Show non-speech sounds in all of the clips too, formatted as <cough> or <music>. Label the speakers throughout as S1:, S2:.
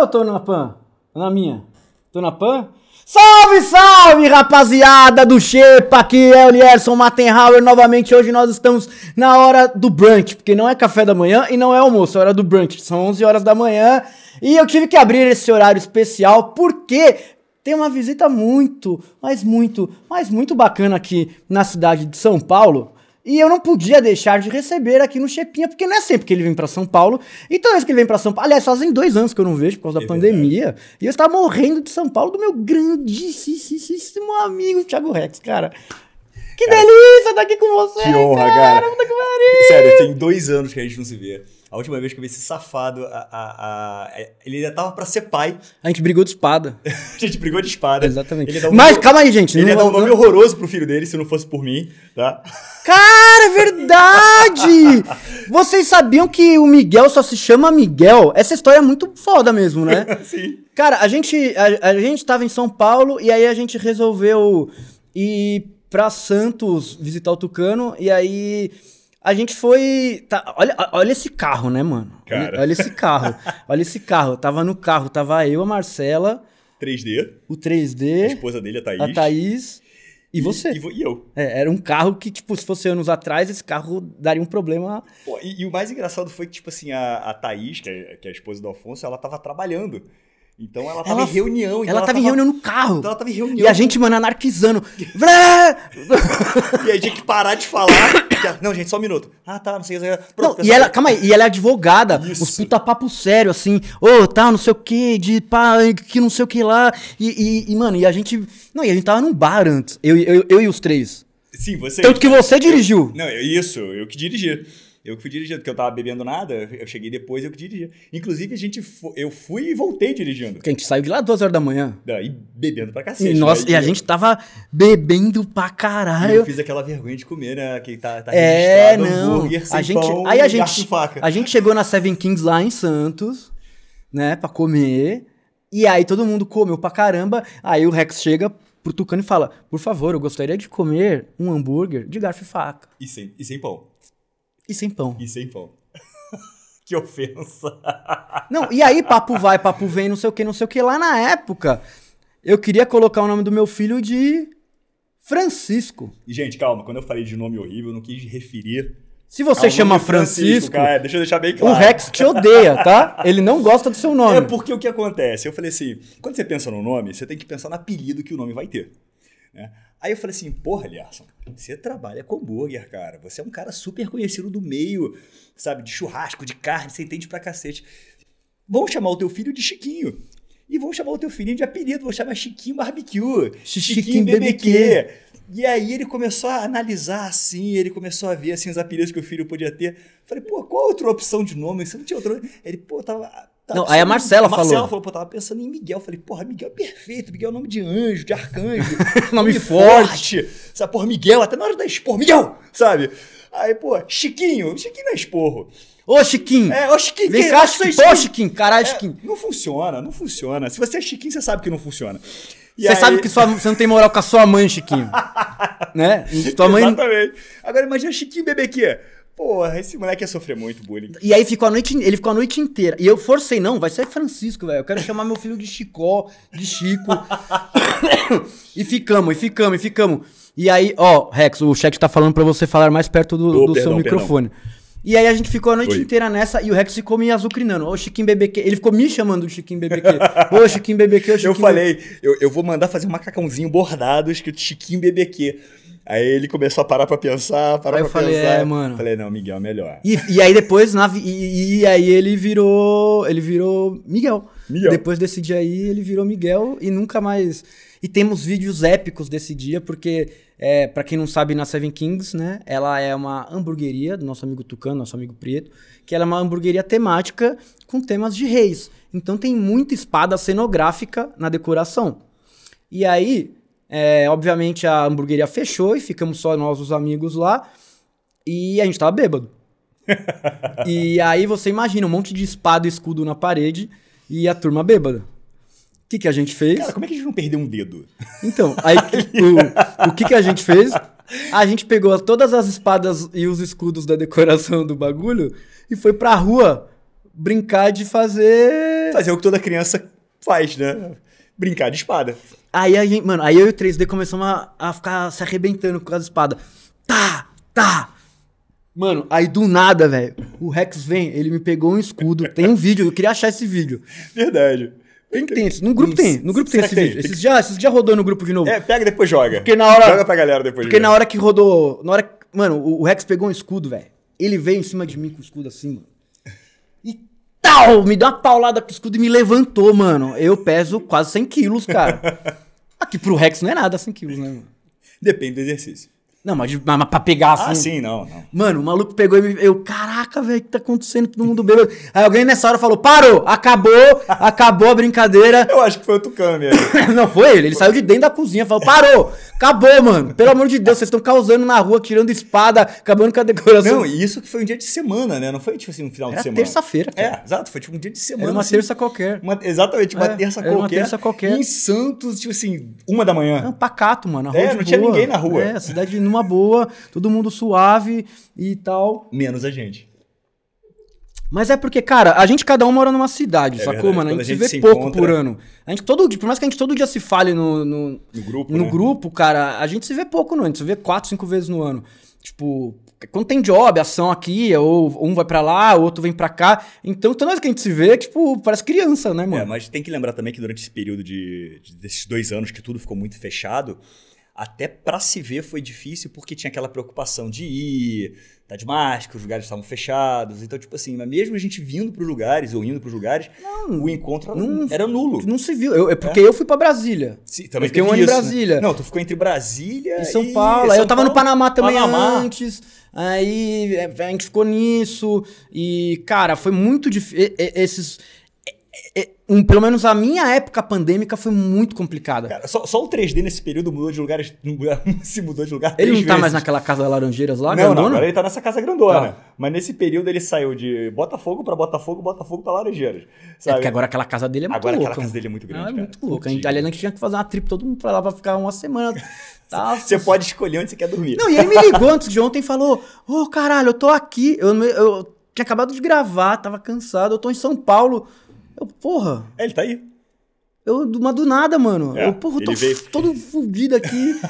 S1: Eu tô na PAN. Na minha. Tô na PAN? Salve, salve, rapaziada do Xepa! Aqui é o Lierson Mattenhauer novamente. Hoje nós estamos na hora do brunch, porque não é café da manhã e não é almoço, é hora do brunch. São 11 horas da manhã e eu tive que abrir esse horário especial porque tem uma visita muito, mas muito, mas muito bacana aqui na cidade de São Paulo. E eu não podia deixar de receber aqui no Chepinha, porque não é sempre que ele vem pra São Paulo. E toda vez que ele vem pra São Paulo. Aliás, fazem dois anos que eu não vejo por causa da
S2: É
S1: pandemia. E eu estava morrendo de São Paulo do meu grandíssimo amigo Thiago Rex, cara. Que delícia estar aqui com você!
S2: Que honra, cara.
S1: Puta que pariu!
S2: Sério, tem dois anos que a gente não se vê. A última vez que eu vi esse safado, a- a- a- é, ele ainda tava pra ser pai. <laughs>
S1: A gente brigou de espada.
S2: A gente brigou de espada.
S1: Exatamente.
S2: Ele dá um
S1: Mas
S2: nome-
S1: calma aí, gente.
S2: Ele ia
S1: não-
S2: dar um nome
S1: não-
S2: horroroso pro filho dele, se não fosse por mim, tá? <laughs>
S1: Cara, é verdade! Vocês sabiam que o Miguel só se chama Miguel? Essa história é muito foda mesmo, né?
S2: Sim.
S1: Cara, a gente, a, a gente tava em São Paulo e aí a gente resolveu ir pra Santos visitar o Tucano. E aí a gente foi. tá, olha, olha esse carro, né, mano? Olha-
S2: Cara.
S1: olha esse carro. olha esse carro. Tava no carro, tava eu, a Marcela,
S2: 3D,
S1: o
S2: a
S1: 3D,
S2: esposa dele, a Thaís.
S1: a Thaís e você.
S2: E, vo- e eu.
S1: É, era um carro que, tipo, se fosse anos atrás, esse carro daria um problema.
S2: Pô, e, e o mais engraçado foi que, tipo assim, a, a Thaís, que é, que é a esposa do Alfonso, ela tava trabalhando. Então ela tava
S1: Ela-
S2: em reunião. então
S1: ela tava em reunião no carro.
S2: Então ela tava em reunião.
S1: E a gente, mano,
S2: <laughs>
S1: anarquizando. Vrá!
S2: E aí tinha que parar de falar. que a- não, gente, só um minuto. Ah, tá, não sei o que.
S1: Não,
S2: Pronto,
S1: e
S2: pessoal.
S1: ela, calma aí, e ela é advogada,
S2: Isso.
S1: os puta papo sério, assim, ô, tá, não sei o que, de pá, que não sei o que lá, e, e- e, mano, e a gente, não, e a gente tava num bar antes, eu, eu, eu e os três,
S2: Sim, você.
S1: tanto que você dirigiu,
S2: Não, eu- isso, eu que dirigi. Eu que fui dirigindo, porque eu tava bebendo nada, eu cheguei depois eu que dirigi. Inclusive, a gente fo- eu fui e voltei dirigindo.
S1: porque a gente saiu de lá duas horas da manhã,
S2: Daí bebendo pra cacete.
S1: e, nós,
S2: Daí
S1: e a
S2: eu-
S1: gente tava bebendo pra
S2: e eu
S1: caralho,
S2: fiz aquela vergonha de comer, né? Que tá, tá
S1: é,
S2: registrado,
S1: não,
S2: hambúrguer sem
S1: a gente,
S2: pão
S1: aí a
S2: e garfo e
S1: gente,
S2: faca.
S1: a gente chegou na Seven Kings lá em Santos, né, pra comer, e aí todo mundo comeu pra caramba. Aí o Rex chega pro Tucano e fala: Por favor, eu gostaria de comer um hambúrguer de garfo e faca.
S2: E, sem, e sem pão.
S1: E sem pão.
S2: E sem pão. <laughs> que ofensa.
S1: Não, e aí papo vai, papo vem, não sei o que, não sei o que. Lá na época, eu queria colocar o nome do meu filho de Francisco.
S2: E, gente, calma, quando eu falei de nome horrível, eu não quis referir.
S1: Se você
S2: ao
S1: chama
S2: nome
S1: Francisco,
S2: cara, deixa eu deixar bem
S1: o
S2: claro.
S1: Rex te odeia, tá? Ele não gosta do seu nome.
S2: É porque o que acontece? Eu falei assim: quando você pensa no nome, você tem que pensar no apelido que o nome vai ter. né? Aí eu falei assim: porra, Lierson, você trabalha com hambúrguer, cara. Você é um cara super conhecido do meio, sabe? De churrasco, de carne, você entende pra cacete. Vão chamar o teu filho de Chiquinho. E vão chamar o teu filhinho de apelido, vão chamar Chiquinho Barbecue.
S1: Chiquinho BBQ.
S2: BBQ. E aí ele começou a analisar assim, ele começou a ver assim os apelidos que o filho podia ter. Falei, pô, qual outra opção de nome? Você não tinha outro nome? Ele, pô, tava
S1: Não, aí a Marcela falou.
S2: Marcela falou, pô, tava pensando em Miguel. Eu Falei, porra, Miguel é perfeito. Miguel é nome de anjo, de arcanjo.
S1: <laughs> Nome forte.
S2: Sabe, porra, Miguel, até na hora da esporro. Miguel, sabe? Aí, pô, Chiquinho. Chiquinho não é esporro.
S1: Ô, Chiquinho!
S2: É, ô, Chiquinho.
S1: Vem
S2: que-
S1: cá,
S2: não
S1: Chiquinho!
S2: sei,
S1: Pô, Chiquinho! Caralho, Chiquinho!
S2: É, não funciona, não funciona. Se você é Chiquinho, você sabe que não funciona. E
S1: Você
S2: aí-
S1: sabe que sua- você não tem moral com a sua mãe, Chiquinho.
S2: <laughs>
S1: né? Sua mãe.
S2: Exatamente. Agora imagina Chiquinho BBQ. Porra, esse moleque ia sofrer muito bullying.
S1: E aí ficou a noite, ele ficou a noite inteira. E eu forcei, não, vai ser Francisco, velho. Eu quero chamar meu filho de Chicó, de Chico. <coughs> e ficamos, e ficamos, e ficamos. E aí, ó, Rex, o chat tá falando pra você falar mais perto do,
S2: Ô,
S1: do seu
S2: perdão, perdão.
S1: microfone. E aí a gente ficou a noite
S2: Oi.
S1: inteira nessa e o Rex ficou me azucrinando. Ô, Chiquinho BBQ. Ele ficou me chamando de Chiquinho BBQ. Ô, Chiquinho BBQ, ô, Chiquinho
S2: Eu falei, eu, eu vou mandar fazer um macacãozinho bordado escrito Chiquinho BBQ. Aí ele começou a parar pra pensar, parar
S1: Aí eu
S2: pra
S1: falei,
S2: pensar.
S1: é, mano.
S2: Falei, não, Miguel é melhor.
S1: E, e aí depois, na, vi- e, e aí ele virou. Ele virou Miguel.
S2: Miguel.
S1: Depois desse dia aí, ele virou Miguel e nunca mais. E temos vídeos épicos desse dia, porque, é, para quem não sabe, na Seven Kings, né? Ela é uma hamburgueria do nosso amigo Tucano, nosso amigo Preto, que ela é uma hamburgueria temática com temas de reis. Então tem muita espada cenográfica na decoração. E aí, é, obviamente, a hamburgueria fechou e ficamos só nós, os amigos lá. E a gente tava bêbado. e aí você imagina um monte de espada e escudo na parede e a turma bêbada. O que, que a gente fez?
S2: Cara, como é que a gente não perdeu um dedo?
S1: Então, aí que- o, o que, que a gente fez? A gente pegou todas as espadas e os escudos da decoração do bagulho e foi pra rua brincar de fazer fazer.
S2: Fazer o que toda criança faz, né? Brincar de espada.
S1: Aí a gente, mano, aí eu e o 3D começamos a, a ficar se arrebentando com as espadas. Tá, tá. Mano, aí do nada, velho, o Rex vem, ele me pegou um escudo. Tem um vídeo, eu queria achar esse vídeo.
S2: Verdade.
S1: Tem, tem. esse- No grupo tem, no grupo tem
S2: Hum, Será
S1: esse
S2: que tem?
S1: vídeo. Esses já, esses já rodou no grupo de novo.
S2: É, pega e depois joga.
S1: Porque na hora-
S2: Joga pra galera depois.
S1: Porque na hora que rodou. Na hora que- Mano, o, o Rex pegou um escudo, velho. Ele veio em cima de mim com o escudo assim, mano. E tal! Me deu uma paulada com o escudo e me levantou, mano. Eu peso quase 100 quilos,
S2: <laughs>
S1: cara. Aqui pro Rex não é nada 100 quilos, né, mano?
S2: Depende do exercício.
S1: Não, mas, de- mas, mas pra pegar assim.
S2: Ah, sim, não, não.
S1: Mano, o maluco pegou e me. Eu, caraca, velho, o que tá acontecendo? Todo mundo bêbado. Aí alguém nessa hora falou: parou, acabou, acabou a brincadeira. <laughs>
S2: Eu acho que foi o Tucano mesmo.
S1: Não, foi ele. Ele saiu de dentro da cozinha, falou: parou, acabou, mano. Pelo amor de Deus, vocês estão causando na rua, tirando espada, acabando com a decoração.
S2: Não, e isso que foi um dia de semana, né? Não foi tipo assim, no final
S1: Era
S2: de semana.
S1: terça-feira, cara.
S2: É, exato, foi tipo um dia de semana.
S1: Era uma
S2: assim,
S1: terça qualquer.
S2: uma- exatamente, uma
S1: É,
S2: terça
S1: era uma
S2: qualquer.
S1: terça qualquer.
S2: Em Santos, tipo assim, uma da manhã.
S1: Era um pacato, mano. a rua
S2: É,
S1: de
S2: não tinha
S1: boa.
S2: ninguém na rua.
S1: É, a cidade numa boa, todo mundo suave e tal.
S2: Menos a gente.
S1: Mas é porque, cara, a gente cada um mora numa cidade,
S2: É
S1: sacou,
S2: verdade.
S1: mano? A gente,
S2: Quando a
S1: se
S2: gente
S1: vê
S2: se
S1: pouco
S2: encontra-
S1: por ano. A gente todo dia, por mais que a gente todo dia se fale no, no,
S2: No grupo,
S1: no
S2: né?
S1: grupo, cara, a gente se vê pouco no ano, a gente se vê quatro, cinco vezes no ano. Tipo, quando tem job, ação aqui, ou um vai pra lá, o outro vem pra cá. Então, toda vez que a gente se vê, tipo, parece criança, né,
S2: É,
S1: mano?
S2: mas tem que lembrar também que durante esse período de, de- desses dois anos que tudo ficou muito fechado, até pra se ver foi difícil porque tinha aquela preocupação de ir, tá de máscara, os lugares estavam fechados. Então, tipo assim, mas mesmo a gente vindo pros lugares ou indo pros lugares, o encontro era,
S1: não-
S2: era nulo.
S1: Não se viu. Eu- é porque eu fui pra Brasília.
S2: Sim,
S1: Eu fiquei um ano em
S2: teve né?
S1: Brasília.
S2: Não, tu ficou entre Brasília
S1: Em
S2: É, e
S1: São Paulo. Aí eu
S2: São
S1: tava no
S2: Paulo,
S1: Panamá também
S2: Panamá.
S1: antes. Aí é, a gente ficou nisso. E, cara, foi muito difícil. Esses. é, é, um- pelo menos a minha época pandêmica foi muito complicada.
S2: Cara, só, só o 3D nesse período mudou de <laughs> lugar, um se mudou de lugar
S1: ele não
S2: três
S1: tá
S2: vezes.
S1: mais naquela é casa das Laranjeiras lá, né,
S2: não, não,
S1: grandona?
S2: agora ele tá nessa casa grandona. Mas nesse período ele saiu de Botafogo pra Botafogo, Botafogo pra Laranjeiras.
S1: É
S2: Sabe?
S1: porque agora aquela casa dele é muito
S2: Agora
S1: louca.
S2: aquela casa dele é muito grande.
S1: Ah, é
S2: cara.
S1: muito louca. A gente,
S2: Fudido.
S1: aliás, a gente tinha que fazer uma trip todo mundo pra lá pra ficar uma semana.
S2: <laughs>
S1: Tá,
S2: Você pode escolher onde você quer dormir.
S1: Não, e ele me ligou antes de ontem e falou: Ô, caralho, eu tô aqui. Eu, não- eu tinha acabado de gravar, tava cansado, eu tô em São Paulo. Eu, porra,
S2: É, ele tá aí.
S1: eu, do- mas do nada, mano.
S2: É,
S1: eu, porra, eu tô
S2: ele veio.
S1: f- todo fudido
S2: <laughs>
S1: aqui,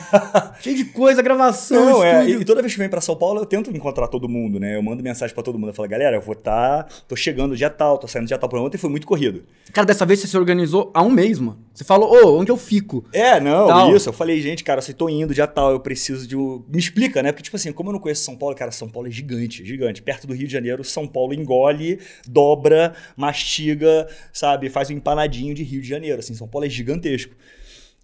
S1: cheio de coisa, gravação,
S2: Não, é.
S1: estúdio.
S2: E toda vez que eu venho pra São Paulo, eu tento encontrar todo mundo, né? Eu mando mensagem pra todo mundo. Eu falo, galera, eu vou tá. Tô chegando dia tal, tô saindo dia tal. Pra ontem foi muito corrido.
S1: Cara, dessa vez você se organizou há um mês, mano. Você falou: Ô, onde eu fico?
S2: É, não,
S1: Tal.
S2: isso. Eu falei, gente, cara, se tô indo dia tal, eu preciso de um. Me explica, né? Porque, tipo assim, como eu não conheço São Paulo, cara, São Paulo é gigante, gigante. Perto do Rio de Janeiro, São Paulo engole, dobra, mastiga, sabe? Faz um empanadinho de Rio de Janeiro. Assim, São Paulo é gigantesco.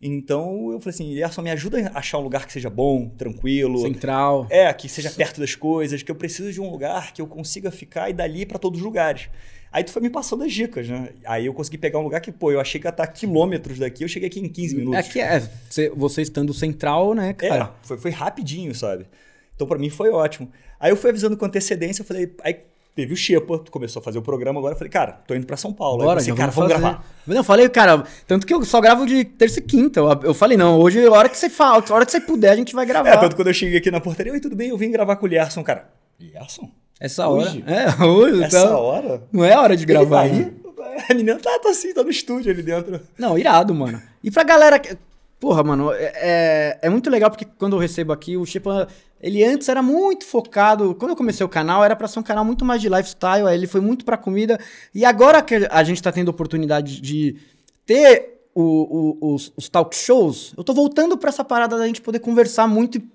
S2: Então eu falei assim, Gerson, me ajuda a achar um lugar que seja bom, tranquilo.
S1: Central.
S2: É, que seja perto das coisas, que eu preciso de um lugar que eu consiga ficar e dali pra todos os lugares. Aí tu foi me passando as dicas, né? Aí eu consegui pegar um lugar que, pô, eu achei que ia estar a quilômetros daqui, eu cheguei aqui em 15 minutos.
S1: É que é, você, você estando central, né,
S2: É,
S1: cara?
S2: foi, foi rapidinho, sabe? Então, pra mim, foi ótimo. Aí eu fui avisando com antecedência, eu falei... Aí teve o Xepa, tu começou a fazer o programa agora, eu falei, cara, tô indo pra São Paulo.
S1: Bora,
S2: aí
S1: já
S2: eu pensei, cara,
S1: vamos
S2: vamos
S1: fazer.
S2: gravar.
S1: Mas Não, eu falei, cara, tanto que eu só gravo de terça e quinta. Eu, eu falei, não, hoje a hora que você fala, a hora que você puder, a gente vai gravar.
S2: É, tanto quando eu cheguei aqui na portaria, oi, tudo bem, eu vim gravar com o Lierson, cara. Lierson?
S1: Essa hora.
S2: Hoje?
S1: É, <laughs> hoje,
S2: Essa
S1: então.
S2: hora?
S1: Não é hora de gravar.
S2: <laughs> Ele
S1: né?
S2: tá aí? A menina tá, tá assim, tá no estúdio ali dentro.
S1: Não, irado, mano. E pra galera que. Porra, mano, é, é- é muito legal porque quando eu recebo aqui, o Chipa, ele antes era muito focado. Quando eu comecei o canal, era pra ser um canal muito mais de lifestyle, aí ele foi muito pra comida. E agora que a gente tá tendo oportunidade de ter o- o- os, os talk shows, eu tô voltando pra essa parada da gente poder conversar muito e,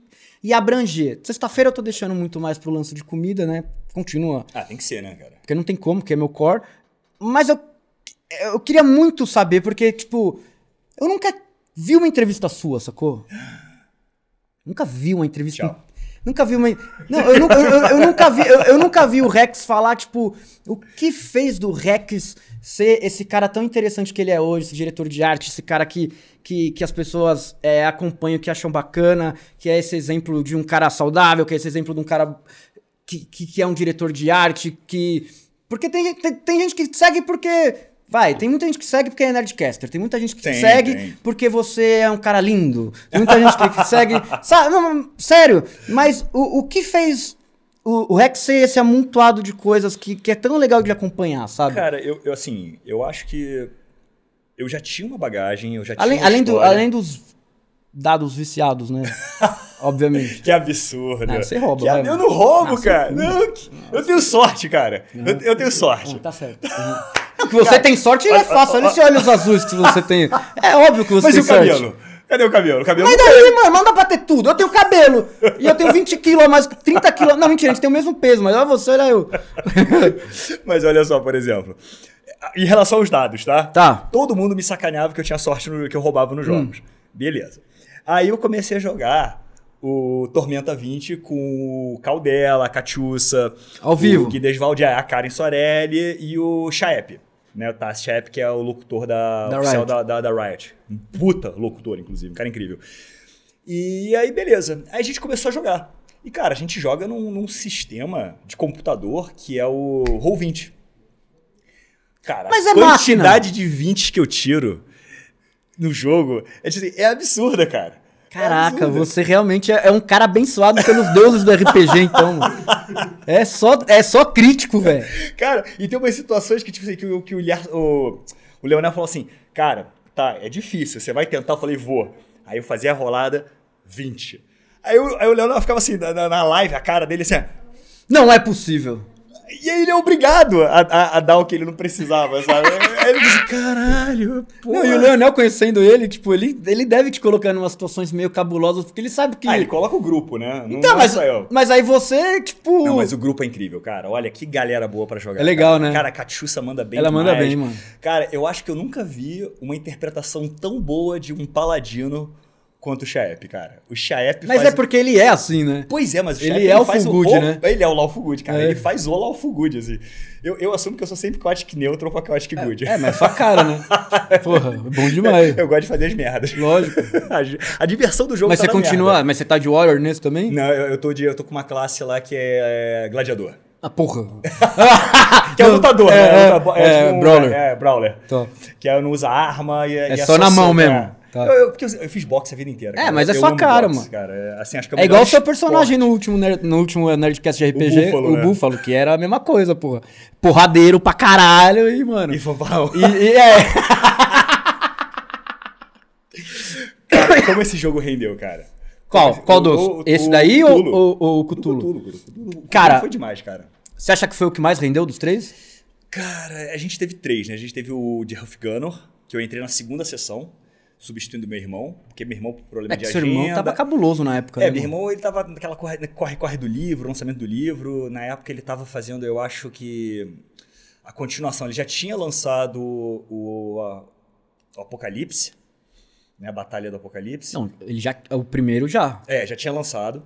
S1: e abranger. Sexta-feira eu tô deixando muito mais pro lance de comida, né? Continua
S2: Ah, tem que ser, né, cara?
S1: porque não tem como, porque é meu core. Mas eu, eu queria muito saber, porque, tipo, eu nunca vi uma entrevista sua, sacou? Nunca vi uma entrevista.
S2: Tchau.
S1: Nunca vi uma. Não, eu nunca, eu, eu- eu nunca vi, eu, eu nunca vi o Rex falar, tipo, o que fez do Rex ser esse cara tão interessante que ele é hoje, esse diretor de arte, esse cara que, que, que as pessoas é, acompanham, que acham bacana, que é esse exemplo de um cara saudável, que é esse exemplo de um cara que, que, que é um diretor de arte, que. Porque tem, gente- tem, tem gente que segue porque. Vai, tem muita gente que segue porque é nerdcaster, tem muita gente que
S2: Tem,
S1: segue
S2: tem.
S1: porque você é um cara
S2: <laughs>
S1: lindo, tem muita gente que segue. Sabe, não, não, sério, mas o, o que fez O, o Rex é esse amontoado de coisas que, que é tão legal de acompanhar, sabe?
S2: Cara, eu, eu, assim, eu acho que eu já tinha uma bagagem, eu já tinha
S1: além,
S2: uma
S1: além, do,
S2: história.
S1: além dos dados viciados,
S2: <laughs>
S1: né? Obviamente.
S2: Que absurdo.
S1: Ah, você rouba,
S2: Que a-
S1: vai,
S2: Eu
S1: mano.
S2: não roubo,
S1: Nossa,
S2: cara.
S1: eu-
S2: Não, que- eu tenho sorte, cara. Eu, eu tenho sorte.
S1: Ah, tá certo. Uhum. Que você tem sorte é fácil. Olha esse olhos azuis que você tem. É óbvio que você
S2: Mas
S1: tem
S2: e o
S1: sorte.
S2: cabelo? Cadê o cabelo? O cabelo
S1: Mas
S2: não-
S1: daí, mano, manda pra ter tudo. Eu tenho cabelo. E eu tenho 20 quilos a mais, 30 quilos. Não, mentira, a gente tem o mesmo peso, mas olha você, olha eu.
S2: <laughs> Mas olha só, por exemplo. Em relação aos dados, tá?
S1: Tá. Hum.
S2: Todo mundo me sacaneava que eu tinha sorte no que eu roubava nos jogos. Beleza. Aí eu comecei a jogar o Tormenta 20 com o Caldela, a Catiuça,
S1: Ao vivo.
S2: o Guides Valdier, a Karen Sorelli e o Chaep. Né, o Tassi Chaep, que é o locutor da,
S1: Da
S2: oficial
S1: Riot.
S2: Da, da, da Riot. Um Puta locutor, inclusive, um cara incrível. E aí, beleza. Aí a gente começou a jogar. E, cara, a gente joga num, num sistema de computador que é o Roll20. Cara,
S1: Mas
S2: a
S1: é máquina.
S2: quantidade de 20 que eu tiro no jogo é, tipo assim, é absurda, cara. É
S1: Caraca,
S2: absurda.
S1: você realmente é é um cara abençoado pelos deuses do RPG, então, mano. É só, é só crítico, velho.
S2: Cara, e tem umas situações que, tipo assim, que, o- que o, Lia- o, o Leonel falou assim, cara, tá, é difícil, você vai tentar. Eu falei, vou. Aí eu fazia a rolada 20. Aí, o- aí o Leonel ficava assim, na, na- na live, a cara dele assim, ó,
S1: Não é possível.
S2: E aí ele é obrigado a, a- a dar o que ele não precisava, sabe? Aí ele diz, caralho, pô.
S1: Não, e o Leonel conhecendo ele, tipo, ele, ele deve te colocar em umas situações meio cabulosas, porque ele sabe que.
S2: Ah, ele coloca o grupo, né? Não,
S1: Então,
S2: não
S1: mas,
S2: sou eu.
S1: mas aí você, tipo.
S2: Não, mas o grupo é incrível, cara. Olha que galera boa pra jogar.
S1: É legal,
S2: cara.
S1: né?
S2: Cara, a Catiuça manda bem
S1: Ela manda
S2: demais.
S1: bem, mano.
S2: Cara, eu acho que eu nunca vi uma interpretação tão boa de um paladino quanto o Chaep, cara. O Chaep
S1: Mas
S2: faz...
S1: é porque ele é assim, né?
S2: Pois é, mas o
S1: Ele
S2: Chaep,
S1: é o
S2: faz
S1: Full Good, né?
S2: Ele é o Lawful Good, cara.
S1: É.
S2: Ele faz o Lawful Good, assim. Eu, eu assumo que eu sou sempre Chaotic Neutro ou Chaotic Good.
S1: É, mas é sua cara,
S2: <laughs>
S1: né? Porra, bom demais.
S2: Eu gosto de fazer as merdas.
S1: Lógico.
S2: <laughs> A, a diversão do jogo
S1: Mas
S2: tá
S1: você
S2: na
S1: continua.
S2: merda.
S1: Mas você tá de Warrior nesse também?
S2: Não, eu, eu tô de, eu tô com uma classe lá que é, é, gladiador.
S1: Ah, porra.
S2: Que é
S1: Não,
S2: lutador,
S1: é,
S2: né?
S1: é,
S2: Luta-
S1: é, brawler.
S2: É, brawler.
S1: Tá.
S2: Que é, não usa arma e
S1: É só na mão mesmo. Tá.
S2: né? Eu, eu- porque eu, eu fiz boxe a vida inteira.
S1: É,
S2: cara.
S1: mas é
S2: Eu
S1: sua
S2: amo
S1: cara,
S2: boxe,
S1: mano.
S2: Cara. É, assim, acho que é o
S1: É
S2: melhor
S1: igual o seu
S2: esporte.
S1: personagem no último, ner- no último Nerdcast de RPG, o
S2: Búfalo,
S1: Búfalo,
S2: né?
S1: que era a mesma coisa,
S2: <laughs>
S1: porra. Porradeiro pra caralho e, mano.
S2: E
S1: E,
S2: fanfarrão.
S1: e é.
S2: Cara, <laughs> como esse jogo rendeu, cara.
S1: Qual?
S2: <laughs> Como-
S1: Qual
S2: o-
S1: dos?
S2: o-
S1: Esse
S2: o
S1: daí ou-
S2: Cthulhu.
S1: ou ou o
S2: O
S1: Cutulo?
S2: Cthulhu. O Cthulhu
S1: Cara-
S2: foi demais, cara.
S1: Você acha que foi o que mais rendeu dos três?
S2: Cara, a gente teve três, né? A gente teve o de Huff Gunner, que eu entrei na segunda sessão, substituindo meu irmão, porque meu irmão, por problema
S1: É
S2: de
S1: que
S2: agenda...
S1: seu irmão tava cabuloso na época,
S2: É,
S1: né,
S2: meu
S1: mano?
S2: irmão, ele tava naquela corre- corre-corre do livro, lançamento do livro. Na época ele tava fazendo, eu acho que a continuação. Ele já tinha lançado o, a- o Apocalipse, né? A Batalha do Apocalipse.
S1: Não, ele já. O primeiro já.
S2: É, já tinha lançado.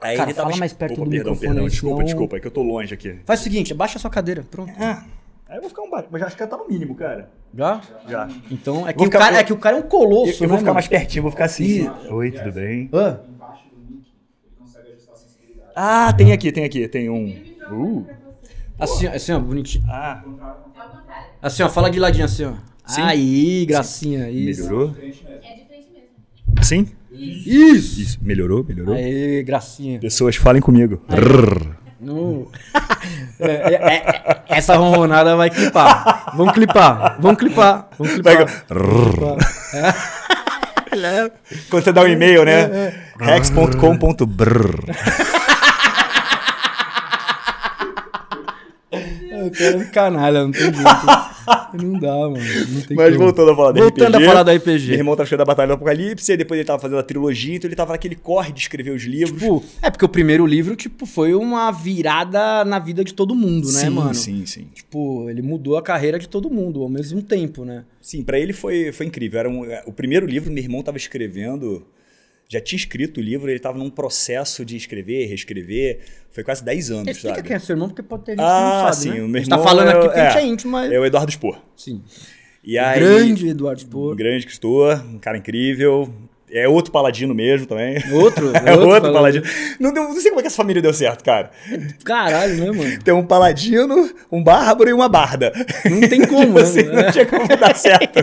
S2: Aí
S1: Cara,
S2: ele tava.
S1: fala mais perto
S2: Opa,
S1: do
S2: perdão,
S1: microfone
S2: perdão.
S1: aí,
S2: Desculpa,
S1: senão-
S2: desculpa, é que eu tô longe aqui.
S1: Faz o seguinte, abaixa a sua cadeira. Pronto.
S2: Ah, aí eu vou ficar um baixo, mas já acho que tá no mínimo, cara.
S1: Já?
S2: Já.
S1: Então, é que,
S2: Vou
S1: o
S2: ficar-
S1: cara,
S2: eu-
S1: é que o cara é um colosso,
S2: eu, eu vou
S1: né,
S2: ficar
S1: mano?
S2: mais pertinho, vou ficar assim.
S1: Ih.
S2: Oi, tudo bem?
S1: Hã?
S2: Ah, tem aqui, tem aqui, tem um. Uh.
S1: Assim, ó, assim, ó, bonitinho.
S2: Ah,
S1: Assim, ó, fala de ladinho assim, ó.
S2: Sim.
S1: Aí, gracinha, isso.
S2: melhorou?
S3: É de frente mesmo.
S2: Sim?
S1: Isso!
S2: Isso, melhorou, melhorou.
S1: Aí, gracinha.
S2: Pessoas falem comigo.
S1: No. <laughs> É, é, é, é, essa ronronada vai clipar. Vamos clipar, vamos clipar, vamos clipar.
S2: Quando você dá um e-mail, né? Rex.com.br.
S1: Eu quero um canalha, não tem jeito. Não dá, mano. Não tem
S2: Mas
S1: como.
S2: voltando a falar do RPG.
S1: Voltando a falar do RPG.
S2: Meu irmão tava chegando da Batalha do Apocalipse, aí depois ele tava fazendo a trilogia, então ele tava naquele corre de escrever os livros.
S1: Tipo, é porque o primeiro livro, tipo, foi uma virada na vida de todo mundo, né,
S2: sim,
S1: mano?
S2: sim, sim.
S1: Tipo, ele mudou a carreira de todo mundo ao mesmo tempo, né?
S2: Sim, pra ele foi, foi incrível. Era um- o primeiro livro, meu irmão tava escrevendo, já tinha escrito o livro, ele tava num processo de escrever, reescrever. Foi quase 10 anos,
S1: Explica
S2: sabe?
S1: quem é seu irmão, porque pode ter gente que
S2: Ah,
S1: não sabe,
S2: sim,
S1: né?
S2: o meu
S1: a gente tá
S2: irmão
S1: falando
S2: é o-
S1: aqui porque a gente
S2: é.
S1: é íntimo, mas...
S2: É o Eduardo Spor.
S1: Sim.
S2: E aí,
S1: Grande Eduardo
S2: Um
S1: Spor.
S2: grande escritor, um cara incrível. É outro paladino mesmo também.
S1: Outro?
S2: <laughs> É outro, paladino. Não, deu- não sei como é que essa família deu certo, cara.
S1: Caralho, né, mano?
S2: Tem um paladino, um bárbaro e uma barda.
S1: Não tem como,
S2: <laughs> Tipo assim,
S1: né?
S2: <laughs> não tinha como dar certo.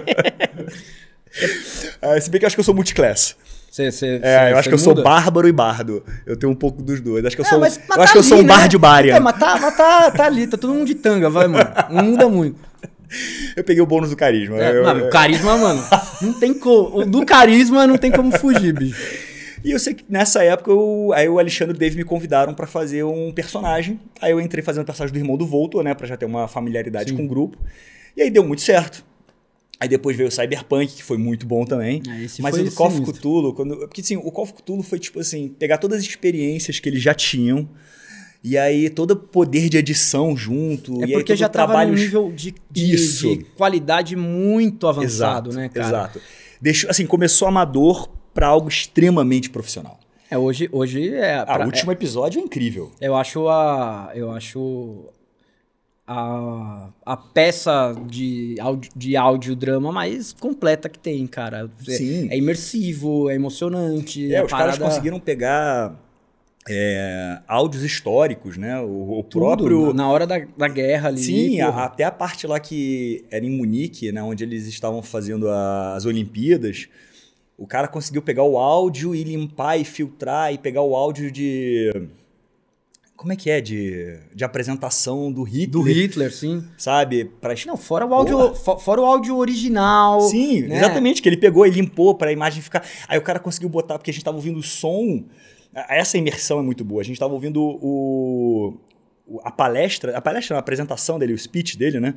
S2: Ah, se bem que eu acho que eu sou multiclass.
S1: Você, você,
S2: É,
S1: você-
S2: eu acho
S1: você
S2: que eu sou
S1: muda?
S2: bárbaro e bardo. Eu tenho um pouco dos dois. Acho que eu
S1: É,
S2: sou,
S1: mas-
S2: eu
S1: mas
S2: acho
S1: tá
S2: que eu sou
S1: ali,
S2: um
S1: né?
S2: bar de bária.
S1: É, mas tá, mas tá, tá ali, tá todo mundo de tanga, vai, mano. Não muda muito.
S2: <laughs> Eu peguei o bônus do carisma.
S1: É,
S2: eu-
S1: mano, o carisma, mano, não tem como. Do carisma não tem como fugir, bicho.
S2: E eu sei que nessa época, eu, aí o Alexandre e o Dave me convidaram pra fazer um personagem. Aí eu entrei fazendo o personagem do irmão do Voltor, né? Pra já ter uma familiaridade com o grupo. E aí deu muito certo. Aí depois veio o Cyberpunk, que foi muito bom também.
S1: Ah, esse
S2: Mas
S1: foi
S2: o do Call of
S1: sinistro.
S2: Cthulhu, quando, porque assim, o Call of Cthulhu foi tipo assim, pegar todas as experiências que eles já tinham, e aí todo o poder de edição junto,
S1: É
S2: e aí
S1: porque
S2: todo
S1: já
S2: o
S1: tava
S2: trabalho
S1: num nível de, de-
S2: Isso.
S1: de qualidade muito avançado, né, cara?
S2: Exato. Deixou, assim, começou amador pra algo extremamente profissional.
S1: É, hoje, hoje é.
S2: Ah,
S1: pra-
S2: o último episódio é incrível.
S1: Eu acho a. Eu acho. A, a peça de, áudio, de audiodrama mais completa que tem, cara. É-
S2: Sim.
S1: É imersivo, é emocionante.
S2: É,
S1: a
S2: os caras
S1: parada-
S2: conseguiram pegar é, áudios históricos, né? O, o
S1: tudo,
S2: próprio.
S1: Na na hora da, da guerra ali.
S2: Sim, a-
S1: porra.
S2: até a parte lá que era em Munique, né, onde eles estavam fazendo a- as Olimpíadas, o cara conseguiu pegar o áudio e limpar e filtrar e pegar o áudio de como é que é de, de apresentação do Hitler,
S1: Do Hitler, sim.
S2: sabe, para
S1: Não, fora o áudio, fo- fora o áudio original.
S2: Sim,
S1: né?
S2: exatamente, que ele pegou e limpou pra a imagem ficar. Aí o cara conseguiu botar, porque a gente tava ouvindo o som. A- Essa imersão é muito boa. A gente tava ouvindo o, o- a palestra, a palestra, não, a apresentação dele, o speech dele, né?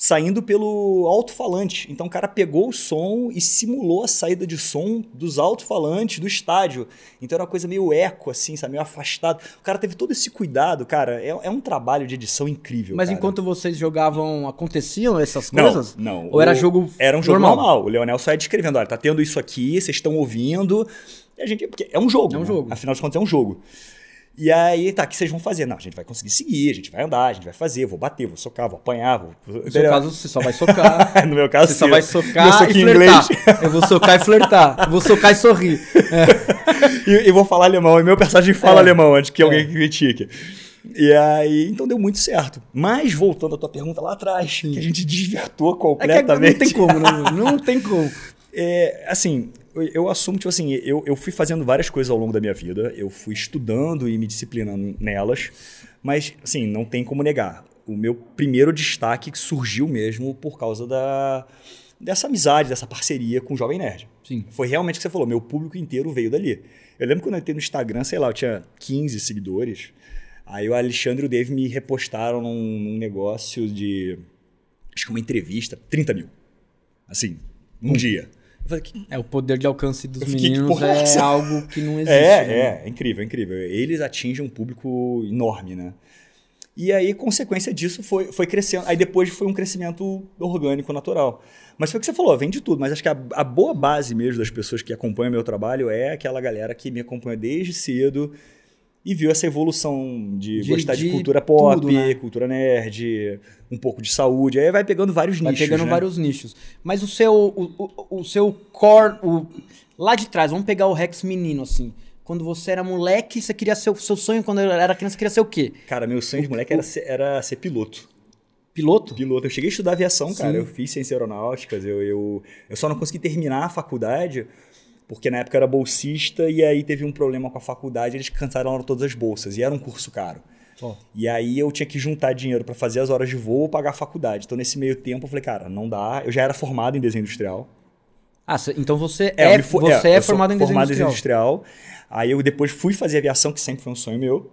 S2: Saindo pelo alto-falante. Então o cara pegou o som e simulou a saída de som dos alto-falantes do estádio. Então era uma coisa meio eco, assim, sabe? Meio afastado. O cara teve todo esse cuidado, cara. É, é um trabalho de edição incrível.
S1: Mas
S2: cara.
S1: enquanto vocês jogavam, aconteciam essas
S2: Não,
S1: coisas?
S2: não.
S1: Ou era
S2: O-
S1: jogo
S2: era um jogo normal. O Leonel só ia descrevendo, olha, tá tendo isso aqui, vocês estão ouvindo. E a gente, porque é um jogo.
S1: É um
S2: né?
S1: jogo.
S2: Afinal de contas, é um jogo. E aí, tá, o que vocês vão fazer? Não, a gente vai conseguir seguir, a gente vai andar, a gente vai fazer, vou bater, vou socar, vou apanhar, vou.
S1: No seu caso, você só vai socar.
S2: <laughs> no meu caso,
S1: Você só
S2: sim.
S1: vai
S2: Meu
S1: Assim, socar e
S2: soquinho
S1: flertar. Eu vou socar e flertar. Eu vou socar e sorrir.
S2: <laughs> e, e vou falar alemão. E meu personagem fala
S1: É.
S2: alemão antes que alguém critique. E aí, então deu muito certo. Mas voltando à tua pergunta lá atrás, que a gente desvirtuou
S1: É que não
S2: completamente.
S1: tem como, né? Não tem como.
S2: É, assim, eu, eu assumo, tipo assim, eu, eu fui fazendo várias coisas ao longo da minha vida, eu fui estudando e me disciplinando nelas, mas, assim, não tem como negar. O meu primeiro destaque surgiu mesmo por causa da, dessa amizade, dessa parceria com o Jovem Nerd.
S1: Sim.
S2: Foi realmente o que você falou, meu público inteiro veio dali. Eu lembro quando eu entrei no Instagram, sei lá, eu tinha 15 seguidores. Aí o Alexandre e o Dave me repostaram num, num negócio de. Acho que uma entrevista, 30 mil. Assim, num dia. Eu falei, que,
S1: É, o poder de alcance dos
S2: Eu fiquei, que
S1: meninos
S2: porra é
S1: é
S2: essa?
S1: algo que não existe. né?
S2: é, é, é incrível, é incrível. Eles atingem um público enorme, né? E aí, consequência disso foi, foi crescendo. Aí depois foi um crescimento orgânico, natural. Mas foi o que você falou, vem de tudo. Mas acho que a, a boa base mesmo das pessoas que acompanham meu trabalho é aquela galera que me acompanha desde cedo e viu essa evolução de,
S1: De-
S2: gostar de,
S1: de
S2: cultura pop,
S1: tudo, né?
S2: cultura nerd, um pouco de saúde. Aí vai pegando vários
S1: Vai
S2: nichos.
S1: pegando
S2: né?
S1: vários nichos. Mas o seu. O, o- o seu core. o- lá de trás, vamos pegar o Rex menino, assim. Quando você era moleque, você queria ser. O seu sonho quando era criança, você queria ser o quê?
S2: Cara, meu sonho de moleque era ser, era ser piloto.
S1: Piloto?
S2: Piloto. Eu cheguei a estudar aviação, cara.
S1: Sim.
S2: Eu fiz ciência aeronáuticas. Eu, eu, eu só não consegui terminar a faculdade, porque na época eu era bolsista e aí teve um problema com a faculdade. Eles cancelaram todas as bolsas e era um curso caro.
S1: Ó.
S2: E aí eu tinha que juntar dinheiro pra fazer as horas de voo ou pagar a faculdade. Então nesse meio tempo eu falei, cara, não dá. Eu já era formado em desenho industrial.
S1: Ah, cê- então você é,
S2: eu me fo-
S1: você é,
S2: eu sou
S1: formado em desenho industrial.
S2: industrial. Aí eu depois fui fazer aviação, que sempre foi um sonho meu.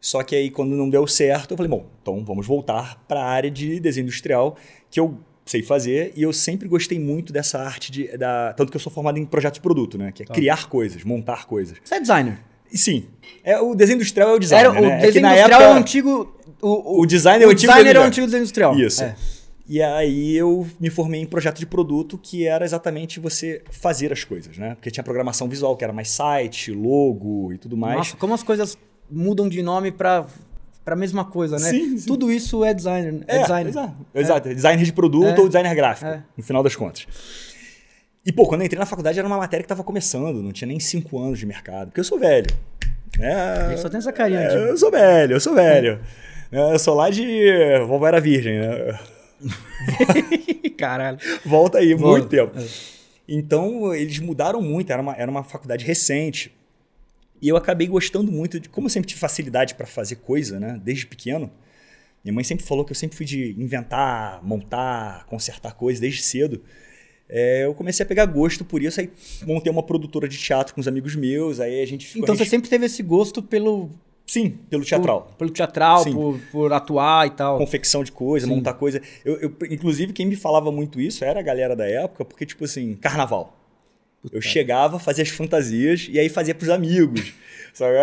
S2: Só que aí quando não deu certo, eu falei, bom, então vamos voltar para a área de desenho industrial, que eu sei fazer e eu sempre gostei muito dessa arte de da, tanto que eu sou formado em projeto de produto, né, que é
S1: Tá.
S2: criar coisas, montar coisas.
S1: Você é designer.
S2: E sim, é o desenho industrial é o design,
S1: Era,
S2: né?
S1: o
S2: É que
S1: desenho
S2: na
S1: industrial é o
S2: época-
S1: antigo. O,
S2: o design é o antigo
S1: designer é o
S2: design.
S1: antigo desenho industrial.
S2: Isso.
S1: É.
S2: Então, E aí eu me formei em projeto de produto, que era exatamente você fazer as coisas, né? Porque tinha programação visual, que era mais site, logo e tudo mais.
S1: Nossa, como as coisas mudam de nome pra, pra mesma coisa, né?
S2: Sim, sim.
S1: Tudo isso é designer. É,
S2: É,
S1: designer.
S2: Exato, exato. Designer de produto
S1: É.
S2: ou designer gráfico,
S1: É.
S2: no final das contas. E, pô, quando eu entrei na faculdade era uma matéria que tava começando, não tinha nem cinco anos de mercado, porque eu sou velho. É,
S1: Ele só tem essa carinha
S2: é,
S1: de-
S2: Eu sou velho, eu sou velho. É, Eu sou lá de vovó era virgem, né?
S1: <laughs> Caralho.
S2: Volta aí,
S1: Volta. É.
S2: muito tempo. Então, eles mudaram muito, era uma, era uma faculdade recente. E eu acabei gostando muito de como eu sempre tive facilidade para fazer coisa, né? Desde pequeno. Minha mãe sempre falou que eu sempre fui de inventar, montar, consertar coisas desde cedo. É, eu comecei a pegar gosto por isso, aí montei uma produtora de teatro com os amigos meus, aí a gente ficou.
S1: Então
S2: a
S1: você
S2: gente-
S1: sempre teve esse gosto pelo.
S2: Sim, pelo teatral.
S1: Por, pelo teatral,
S2: Sim.
S1: por, por atuar e tal.
S2: confecção de coisa,
S1: Sim.
S2: montar coisa. Eu, eu- inclusive, quem me falava muito isso era a galera da época, porque, tipo assim, carnaval. Eu chegava, fazia as fantasias e aí fazia pros amigos. <laughs> sabe?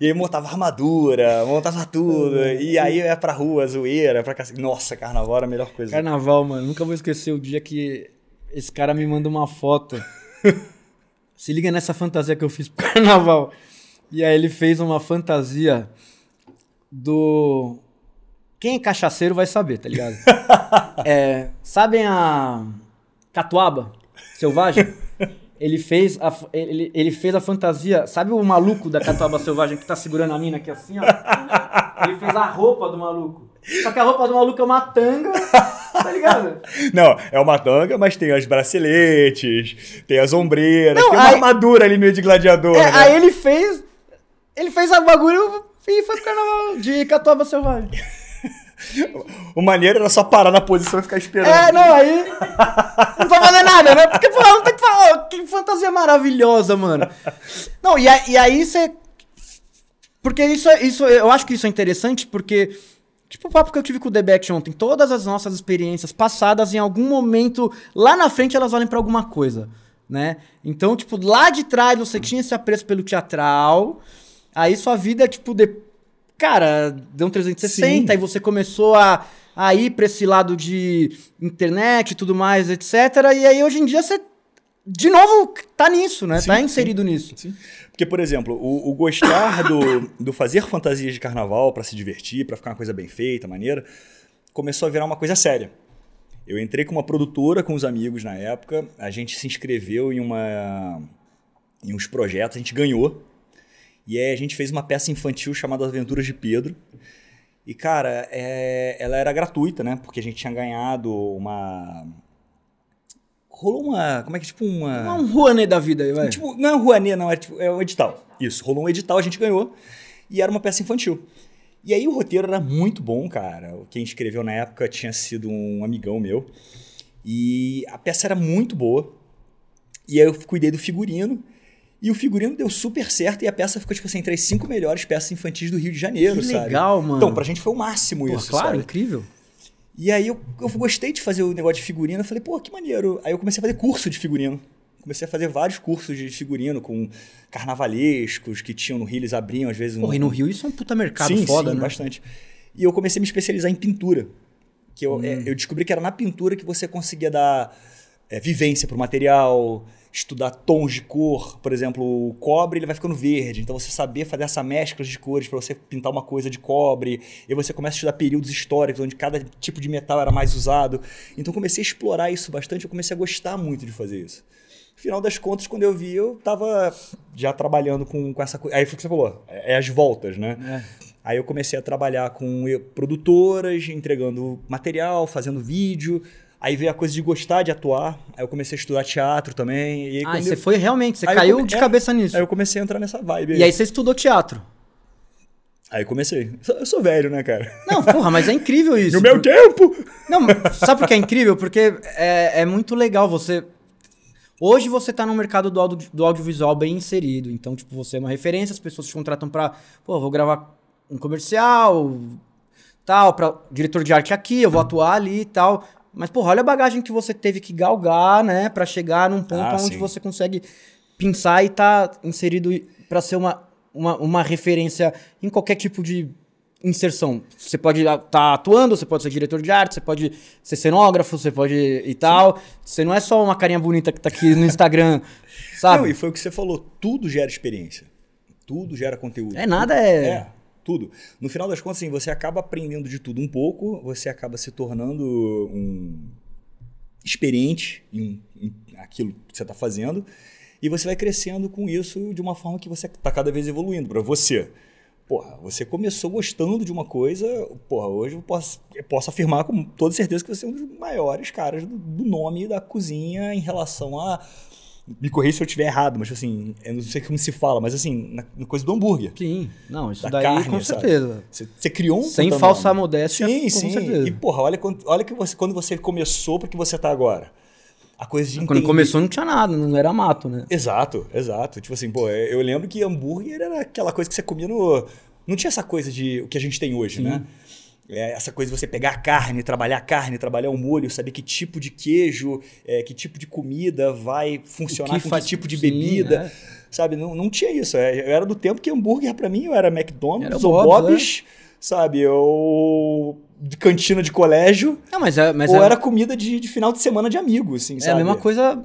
S2: E aí montava armadura, montava tudo.
S1: Uhum.
S2: e aí ia pra rua, zoeira, pra cacete. Nossa, carnaval era a melhor coisa.
S1: Carnaval, mano. Nunca vou esquecer o dia que esse cara me manda uma foto. Se liga nessa fantasia que eu fiz pro carnaval. E aí ele fez uma fantasia do. Quem é cachaceiro vai saber, tá ligado? É, sabem a Catuaba Selvagem? Ele fez, a, f- ele, ele fez a fantasia. Sabe o maluco da Catuaba Selvagem que tá segurando a mina aqui assim, ó? Ele fez a roupa do maluco. Só que a roupa do maluco é uma tanga, tá ligado?
S2: Não, é uma tanga, mas tem as braceletes, tem as ombreiras,
S1: Não,
S2: tem uma
S1: aí-
S2: armadura ali meio de
S1: <laughs>
S2: gladiador.
S1: É,
S2: né?
S1: aí ele fez. Ele fez a bagulho e foi pro carnaval de Catuaba Selvagem.
S2: O maneiro era só parar na posição e ficar esperando.
S1: É, não, aí. Não tô fazendo nada, né? Porque, porra, não tem que falar. ó, Que fantasia maravilhosa, mano. Não, e, a- e aí você. Porque isso, é- isso, eu acho que isso é interessante, porque. Tipo o papo que eu tive com o The Back ontem. Todas as nossas experiências passadas, em algum momento, lá na frente, elas valem pra alguma coisa, né? Então, tipo, lá de trás você tinha esse apreço pelo teatral. Aí sua vida, tipo, de... cara, deu um 360
S2: Sim.
S1: e você começou a, a ir pra esse lado de internet e tudo mais, etc. E aí hoje em dia você, de novo, tá nisso, né?
S2: Sim,
S1: tá
S2: sim.
S1: inserido nisso.
S2: Sim. Porque, por exemplo, o, o gostar do, do fazer fantasias de carnaval pra se divertir, pra ficar uma coisa bem feita, maneira, começou a virar uma coisa séria. Eu entrei com uma produtora com os amigos na época, a gente se inscreveu em uma em uns projetos, a gente ganhou. E aí a gente fez uma peça infantil chamada Aventuras de Pedro. E cara, é, ela era gratuita, né? Porque a gente tinha ganhado uma rolou uma, como é que tipo
S1: É um Rouanet da vida aí, vai.
S2: Tipo, não é um Rouanet, não, é, tipo, é um edital. Isso, rolou um edital, a gente ganhou. E era uma peça infantil. E aí o roteiro era muito bom, cara. Quem escreveu na época tinha sido um amigão meu. E a peça era muito boa. E aí eu cuidei do figurino. E o figurino deu super certo e a peça ficou, tipo assim, entre as cinco melhores peças infantis do Rio de Janeiro,
S1: Que
S2: sabe?
S1: legal, mano.
S2: Então, pra gente foi o máximo
S1: Pô,
S2: isso,
S1: claro,
S2: sabe?
S1: incrível.
S2: E aí eu, eu gostei de fazer o negócio de figurino, eu falei, pô, que maneiro. Aí eu comecei a fazer curso de figurino. Comecei a fazer vários cursos de figurino com carnavalescos que tinham no Rio, eles abriam às vezes um.
S1: Porra, e no Rio isso é um puta mercado
S2: sim,
S1: foda,
S2: sim,
S1: né?
S2: bastante. E eu comecei a me especializar em pintura. Que
S1: Hum.
S2: eu, é, eu descobri que era na pintura que você conseguia dar é, vivência pro material, estudar tons de cor. Por exemplo, o cobre ele vai ficando verde. Então você saber fazer essa mescla de cores para você pintar uma coisa de cobre. E você começa a estudar períodos históricos, onde cada tipo de metal era mais usado. Então eu comecei a explorar isso bastante, eu comecei a gostar muito de fazer isso. Final das contas, quando eu vi, eu tava já trabalhando com, com essa coisa. Aí foi o que você falou, é é as voltas, né? Aí eu comecei a trabalhar com e- produtoras, entregando material, fazendo vídeo. Aí veio a coisa de gostar de atuar. Aí eu comecei a estudar teatro também. E aí,
S1: Ah,
S2: quando
S1: e você
S2: eu,
S1: foi realmente, você
S2: Aí eu
S1: caiu
S2: come-
S1: de
S2: é,
S1: cabeça nisso.
S2: aí eu comecei a entrar nessa vibe.
S1: E aí você estudou teatro.
S2: Aí eu comecei. Eu sou- Eu sou velho, né, cara?
S1: Não, porra, mas é
S2: <laughs>
S1: incrível isso.
S2: No meu tempo!
S1: Não, mas sabe por que é incrível? Porque é, é muito legal você. Hoje você tá no mercado do, audio- do audiovisual bem inserido. Então, tipo, você é uma referência, as pessoas te contratam pra. Pô, vou gravar um comercial, tal, pra diretor de arte aqui, eu vou atuar ali e tal. Mas, porra, olha a bagagem que você teve que galgar, né? Pra chegar num ponto
S2: Ah,
S1: onde
S2: sim.
S1: você consegue pensar e tá inserido pra ser uma, uma, uma referência em qualquer tipo de inserção. Você pode estar atuando, você pode ser diretor de arte, você pode ser cenógrafo, você pode e tal. Você não é só uma carinha bonita que tá aqui no Instagram,
S2: <laughs> Não,
S1: sabe?
S2: e foi o que você falou. Tudo gera experiência. Tudo gera conteúdo.
S1: É nada, é...
S2: É, tudo. No final das contas, assim, você acaba aprendendo de tudo um pouco, você acaba se tornando um experiente em, um, em aquilo que você tá está tá fazendo, e você vai crescendo com isso de uma forma que você está cada vez evoluindo para você. Porra, você começou gostando de uma coisa, porra, hoje eu posso, eu posso afirmar com toda certeza que você é um dos maiores caras do, do nome da cozinha em relação a. Me corrija se eu estiver errado, mas assim, eu não sei como se fala, mas assim, na, na coisa do hambúrguer.
S1: Sim, não, isso
S2: Da
S1: daí
S2: carne,
S1: com
S2: sabe?
S1: certeza.
S2: Você, você criou um
S1: Sem
S2: puta
S1: falsa
S2: nome.
S1: modéstia,
S2: Sim,
S1: com
S2: sim.
S1: certeza.
S2: E, porra, olha, quando, olha que você, quando você começou pro que você tá agora. A coisa de
S1: É Quando
S2: entender-
S1: começou não tinha nada, não era mato, né?
S2: Exato, exato. Tipo assim, pô, eu lembro que hambúrguer era aquela coisa que você comia no. Não tinha essa coisa de o que a gente tem hoje, né? É, essa coisa de você pegar a carne, trabalhar a carne, trabalhar o molho, saber que tipo de queijo, é, que tipo de comida vai funcionar com que tipo de
S1: sim, é.
S2: bebida. Sabe, não, não tinha isso. É, Eu era do tempo que hambúrguer pra mim, eu era McDonald's
S1: Era
S2: ou
S1: Bob's, né?
S2: Bob's, sabe? Eu. de cantina de colégio.
S1: Não, mas, é, mas
S2: ou
S1: é-
S2: era comida de, de final de semana de amigo, assim,
S1: é
S2: sabe?
S1: a mesma coisa.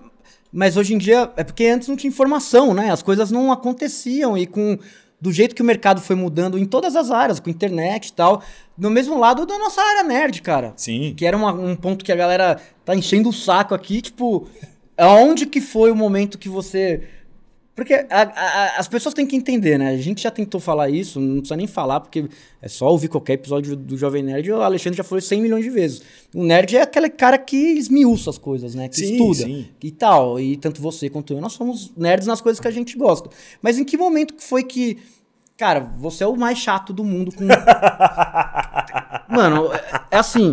S1: Mas hoje em dia é porque antes não tinha informação, né? As coisas não aconteciam e com do jeito que o mercado foi mudando em todas as áreas, com internet e tal, no mesmo lado da nossa área nerd, cara.
S2: Sim.
S1: Que era uma- um ponto que a galera tá enchendo o saco aqui, tipo, aonde que foi o momento que você. Porque a- a- a- as pessoas têm que entender, né? A gente já tentou falar isso, não precisa nem falar, porque é só ouvir qualquer episódio do Jovem Nerd, o Alexandre já falou isso 100 milhões de vezes. O nerd é aquele cara que esmiuça as coisas, né? Que
S2: Sim,
S1: estuda
S2: sim.
S1: e tal. E tanto você quanto eu, nós somos nerds nas coisas que a gente gosta. Mas em que momento que foi que. Cara, você é o mais chato do mundo
S2: <laughs>
S1: com. Mano, é- é assim.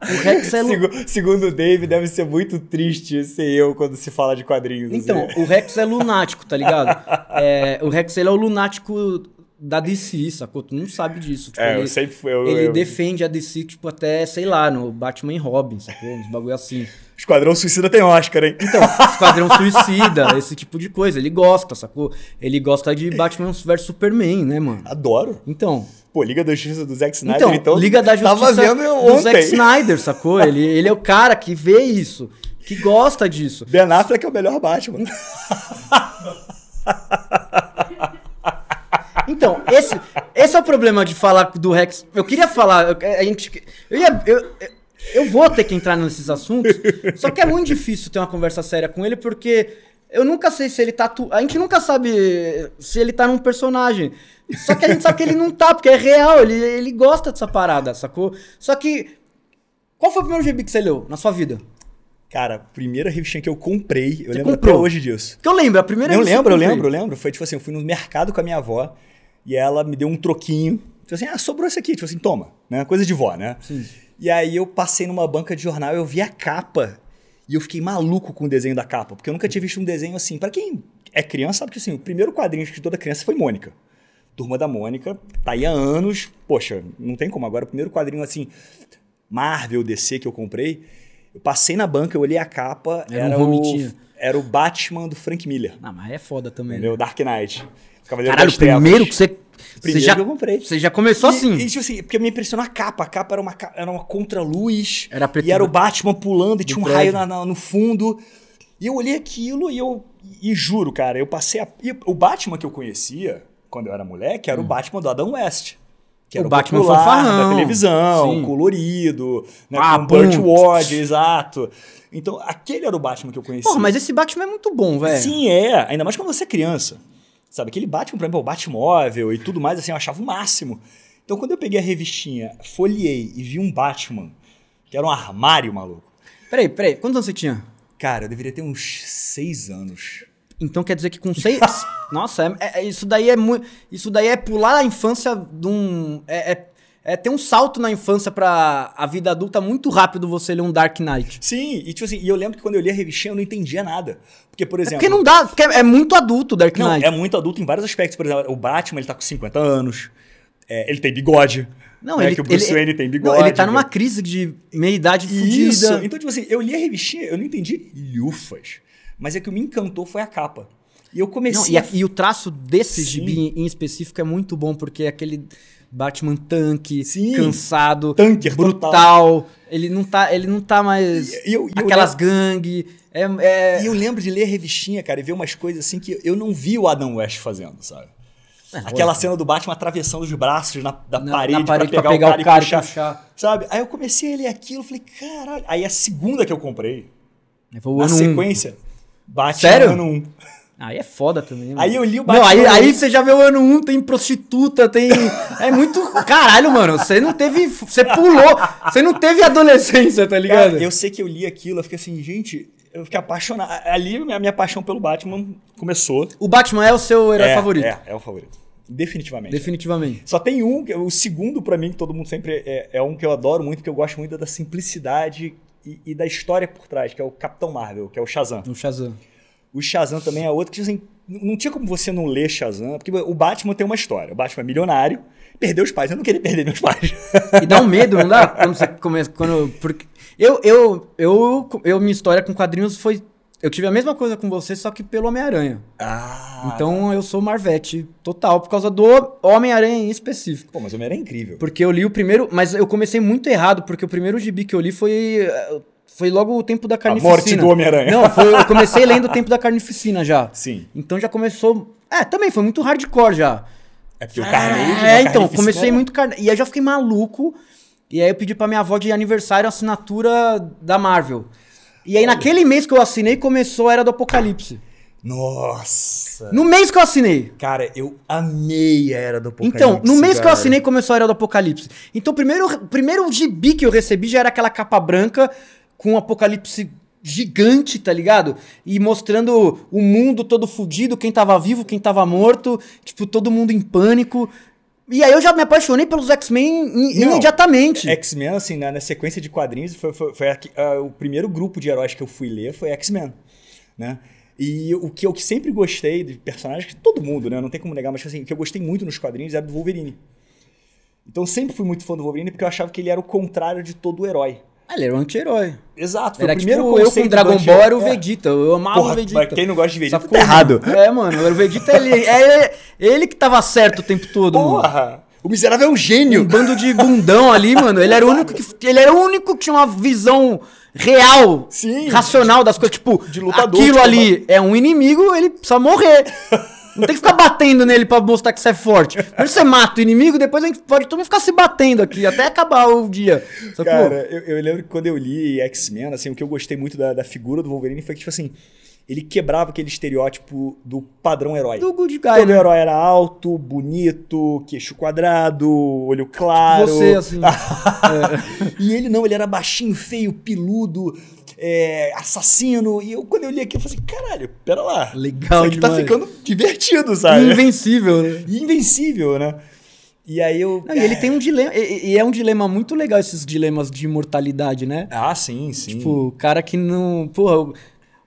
S1: O Rex é. lu-
S2: Segu- Segundo o Dave, deve ser muito triste ser eu quando se fala de quadrinhos.
S1: Então,
S2: assim.
S1: o Rex é lunático, tá ligado? É, o Rex ele é o lunático da DC, sacou? Tu não sabe disso. Tipo,
S2: é, eu
S1: ele,
S2: sempre fui. Eu,
S1: ele
S2: eu-
S1: defende a DC, tipo, até, sei lá, no Batman e Robin, sacou? Uns bagulho assim.
S2: Esquadrão Suicida tem Oscar, hein?
S1: Então, Esquadrão Suicida, esse tipo de coisa. Ele gosta, sacou? Ele gosta de Batman vs Superman, né, mano?
S2: Adoro.
S1: Então,
S2: Pô, Liga da Justiça do Zack Snyder,
S1: então,
S2: então.
S1: Liga da Justiça
S2: Tava vendo eu
S1: do Zack
S2: ontem.
S1: Snyder, sacou? Ele, ele é o cara que vê isso, que gosta disso.
S2: Ben Affleck é o melhor Batman.
S1: Então, esse, esse é o problema de falar do Rex. Eu queria falar, eu- a gente. Eu, ia- eu, eu vou ter que entrar nesses assuntos, só que é muito difícil ter uma conversa séria com ele, porque eu nunca sei se ele tá. atu- A gente nunca sabe se ele tá num personagem. Só que a gente sabe que ele não tá, porque é real, ele, ele gosta dessa parada, sacou? Só que. Qual foi o primeiro gibi que você leu na sua vida?
S2: Cara, primeira revistinha que eu comprei, eu
S1: Você
S2: lembro
S1: comprou?
S2: até hoje disso.
S1: Que eu lembro, a primeira
S2: eu
S1: vez que
S2: lembro, eu
S1: comprei.
S2: lembro, eu lembro. Foi tipo assim, eu fui no mercado com a minha avó e ela me deu um troquinho. Tipo assim, ah, sobrou isso aqui. Tipo assim, toma, né? Coisa de vó, né? E aí eu passei numa banca de jornal, eu vi a capa e eu fiquei maluco com o desenho da capa, porque eu nunca tinha visto um desenho assim. Pra quem é criança, sabe que assim, o primeiro quadrinho de toda criança foi Mônica. Turma da Mônica, tá aí há anos. Poxa, não tem como agora. O primeiro quadrinho assim, Marvel, DC que eu comprei, eu passei na banca, eu olhei a capa,
S1: Era um
S2: era,
S1: vomitinho.
S2: o, era o Batman do Frank Miller.
S1: Ah, mas é foda também. né?
S2: Entendeu? Dark Knight. Os Cavaleiros
S1: Caralho,
S2: das
S1: o primeiro que
S2: Trevas.
S1: você. você
S2: Primeiro
S1: já,
S2: que eu comprei.
S1: Você já começou
S2: E-
S1: assim.
S2: E, tipo assim, porque me impressionou a capa. A capa era uma, ca- era uma contra-luz.
S1: Era preto
S2: E era
S1: e
S2: o Batman pulando e tinha um
S1: prédio.
S2: raio na- na- no fundo. E eu olhei aquilo e eu. E juro, cara, eu passei. A, e o Batman que eu conhecia, quando eu era moleque, era o Batman do Adam West. Que
S1: Hum. O
S2: era o,
S1: Batman
S2: popular
S1: fanfarrão.
S2: da televisão,
S1: Sim.
S2: colorido, né,
S1: Ah,
S2: com Burt
S1: pum.
S2: Ward, exato. Então, aquele era o Batman que eu conhecia.
S1: Porra, mas esse Batman é muito bom, velho.
S2: Sim, é. Ainda mais quando você é criança. Sabe, aquele Batman, pra mim, o Batmóvel e tudo mais, assim, eu achava o máximo. Então, quando eu peguei a revistinha, folhei e vi um Batman, que era um armário, maluco.
S1: Peraí, peraí. Quantos anos você tinha?
S2: Cara, eu deveria ter uns seis anos.
S1: Então quer dizer que com
S2: <laughs>
S1: seis. Nossa, é- é- é- isso daí é muito. Isso daí é pular a infância de um. É, é, é ter um salto na infância pra a vida adulta muito rápido você ler um Dark Knight.
S2: Sim, e tipo assim, e eu lembro que quando eu li a revistinha, eu não entendia nada. Porque, por
S1: É
S2: exemplo...
S1: porque não dá. Porque é é muito adulto o Dark
S2: Não,
S1: Knight.
S2: é muito adulto em vários aspectos. Por exemplo, o Batman, ele tá com 50 anos. é, ele tem bigode. né, que o Bruce Wayne tem bigode.
S1: Não, ele tá numa
S2: né?
S1: crise de meia-idade
S2: Isso.
S1: fudida.
S2: Então, tipo assim, eu li a revistinha, eu não entendi lufas. Mas é que o me encantou foi a capa. E eu comecei.
S1: Não, e, a- e o traço desse
S2: Sim.
S1: gibi em- em específico é muito bom, porque é aquele Batman tanque,
S2: Sim.
S1: cansado,
S2: <laughs> Tanker
S1: brutal. Ele não tá, ele não tá mais
S2: E- e eu- e eu
S1: aquelas gangue. É, é-
S2: E eu lembro de ler a revistinha, cara, e ver umas coisas assim que eu não vi o Adam West fazendo, sabe? Aquela cena do Batman atravessando os braços na, da
S1: É, Na- na
S2: parede,
S1: parede
S2: pra,
S1: pra
S2: pegar
S1: pegar
S2: o cara, e puxar, Sabe? Aí eu comecei a ler aquilo, falei, caralho. Aí a segunda que eu comprei,
S1: Foi o
S2: na
S1: ano um.
S2: sequência, Batman um.
S1: Sério?
S2: ano 1.
S1: Aí é foda também. mano.
S2: Aí eu li o
S1: Não,
S2: Batman.
S1: aí, aí você já vê o ano 1, um, tem prostituta, tem. <laughs> É muito. Caralho, mano. Você não teve. Você pulou. Você não teve adolescência, tá ligado?
S2: Cara, eu sei que eu li aquilo, eu fiquei assim, gente, eu fiquei apaixonado. Ali a minha- minha paixão pelo Batman começou.
S1: O Batman é o seu herói
S2: é,
S1: favorito.
S2: É, é o favorito. Definitivamente.
S1: Definitivamente.
S2: Só tem um, que- o segundo pra mim, que todo mundo sempre é, é um que eu adoro muito, que eu gosto muito é da simplicidade e, e da história por trás, que é o Capitão Marvel, que é o Shazam.
S1: No Shazam.
S2: O Shazam também é outro que, assim, n- não tinha como você não ler Shazam, porque o Batman tem uma história. O Batman é milionário, perdeu os pais. Eu não queria perder meus pais.
S1: E dá um medo, não dá? Quando você começa. Quando, porque eu, eu, eu, eu, minha história com quadrinhos foi. Eu tive a mesma coisa com você, só que pelo Homem-Aranha.
S2: Ah.
S1: Então eu sou Marvete total, por causa do Homem-Aranha em específico.
S2: Pô, mas o homem era incrível.
S1: Porque eu li o primeiro. Mas eu comecei muito errado, porque o primeiro gibi que eu li foi. eh, Foi logo o tempo da
S2: A
S1: carnificina.
S2: morte do Homem-Aranha.
S1: Não, foi- eu comecei
S2: <laughs>
S1: lendo o tempo da carnificina já.
S2: Sim.
S1: Então já começou. É, também foi muito hardcore já.
S2: É porque o Carnage...
S1: Ah,
S2: na
S1: É, então,
S2: Carnificina
S1: comecei
S2: era-
S1: muito carnage. E aí eu já fiquei maluco. E aí eu pedi pra minha avó de aniversário a assinatura da Marvel. E aí naquele mês que eu assinei, começou a Era do Apocalipse.
S2: Nossa.
S1: No mês que eu assinei.
S2: Cara, eu amei a Era do Apocalipse,
S1: Então, no mês que eu
S2: cara.
S1: assinei, começou a Era do Apocalipse. Então, o primeiro, o primeiro gibi que eu recebi já era aquela capa branca com um apocalipse gigante, tá ligado? E mostrando o mundo todo fudido, quem tava vivo, quem tava morto, tipo, todo mundo em pânico. E aí eu já me apaixonei pelos X-Men in-
S2: Não,
S1: imediatamente.
S2: X-Men, assim, na, na sequência de quadrinhos, foi, foi- foi a que- a- o primeiro grupo de heróis que eu fui ler foi X-Men, né? E o que eu que sempre gostei de personagens, que todo mundo, né? Não tem como negar, mas assim, o que eu gostei muito nos quadrinhos era do Wolverine. Então eu sempre fui muito fã do Wolverine porque eu achava que ele era o contrário de todo herói.
S1: Ah, ele era um anti-herói.
S2: Exato, foi
S1: Era
S2: o primeiro
S1: tipo eu
S2: conceito
S1: com
S2: do
S1: Dragon
S2: anti-
S1: Ball era o
S2: É.
S1: Vegeta. Eu amava
S2: Porra,
S1: o Vegeta.
S2: mas quem não gosta de Vegeta
S1: Sacou?
S2: tá errado.
S1: É, mano, o Vegeta ele, é ele que tava certo o tempo todo, mano.
S2: Porra! O miserável é um
S1: Um
S2: gênio!
S1: bando de bundão ali, mano. Ele era o único que ele era o único que tinha uma visão real,
S2: Sim.
S1: racional das coisas, tipo,
S2: De lutador,
S1: aquilo
S2: tipo,
S1: ali é um inimigo, ele precisa morrer. Não tem que ficar batendo nele pra mostrar que você é forte. Primeiro você mata o inimigo, depois a gente pode todo mundo ficar se batendo aqui até acabar o dia. Sacou?
S2: Cara, eu, eu lembro que quando eu li X-Men, assim, o que eu gostei muito da, da figura do Wolverine foi que, tipo assim, ele quebrava aquele estereótipo do padrão herói.
S1: do good guy,
S2: Todo
S1: né?
S2: herói era alto, bonito, queixo quadrado, olho claro.
S1: Tipo Você,
S2: <laughs>
S1: assim.
S2: e ele não, ele era baixinho, feio, piludo, é, assassino. E eu, quando eu li aqui, eu falei assim, caralho, pera lá.
S1: Legal
S2: Isso aqui tá
S1: demais.
S2: ficando divertido, sabe?
S1: é, Invencível, né?
S2: E invencível, né? E aí eu...
S1: Não, e ele tem um dilema, e, e- e é um dilema muito legal esses dilemas de imortalidade, né?
S2: Ah, sim, sim.
S1: Tipo, o cara que não. Porra,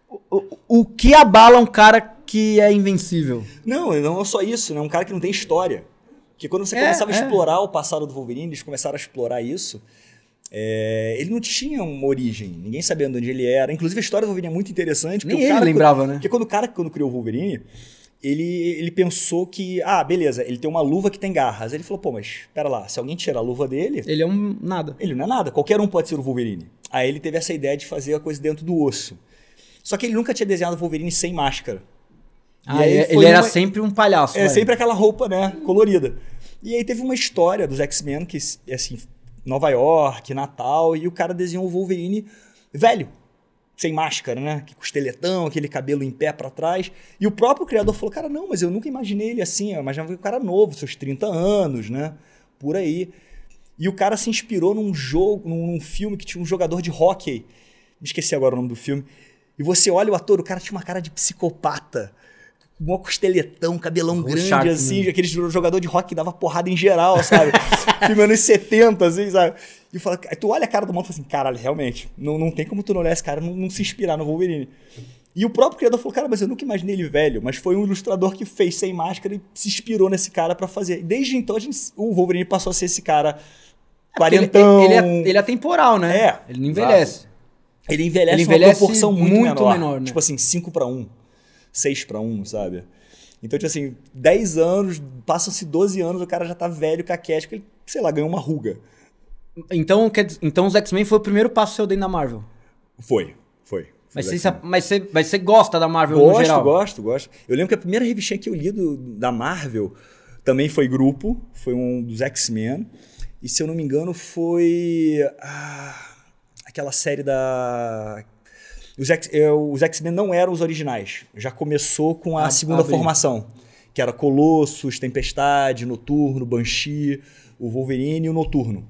S1: o, o, o que abala um cara que é invencível?
S2: Não, não é só isso, né? Um cara que não tem história. Porque quando você
S1: É,
S2: começava a
S1: é.
S2: explorar o passado do Wolverine, eles começaram a explorar isso. é, ele não tinha uma origem, ninguém sabia de onde ele era. Inclusive, a história do Wolverine é muito interessante. porque
S1: Nem
S2: o
S1: ele
S2: cara-
S1: lembrava, né?
S2: Porque quando o cara quando criou o Wolverine, ele, ele pensou que, ah, beleza, ele tem uma luva que tem garras. Ele falou, pô, mas pera lá, se alguém tirar a luva dele,
S1: Ele é um nada.
S2: ele não é nada, qualquer um pode ser o Wolverine. Aí ele teve essa ideia de fazer a coisa dentro do osso. Só que ele nunca tinha desenhado o Wolverine sem máscara. E
S1: Ah,
S2: aí
S1: é-
S2: foi
S1: ele era
S2: uma-
S1: sempre um palhaço.
S2: é
S1: né?
S2: sempre aquela roupa, né, colorida. E aí teve uma história dos X-Men que, assim, Nova York, Natal, e o cara desenhou o Wolverine velho, sem máscara, né, que costeletão, aquele cabelo em pé pra trás. E o próprio criador falou, cara, não, mas eu nunca imaginei ele assim, eu imaginava que o cara novo, seus 30 anos, né, por aí. E o cara se inspirou num jogo, num filme que tinha um jogador de hóquei. Me esqueci agora o nome do filme. E você olha o ator, o cara tinha uma cara de psicopata. Um costeletão, cabelão
S1: Rorschach,
S2: grande,
S1: né?
S2: assim, aquele jogador de rock que dava porrada em geral, sabe? filme anos 70, assim, sabe? E fala, aí tu olha a cara do mano e fala assim, caralho, realmente, não, não tem como tu não olhar esse cara, não, não se inspirar no Wolverine. E o próprio criador falou, cara, mas eu nunca imaginei ele velho, mas foi um ilustrador que fez sem máscara e se inspirou nesse cara pra fazer. E desde então, a gente- o Wolverine passou a ser esse cara
S1: Porque ele-
S2: um quarentão.
S1: Ele, é, ele é atemporal, né?
S2: É,
S1: Ele não envelhece.
S2: Ele envelhece,
S1: Ele
S2: ele
S1: envelhece
S2: uma proporção muito,
S1: muito
S2: menor.
S1: menor, né?
S2: Tipo assim, 5 para 1, 6 para 1, sabe? Então, tipo assim, 10 anos, passam-se 12 anos, o cara já tá velho, caquético, ele, sei lá, ganhou uma ruga.
S1: Então, quer dizer- então os X-Men foi o primeiro passo seu dentro da Marvel.
S2: Foi, foi.
S1: Mas
S2: Foi
S1: você,
S2: assim.
S1: se- mas, você, mas você gosta da Marvel no
S2: Gosto,
S1: geral?
S2: gosto, gosto. Eu lembro que a primeira revistinha que eu li do- da Marvel também foi grupo, foi um dos X-Men. E se eu não me engano, foi ah, aquela série da. Os X- eh, Os X-Men não eram os originais. Já começou com a
S1: Ah,
S2: segunda
S1: abriu.
S2: formação, que era Colossus, Tempestade, Noturno, Banshee, o Wolverine e o Noturno.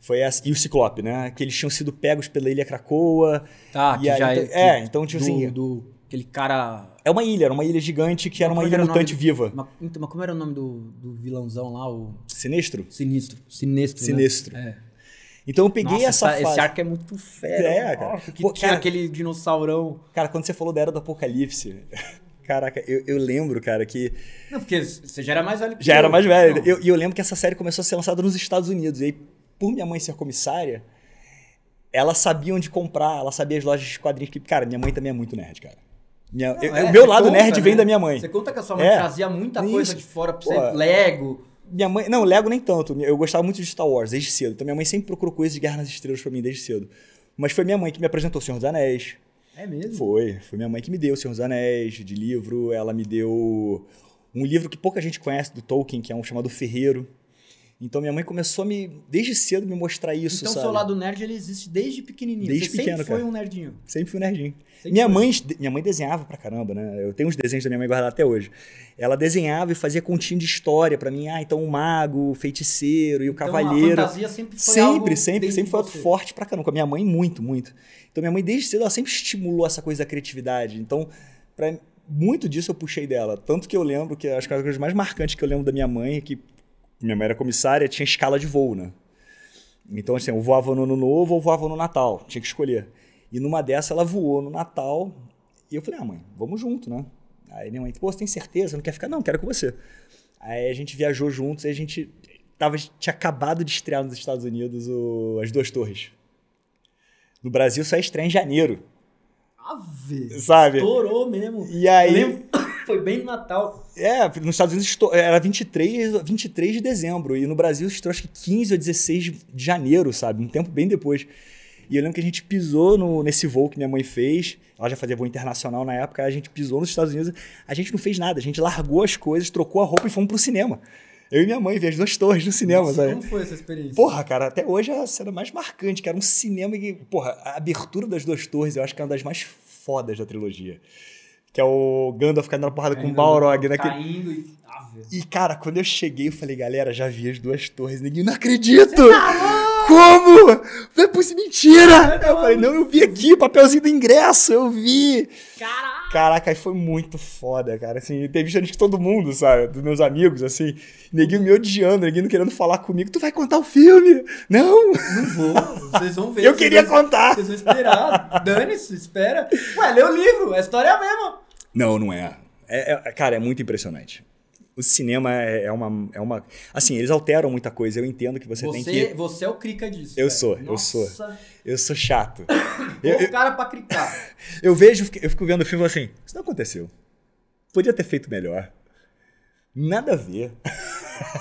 S2: Foi essa, e o Ciclope, né? Que eles tinham sido pegos pela Ilha Krakoa.
S1: Tá,
S2: E
S1: que
S2: aí,
S1: já
S2: então-
S1: que-
S2: é, então, tipo
S1: do,
S2: assim-
S1: do- aquele cara.
S2: É uma ilha, era uma ilha gigante que era uma
S1: Como é
S2: ilha
S1: era o nome
S2: mutante
S1: do-
S2: viva.
S1: Mas, então, mas como era o nome do, do vilãozão lá, o
S2: Sinistro?
S1: Sinistro? Sinistro. né?
S2: Sinistro.
S1: É.
S2: Então eu peguei
S1: Nossa,
S2: essa
S1: essa-
S2: fase.
S1: Esse arco é muito fera.
S2: É, cara.
S1: Nossa, que
S2: Pô,
S1: tinha
S2: cara-
S1: aquele dinossaurão.
S2: Cara, quando você falou da Era do Apocalipse, <laughs> caraca, eu, eu lembro, cara, que
S1: Não, porque você já era mais velho que
S2: já
S1: eu.
S2: era mais velho.
S1: Não.
S2: Eu- E eu, lembro que essa série começou a ser lançada nos Estados Unidos. E aí, por minha mãe ser comissária, ela sabia onde comprar, ela sabia as lojas de quadrinhos. Que, cara, minha mãe também é muito nerd, cara. Minha-
S1: Não,
S2: eu-
S1: é,
S2: o meu
S1: você
S2: lado
S1: conta,
S2: nerd vem
S1: né?
S2: da minha mãe.
S1: Você conta que a sua mãe
S2: É.
S1: trazia muita coisa
S2: Isso.
S1: de fora pra
S2: Pô,
S1: você. Lego.
S2: Minha mãe. Não, Lego nem tanto. Eu gostava muito de Star Wars desde cedo. Então minha mãe sempre procurou coisas de Guerra nas Estrelas pra mim desde cedo. Mas foi minha mãe que me apresentou Senhor dos Anéis.
S1: É mesmo?
S2: Foi. Foi minha mãe que me deu Senhor dos Anéis, de livro. Ela me deu um livro que pouca gente conhece do Tolkien, que é um chamado Ferreiro. Então minha mãe começou a me, desde cedo, me mostrar isso,
S1: então,
S2: sabe?
S1: seu lado nerd ele existe desde pequenininho.
S2: Desde
S1: você
S2: pequeno,
S1: sempre foi
S2: cara.
S1: um nerdinho.
S2: Sempre fui nerdinho.
S1: Sempre
S2: minha,
S1: foi.
S2: mãe, minha mãe desenhava pra caramba, né? Eu tenho uns desenhos da minha mãe guardados até hoje. Ela desenhava e fazia continho de história pra mim. Ah, então o mago, o feiticeiro e o
S1: Então,
S2: cavalheiro.
S1: A fantasia sempre foi
S2: Sempre,
S1: algo
S2: sempre,
S1: dentro
S2: sempre
S1: de
S2: foi
S1: você.
S2: forte pra caramba. Com a minha mãe, muito, muito. Então, minha mãe, desde cedo, ela sempre estimulou essa coisa da criatividade. Então, pra, muito disso eu puxei dela. Tanto que eu lembro que acho que as coisas mais marcantes que eu lembro da minha mãe é que minha mãe era comissária, tinha escala de voo, né? Então, assim, eu voava no ano novo ou voava no Natal, tinha que escolher. E numa dessa, ela voou no Natal e eu falei, ah, mãe, vamos junto, né? Aí minha mãe, pô, você tem certeza? Não quer ficar? Não, quero com você. Aí a gente viajou juntos e a gente tava, tinha acabado de estrear nos Estados Unidos o- As Duas Torres. No Brasil só estreia em janeiro,
S1: Ave.
S2: sabe?
S1: Estourou mesmo.
S2: E aí,
S1: Eu lembro, <coughs> foi bem no Natal.
S2: é, nos Estados Unidos esto- era 23, 23 de dezembro e no Brasil estreou acho que 15 ou 16 de de janeiro, sabe? Um tempo bem depois. E eu lembro que a gente pisou no- nesse voo que minha mãe fez. Ela já fazia voo internacional na época. A gente pisou nos Estados Unidos. A gente não fez nada. A gente largou as coisas, trocou a roupa e fomos pro cinema. Eu e minha mãe ver as duas torres no cinema,
S1: Nossa,
S2: sabe?
S1: Como foi essa experiência?
S2: Porra, cara, até hoje é a cena mais marcante, cara. Um cinema que. Porra, a abertura das duas torres eu acho que é uma das mais fodas da trilogia. Que é o Gandalf caindo na porrada com o
S1: Ainda
S2: Balrog, né? Que-
S1: É, Caindo e... Ave.
S2: E, cara, quando eu cheguei, eu falei, galera, já vi as duas torres. Ninguém não acredito! Como? Não é possível, mentira! Eu falei, não, eu vi aqui, papelzinho do ingresso, eu vi!
S1: Caralho.
S2: Caraca, aí foi muito foda, cara. Assim, teve gente que todo mundo, sabe? Dos meus amigos, assim. Neguinho me odiando, neguinho não querendo falar comigo. Tu vai contar o filme? Não!
S1: Não vou. Vocês vão ver.
S2: Eu
S1: vocês
S2: queria
S1: vão-
S2: contar!
S1: Vocês vão esperar. Dane-se, espera. Ué, lê o livro. A história é a mesma.
S2: Não, não é. É- é- Cara, é muito impressionante. O cinema é, é uma, é uma. Assim, eles alteram muita coisa. Eu entendo que você,
S1: Você,
S2: tem que.
S1: você é o crica disso.
S2: Eu
S1: cara.
S2: sou, eu sou.
S1: Nossa,
S2: Eu sou chato.
S1: eu,
S2: eu, eu-
S1: o cara pra cricar.
S2: eu vejo, eu fico vendo o filme assim. Isso não aconteceu. Podia ter feito melhor. Nada a ver.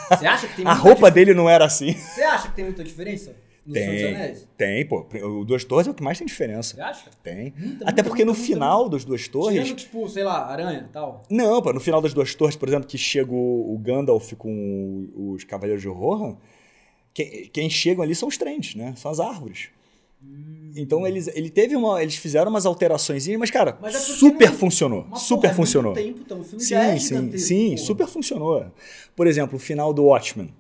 S1: Você acha que tem
S2: <laughs> A
S1: muita
S2: roupa dele não era assim.
S1: dif- Você acha que tem muita diferença no Senhor dos Anéis?
S2: Tem, pô. O Duas Torres é o que mais tem diferença.
S1: Você acha?
S2: Tem.
S1: Muita,
S2: Até
S1: muita,
S2: porque no
S1: muita, muita,
S2: final das Duas Torres.
S1: Tirando, tipo, sei lá, aranha e tal.
S2: Não, pô, no final das duas torres, por exemplo, que chega o, o Gandalf com o- os Cavaleiros de Rohan, que- quem chegam ali são os trens, né? São as árvores.
S1: Hum.
S2: Então eles, ele teve uma, eles fizeram umas alterações, mas cara,
S1: Mas é porque
S2: super
S1: não-
S2: funcionou,
S1: Mas,
S2: super
S1: porra, é muito
S2: funcionou.
S1: Tempo, então, o filme
S2: sim,
S1: já é
S2: sim,
S1: gigantesco,
S2: sim,
S1: porra.
S2: super funcionou. Por exemplo, o final do Watchmen,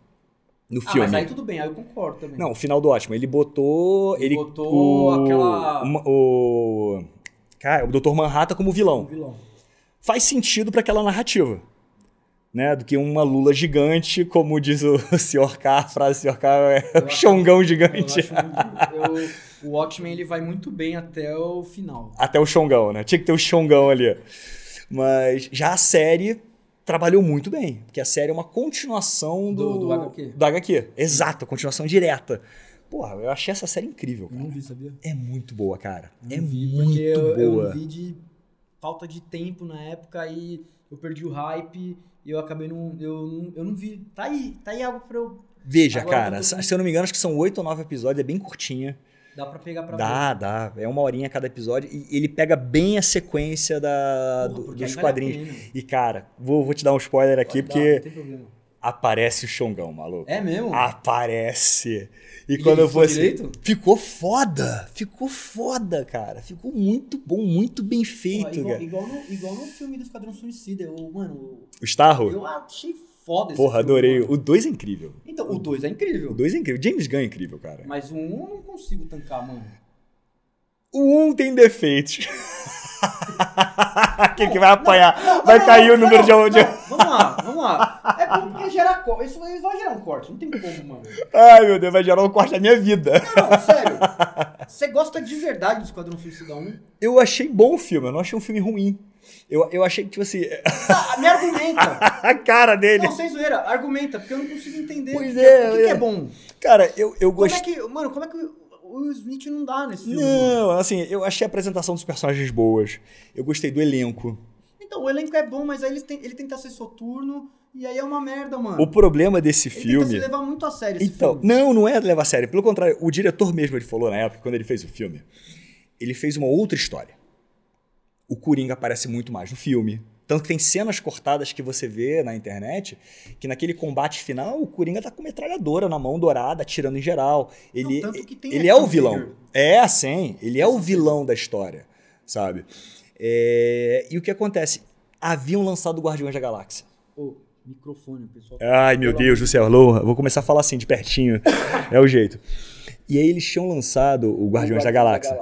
S2: no
S1: Ah,
S2: filme.
S1: mas aí tudo bem, aí eu concordo também.
S2: Não, o final do Watchmen, ele botou, ele,
S1: Ele botou
S2: o,
S1: aquela-
S2: uma- o cara, o Dr. Manhattan como vilão
S1: O um
S2: <laughs>
S1: vilão.
S2: faz sentido para aquela narrativa. Né, do que uma lula gigante, como diz o <laughs> Sr. K, a frase do Sr. K é
S1: Eu
S2: o
S1: acho-
S2: Xongão
S1: Eu acho
S2: gigante.
S1: muito- eu- o Watchmen ele vai muito bem até o final.
S2: Até o Xongão, né? Tinha que ter o Xongão ali. Mas já a série trabalhou muito bem, porque a série é uma continuação do,
S1: Do- do HQ.
S2: do HQ. Exato, continuação direta. Porra, eu achei essa série incrível, cara.
S1: Não vi, sabia?
S2: É muito boa, cara. É
S1: Não vi,
S2: muito
S1: porque eu, eu
S2: boa.
S1: vi de falta de tempo na época aí eu perdi o hype e eu acabei não. Eu, não- eu não vi. Tá aí, tá aí algo pra eu.
S2: Veja,
S1: Agora
S2: cara,
S1: eu tô-
S2: se se eu não me engano, acho que são oito ou nove episódios, é bem curtinha.
S1: Dá pra pegar pra ver.
S2: Dá, dá. É uma horinha cada episódio. E ele pega bem a sequência da,
S1: Porra,
S2: do-
S1: porque aí
S2: dos
S1: vale a
S2: quadrinhos.
S1: pena.
S2: E, cara, vou, vou te dar um spoiler aqui,
S1: Pode dar,
S2: porque
S1: não tem problema.
S2: Aparece o Xongão, maluco.
S1: É mesmo?
S2: Aparece. E,
S1: E
S2: quando
S1: aí,
S2: eu
S1: ficou
S2: fosse.
S1: direito?
S2: Ficou foda! Ficou foda, cara. Ficou muito bom, muito bem feito,
S1: Pô, igual,
S2: cara.
S1: igual, no, igual no filme do Esquadrão Suicida. Eu, mano,
S2: O Starro?
S1: eu achei foda esse
S2: Porra,
S1: filme,
S2: adorei.
S1: mano.
S2: O 2 é incrível.
S1: Então, o 2 é
S2: O
S1: incrível.
S2: 2 é incrível. James Gunn é incrível, cara.
S1: Mas o 1 um eu não consigo tancar, mano.
S2: O 1 um tem defeitos. <laughs> Quem que vai apanhar?
S1: Não,
S2: vai
S1: não,
S2: cair
S1: não,
S2: o número de
S1: não,
S2: de.
S1: não, Vamos lá, vamos lá. É bom porque gera corte. Isso vai vai gerar um corte, não tem como, mano.
S2: Ai, meu Deus, vai gerar um corte na minha vida.
S1: Não, não, sério. Você gosta de verdade do Esquadrão Suicida 1?
S2: Eu achei bom o filme, eu não achei um filme ruim. Eu, eu achei que, tipo assim, <laughs>
S1: Tá, me argumenta.
S2: a cara dele.
S1: Não, sem zoeira, argumenta, porque eu não consigo entender.
S2: Pois
S1: o que que é,
S2: é,
S1: o que que é
S2: é.
S1: bom?
S2: Cara, eu, eu
S1: Como é
S2: gostei.
S1: que, mano, como é que o o Smith não dá nesse filme? mano?
S2: Não, assim, eu achei a apresentação dos personagens boas. Eu gostei do elenco.
S1: Então, o elenco é bom, mas aí ele, tem, ele tenta ser soturno, e aí é uma merda, mano.
S2: O problema desse
S1: ele tá tenta se
S2: filme.
S1: levar muito a sério esse
S2: Então,
S1: filme.
S2: não, não é levar a sério. Pelo contrário, o diretor mesmo ele falou na época, quando ele fez o filme, ele fez uma outra história. O Coringa aparece muito mais no filme. Tanto que tem cenas cortadas que você vê na internet que naquele combate final o Coringa tá com metralhadora na mão dourada, atirando em geral. Ele,
S1: tanto que tem
S2: ele é o
S1: action
S2: vilão.
S1: figure.
S2: É, sim. Ele é o vilão da história, sabe? É, E o que acontece? Haviam lançado Guardiões da Galáxia.
S1: Ô, microfone, o pessoal.
S2: Ai, meu
S1: Pelo
S2: Deus do céu, alô, eu vou começar a falar assim
S1: <laughs>
S2: de pertinho. é o jeito. E aí eles tinham lançado o Guardiões da Galáxia.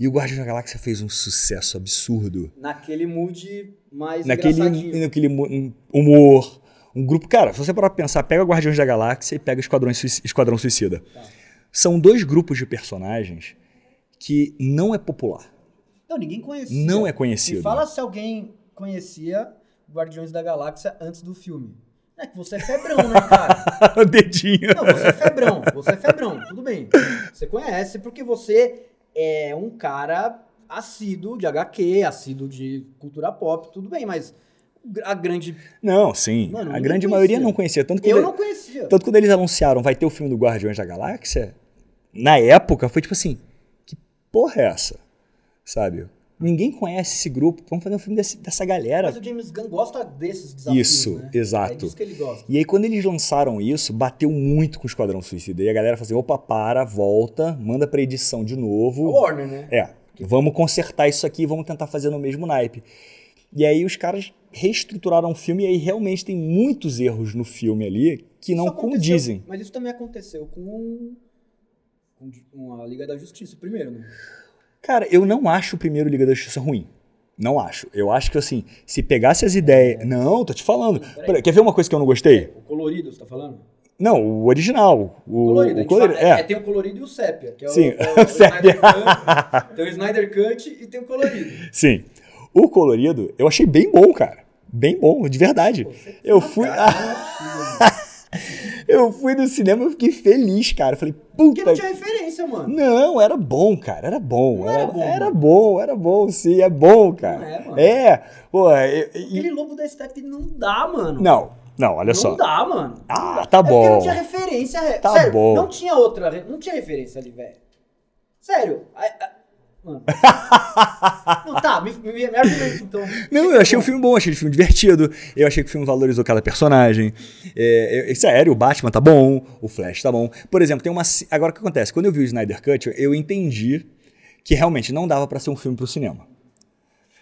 S2: E o Guardiões da Galáxia fez um sucesso absurdo.
S1: Naquele mood mais
S2: Naquele,
S1: engraçadinho.
S2: naquele mu- um humor. Um grupo. Cara, se você parar pra pensar, pega Guardiões da Galáxia e pega Esquadrão, Suic- Esquadrão Suicida.
S1: Tá.
S2: São dois grupos de personagens que não é popular.
S1: Não, ninguém conhecia.
S2: Não é
S1: Me
S2: conhecido.
S1: fala se alguém conhecia Guardiões da Galáxia antes do filme. É que você é febrão, né, cara?
S2: o <laughs> dedinho.
S1: Não, você é febrão, você é febrão, tudo bem. Você conhece porque você é um cara assíduo de HQ, assíduo de cultura pop, tudo bem, mas a grande.
S2: Não, sim.
S1: Mano,
S2: a
S1: ninguém
S2: grande maioria
S1: conhecia.
S2: não conhecia. Tanto que
S1: Eu
S2: ele-
S1: não conhecia.
S2: Tanto quando eles anunciaram vai ter o filme do Guardiões da Galáxia, na época foi tipo assim, que porra é essa? Sabe? Ninguém conhece esse grupo, vamos fazer um filme desse- dessa galera.
S1: Mas o James Gunn gosta desses desafios.
S2: Isso,
S1: né?
S2: exato.
S1: É disso que ele gosta.
S2: E aí quando eles lançaram isso, bateu muito com o Esquadrão Suicida. E a galera falou assim, opa, para, volta, manda pra edição de novo.
S1: Warner, né?
S2: É, vamos consertar isso aqui, vamos tentar fazer no mesmo naipe. E aí os caras reestruturaram o filme e aí realmente tem muitos erros no filme ali que não
S1: Isso aconteceu-
S2: condizem.
S1: Mas isso também aconteceu com, um, com, com a Liga da Justiça, primeiro, né?
S2: Cara, eu não acho o primeiro Liga da Justiça ruim. Não acho. Eu acho que, assim, se pegasse as ideias. Não, tô te falando.
S1: Peraí.
S2: Peraí, quer ver uma coisa que eu não gostei?
S1: O colorido, você tá falando?
S2: Não, o original. O,
S1: colorido. a
S2: o
S1: gente
S2: colorido.
S1: fala- é,
S2: É.
S1: tem o colorido e o sépia, que é o-
S2: Sim,
S1: é
S2: <laughs>
S1: o,
S2: sépia.
S1: Snyder Cut, tem o Snyder Cut e tem o
S2: <laughs>
S1: colorido.
S2: Sim. O colorido, eu achei bem bom, cara. Bem bom, de verdade. Eu
S1: tá
S2: fui, <laughs> eu fui no cinema e fiquei feliz, cara. Eu Falei,
S1: Porque não
S2: puta.
S1: tinha referência, mano.
S2: Não, era bom, cara. Era bom.
S1: Não era
S2: Era,
S1: bom,
S2: era bom, era bom, sim. É bom, cara.
S1: é, mano.
S2: É. Pô, e- e-
S1: Aquele lobo da Step não dá, mano.
S2: Não, não, olha
S1: Não
S2: só.
S1: dá, mano.
S2: Ah,
S1: Não dá.
S2: tá
S1: é Porque
S2: bom.
S1: não tinha referência. é-
S2: Tá
S1: Sério,
S2: bom.
S1: não tinha outra. re- Não tinha referência ali, velho. Sério. a- a-
S2: <laughs>
S1: Mano. não, tá, me, me, me argumenta então.
S2: Não, eu achei o filme bom, achei o filme divertido, eu achei que o filme valorizou cada personagem. É, eu- sério, o Batman tá bom, o Flash tá bom. Por exemplo, tem uma. ce- Agora o que acontece? Quando eu vi o Snyder Cut, eu- eu entendi que realmente não dava pra ser um filme pro cinema.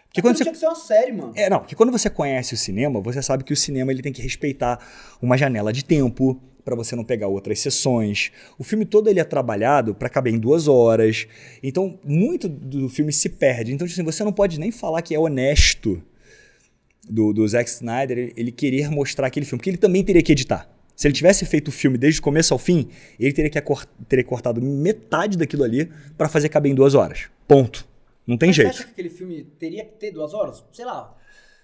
S2: Porque
S1: Não
S2: quando você.
S1: tinha que ser uma série, mano.
S2: É, não, porque quando você conhece o cinema, você sabe que o cinema ele tem que respeitar uma janela de tempo pra você não pegar outras sessões. O filme todo ele é trabalhado pra caber em duas horas. Então, muito do filme se perde. Então, tipo assim, você não pode nem falar que é honesto do, do Zack Snyder ele- ele querer mostrar aquele filme, porque ele também teria que editar. Se ele tivesse feito o filme desde o começo ao fim, ele teria que acor- teria cortado metade daquilo ali pra fazer caber em duas horas. Ponto. Não tem
S1: Mas
S2: jeito.
S1: Você acha que aquele filme teria que ter duas horas? Sei lá.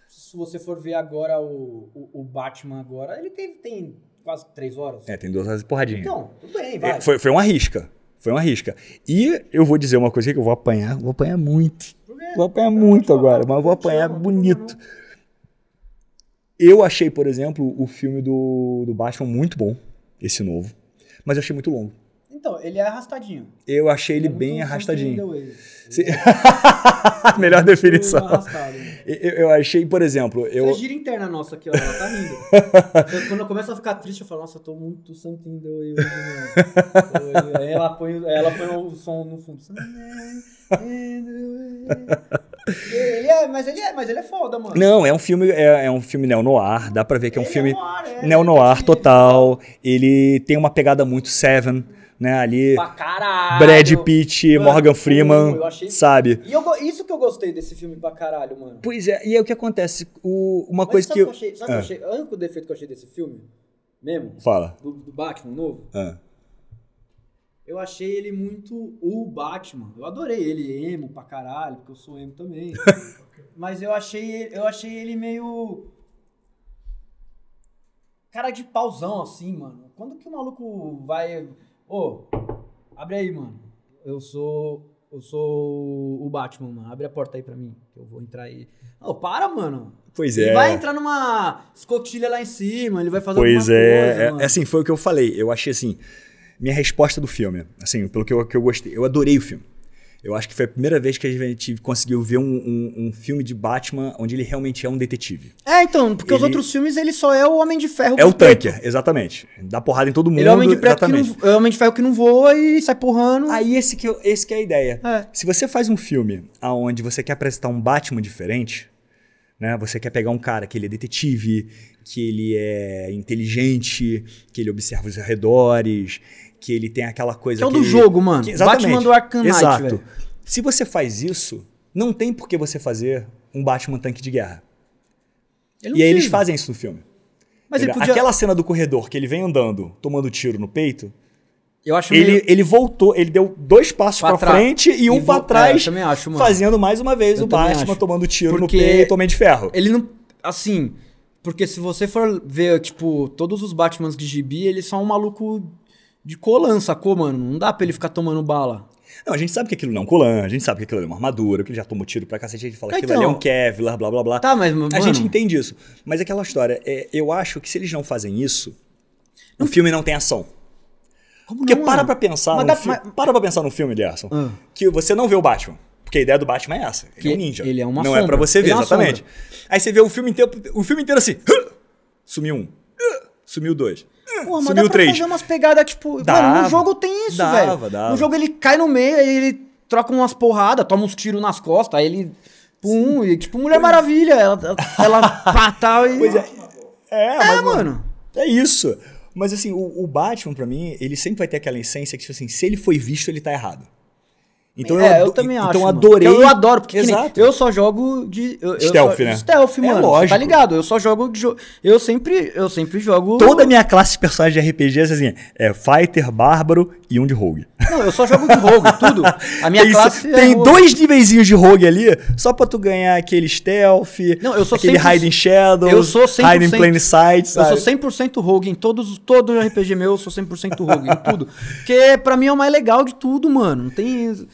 S1: Se você for ver agora o, o, o Batman agora, ele tem, tem quase três horas.
S2: É, tem duas horas de porradinha.
S1: Então, tudo bem, vai.
S2: É, Foi, foi uma risca. Foi uma risca. E eu vou dizer uma coisa aqui que eu vou apanhar, vou apanhar muito.
S1: Tudo bem.
S2: Vou apanhar
S1: Eu
S2: muito
S1: vou te falar,
S2: agora, mas eu vou
S1: te
S2: apanhar
S1: falar, não,
S2: bonito.
S1: não, não.
S2: Eu achei, por exemplo, o filme do, do Batman muito bom, esse novo, mas eu achei muito longo.
S3: Então, ele é arrastadinho.
S2: Eu achei ele,
S3: é muito
S2: bem
S3: Something
S2: <laughs> arrastadinho.
S3: in the way.
S2: Sim. é Melhor
S1: é
S2: definição.
S3: Muito arrastado.
S2: Eu, eu achei, por exemplo, eu.
S3: Essa gira interna nossa aqui, ó, ela tá
S2: <laughs>
S3: rindo. Eu- quando eu começo a ficar triste, eu falo, nossa, eu tô muito something in the way hoje, mano. Aí ela põe, ela põe o som no fundo. Something in the way. Ele é, mas ele é, mas ele é foda, mano.
S2: Não, é um filme, é, é um filme neo-noir, dá pra ver que é um
S3: Ele
S2: filme
S3: noir, é.
S2: neo-noir total. Ele tem uma pegada muito Seven, né? Ali,
S3: Pra caralho.
S2: Brad Pitt,
S3: Mano,
S2: Morgan
S3: eu
S2: Freeman,
S3: achei-
S2: sabe?
S3: E eu go- isso que eu gostei desse filme pra caralho, mano.
S2: Pois é, e aí o que acontece? O- uma
S3: Mas
S2: coisa
S3: sabe
S2: que.
S3: o
S2: Eu...
S3: achei, sabe o
S2: Ah.
S3: que eu achei? O único defeito que eu achei desse filme, mesmo,
S2: Fala.
S3: do, do Batman novo,
S2: Ah.
S3: eu achei ele muito o Batman. Eu adorei ele, emo pra caralho, porque eu sou emo também. Mas eu achei, eu achei ele meio. Cara de pauzão, assim, mano. Quando que o maluco vai. Ô, abre aí, mano. Eu sou. Eu sou o Batman, mano. Abre a porta aí pra mim, que eu vou entrar aí. Ô, para, mano.
S2: Pois
S3: Ele
S2: é.
S3: vai entrar numa escotilha lá em cima, ele vai fazer
S2: Pois
S3: alguma
S2: é,
S3: coisa,
S2: é-
S3: mano.
S2: é assim, foi o que eu falei. Eu achei assim, minha resposta do filme, assim, pelo que eu, que eu gostei. Eu adorei o filme. Eu acho que foi a primeira vez que a gente conseguiu ver um, um- um filme de Batman onde ele realmente é um detetive.
S1: É, então, porque os
S2: Ele-
S1: outros filmes ele só é o Homem de Ferro.
S2: É o
S1: preto.
S2: Tanker, exatamente. Dá porrada em todo mundo.
S1: Ele é o Homem de Preto que
S2: exatamente.
S1: não, é o Homem de Ferro que não voa e sai porrando.
S2: Aí esse que, eu- esse que é a ideia.
S1: É.
S2: Se você faz um filme aonde você quer apresentar um Batman diferente, né? Você quer pegar um cara que ele é detetive, que ele é inteligente, que ele observa os arredores, que ele tem aquela coisa
S1: Que é o
S2: que
S1: do
S2: ele-
S1: jogo, mano.
S2: que- exatamente.
S1: Batman do Arkham Knight,
S2: Exato.
S1: velho.
S2: Se você faz isso, não tem por que você fazer um Batman tanque de guerra.
S1: Ele não
S2: e aí eles
S1: precisa.
S2: fazem isso no filme.
S1: Mas ele
S2: Entendeu?
S1: podia...
S2: Aquela cena do corredor que ele vem andando, tomando tiro no peito,
S1: Eu acho
S2: ele,
S1: meio-
S2: ele voltou, ele deu dois passos
S1: Pra
S2: pra,
S1: trás.
S2: frente e, um
S1: vo-
S2: pra
S1: é, eu
S2: trás,
S1: também acho, mano.
S2: fazendo mais uma vez
S1: Eu
S2: o
S1: também
S2: Batman
S1: acho.
S2: tomando tiro
S1: Porque-
S2: no peito, Homem de Ferro.
S1: Ele não... Assim... Porque se você for ver, tipo, todos os Batmans de gibi, eles são um maluco de colan, sacou, mano? Não dá pra ele ficar tomando bala.
S2: Não, a gente sabe que aquilo não é um colan, a gente sabe que aquilo é uma armadura, que ele já tomou tiro pra cacete, a gente fala que aquilo
S1: Então.
S2: ali é um Kevlar, blá blá blá.
S1: Tá, mas, mano...
S2: a gente entende isso. Mas aquela história, é, eu acho que se eles não fazem isso, o filme não tem ação.
S1: Como
S2: Porque
S1: não,
S2: para
S1: mano?
S2: pra pensar.
S1: Mas
S2: num
S1: dá-
S2: fi-
S1: mas-
S2: Para pra pensar num filme, Gerson.
S1: Ah.
S2: Que você não vê o Batman. Porque a ideia do Batman é essa. Ele
S1: Que
S2: é um ninja.
S1: ele é uma
S2: Não é
S1: sombra.
S2: pra você
S1: Ele
S2: ver,
S1: é uma
S2: exatamente. Aí você vê o filme inteiro. O filme inteiro assim. "Hã!" Sumiu um. "Hã!" Sumiu dois. "Hã!"
S1: Pô, mas dá
S2: Sumiu
S1: pra
S2: três.
S1: fazer umas pegadas, tipo... mano,
S2: Dava.
S1: no jogo tem isso,
S2: Dava,
S1: velho.
S2: dava.
S1: No jogo ele cai no meio, aí ele troca umas porradas, toma uns tiros nas costas, aí ele... Pum, e tipo Mulher Maravilha, ela,
S2: <laughs>
S1: ela pá, tal e...
S2: Pois é. É,
S1: É,
S2: mas,
S1: mano.
S2: É isso. Mas assim, o, o Batman, pra mim, ele sempre vai ter aquela essência que, tipo assim, se ele foi visto, ele tá errado. Então eu,
S1: é, eu
S2: ado-
S1: também
S2: então
S1: acho.
S2: eu
S1: mano.
S2: adorei.
S1: Eu adoro, porque que nem-
S2: Exato.
S1: eu só jogo de. Eu, eu
S2: Stealth,
S1: só-
S2: né?
S1: Stealth,
S2: É
S1: mano. você
S2: lógico.
S1: Tá ligado? Eu só jogo de jo- Eu sempre, eu sempre jogo.
S2: Toda a minha classe de personagens de RPG é assim: é fighter, bárbaro e um de rogue.
S1: Não, eu só jogo de rogue, tudo. A
S2: <laughs>
S1: minha
S2: tem
S1: classe. é
S2: tem
S1: rogue.
S2: dois nivezinhos de rogue ali, só pra tu ganhar aquele stealth,
S1: Não, eu sou
S2: aquele
S1: 100%
S2: hide in shadows,
S1: eu sou
S2: hide in
S1: 100%
S2: plain sight, sabe?
S1: Eu sou 100% rogue em todos, todo RPG meu, eu sou 100% rogue em tudo. Porque pra mim é o mais legal de tudo, mano. Não tem.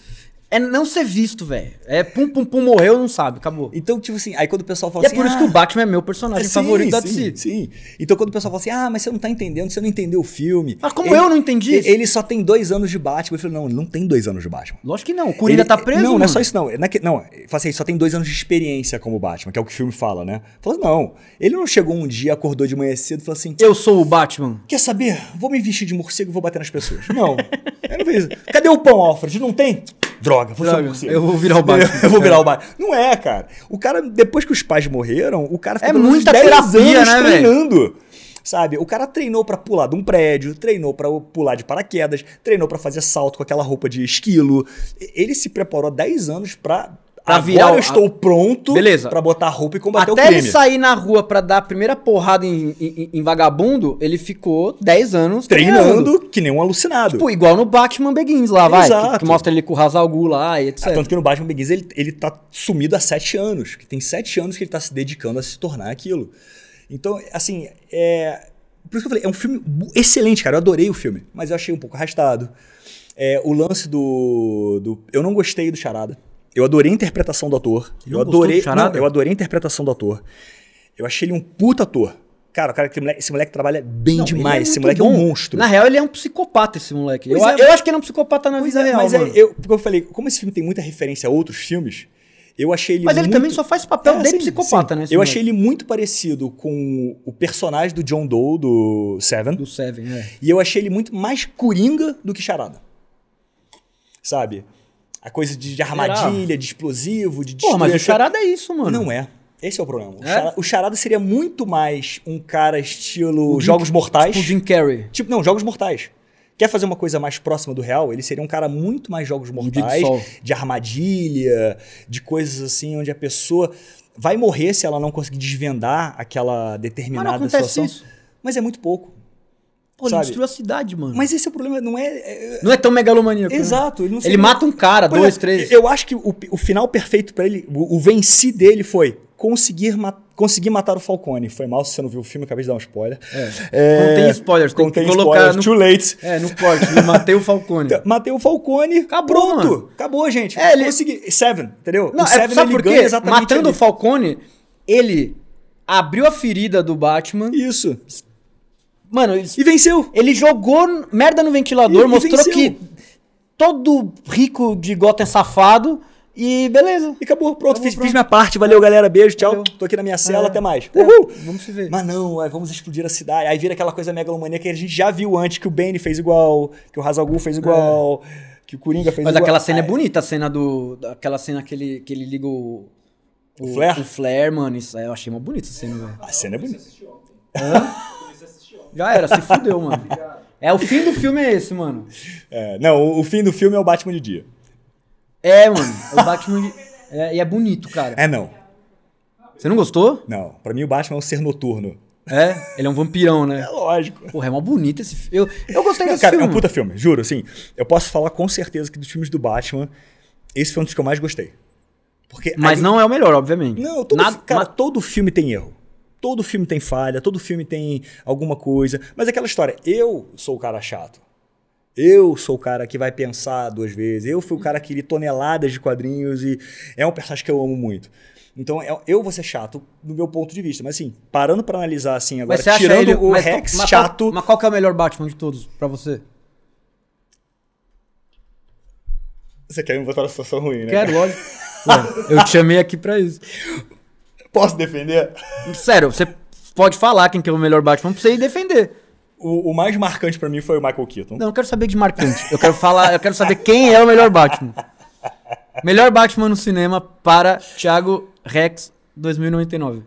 S1: É não ser visto, velho. É pum, pum, pum, morreu, não sabe, acabou. E,
S2: Então, tipo assim, aí quando o pessoal fala
S1: é
S2: assim...
S1: por isso
S2: "Ah,
S1: que o Batman é meu personagem
S2: sim,
S1: favorito da
S2: sim,
S1: DC.
S2: Sim, então quando o pessoal fala assim, ah, mas você não tá entendendo, você não entendeu o filme.
S1: Mas como eu não entendi
S2: ele-
S1: isso?
S2: Ele só tem dois anos de Batman. Eu falei, não, ele não tem dois anos de Batman.
S1: Lógico que não. O Coringa
S2: Ele-
S1: tá preso.
S2: Não, não é
S1: mano.
S2: só isso, não. Na que- não, eu falei assim, ele só tem dois anos de experiência como Batman, que é o que o filme fala, né? Falou, não. Ele não chegou um dia, acordou de manhã cedo e falou assim:
S1: Eu sou o Batman.
S2: Quer saber? Vou me vestir de morcego e vou bater nas pessoas. Não. <laughs> Eu não fiz isso. Cadê o pão, Alfred? Não tem? Droga, vou ser um
S1: Droga,
S2: morcego.
S1: eu vou virar o Batman.
S2: <laughs> Eu, vou virar o Batman. Não é, cara. O cara, depois que os pais morreram, o cara
S1: É
S2: pelo menos
S1: muita
S2: 10
S1: terapia, né, velho?
S2: treinando. Sabe? O cara treinou pra pular de um prédio, treinou pra pular de paraquedas, treinou pra fazer salto com aquela roupa de esquilo. E- Ele se preparou há 10 anos pra.
S1: Pra
S2: Agora
S1: virar o-
S2: eu estou pronto
S1: Beleza.
S2: pra botar a roupa e combater o
S1: Até
S2: crime.
S1: ele sair na rua pra dar a primeira porrada em, em- em vagabundo, ele ficou 10 anos
S2: Treinando que nem um alucinado.
S1: Tipo, igual no Batman Begins lá, vai.
S2: Exato.
S1: Que, que mostra ele com o Hazal Ghul lá e etc.
S2: Ah, tanto que no Batman Begins ele, ele tá sumido há sete anos. Que tem sete anos que ele tá se dedicando a se tornar aquilo. Então, assim, é. Por isso que eu falei, é um filme bu- excelente, cara. Eu adorei o filme, mas eu achei um pouco arrastado. É, o lance do, do. Eu não gostei do Charada. Eu adorei a interpretação do ator.
S1: Não
S2: eu
S1: gostou do
S2: adorei.
S1: Charada?
S2: não, eu adorei a interpretação do ator. Eu achei ele um puta ator. Cara, o cara, esse moleque, esse moleque trabalha bem
S1: Não, ele é
S2: demais. esse
S1: muito
S2: moleque é um
S1: bom.
S2: monstro.
S1: Na real, ele é um psicopata, esse moleque. Eu,
S2: Pois é,
S1: eu acho que ele é um psicopata na
S2: Pois
S1: vida
S2: é,
S1: real,
S2: mas é,
S1: mano.
S2: eu, porque eu falei, como esse filme tem muita referência a outros filmes, eu achei ele
S1: mas ele
S2: muito-
S1: também só faz papel
S2: É,
S1: de
S2: sim,
S1: psicopata,
S2: sim.
S1: né? esse
S2: Eu
S1: moleque.
S2: achei ele muito parecido com o personagem do John Doe, do Seven.
S1: Do Seven, é.
S2: E eu achei ele muito mais coringa do que charada. Sabe? A coisa de, de armadilha, de explosivo, de
S1: Pô, mas
S2: destruir
S1: o
S2: a-
S1: charada é isso, mano.
S2: Não é. Esse é o problema. O,
S1: É?
S2: charada, o Charada seria muito mais um cara estilo
S1: O Jim-
S2: Jogos Mortais.
S1: O Jim Carrey.
S2: Tipo, não, Jogos Mortais. Quer fazer uma coisa mais próxima do real? Ele seria um cara muito mais Jogos
S1: Um dia de
S2: Mortais,
S1: sol.
S2: de armadilha, de coisas assim, onde a pessoa vai morrer se ela não conseguir desvendar
S1: Mas
S2: aquela
S1: não
S2: determinada
S1: acontece
S2: situação.
S1: isso.
S2: Mas é muito pouco.
S1: Pô, ele
S2: Sabe?
S1: destruiu a cidade, mano.
S2: Mas esse é o problema, não é. é-
S1: Não é tão megalomaníaco. né?
S2: Exato, ele não
S1: Ele
S2: seria-
S1: mata um cara,
S2: Por
S1: dois,
S2: exemplo,
S1: três.
S2: é, Eu acho que o, o final perfeito pra ele, o, o venci dele foi conseguir, ma- conseguir matar o Falcone. Foi mal se você não viu o filme, acabei de dar um spoiler.
S1: É. Contém spoilers, tem
S2: Contém
S1: que colocar
S2: spoilers, too late.
S1: no... É, no corte. Eu matei o Falcone.
S2: Então, Matei o Falcone,
S1: Hum. Acabou,
S2: pronto.
S1: mano.
S2: Acabou, gente.
S1: É, ele-
S2: Consegui. Seven, entendeu?
S1: Não,
S2: o
S1: é,
S2: Seven
S1: sabe
S2: ele
S1: por quê?
S2: ganha exatamente
S1: Matando o
S2: ali.
S1: Falcone, ele abriu a ferida do Batman.
S2: Isso.
S1: Mano, ele,
S2: E venceu.
S1: ele jogou n- merda no ventilador,
S2: E- e
S1: mostrou
S2: venceu.
S1: que todo rico de Gotham é safado e beleza.
S2: E acabou, pronto.
S1: Acabou,
S2: fiz,
S1: pronto.
S2: fiz minha parte. Valeu, galera. Beijo, tchau.
S1: Valeu.
S2: Tô aqui na minha cela,
S1: É.
S2: até mais. Uhul!
S1: Vamos se ver.
S2: Mas não, aí vamos explodir a cidade. Aí vira aquela coisa megalomania que a gente já viu antes, que o Bane fez igual, que o Hazalgu fez igual, que o Coringa fez
S1: É. Mas
S2: igual.
S1: aquela cena é
S2: Aí-
S1: bonita, a cena do. Aquela cena que ele, que ele liga o.
S2: O flare?
S1: O flare, mano. Isso, aí eu achei uma bonita essa cena, velho.
S2: A cena é bonita.
S1: Já era, se fudeu, mano. É, o fim do filme é esse, mano.
S2: É, não, o- o fim do filme é o Batman de dia.
S1: É, mano. é O Batman. de- É, e é bonito, cara.
S2: É não.
S1: Você não gostou?
S2: Não, pra mim o Batman é um ser noturno.
S1: É? Ele é um vampirão, né?
S2: É lógico.
S1: Porra, é mó bonito esse filme. Eu, eu <laughs> gostei desse
S2: Cara, é
S1: filme.
S2: um puta filme, juro, assim. Eu posso falar com certeza que dos filmes do Batman, esse foi um dos que eu mais gostei. Porque
S1: Mas
S2: ali-
S1: não é o melhor, obviamente.
S2: Não, todo,
S1: Nada-
S2: cara,
S1: ma-
S2: todo filme tem erro. Todo filme tem falha, todo filme tem alguma coisa. Mas é aquela história, eu sou o cara chato. Eu sou o cara que vai pensar duas vezes. Eu fui o cara que li toneladas de quadrinhos e é um personagem que eu amo muito. Então é- eu vou ser chato do meu ponto de vista. Mas assim, parando pra analisar assim agora,
S1: mas você acha
S2: tirando
S1: ele
S2: o
S1: mas-
S2: Rex
S1: mas qual-
S2: chato,
S1: Mas qual que é o melhor Batman de todos pra você?
S2: você quer me botar numa situação ruim, né?
S1: Quero, <laughs> lógico. Ué, É. eu te chamei aqui pra isso.
S2: Posso defender?
S1: Sério, você pode falar quem que é o melhor Batman pra você ir defender.
S2: O, o mais marcante pra mim foi o Michael Keaton.
S1: Não, eu quero saber de marcante. Eu quero falar, eu quero saber quem é o melhor Batman. Melhor Batman no cinema para Thiago Rex 2099.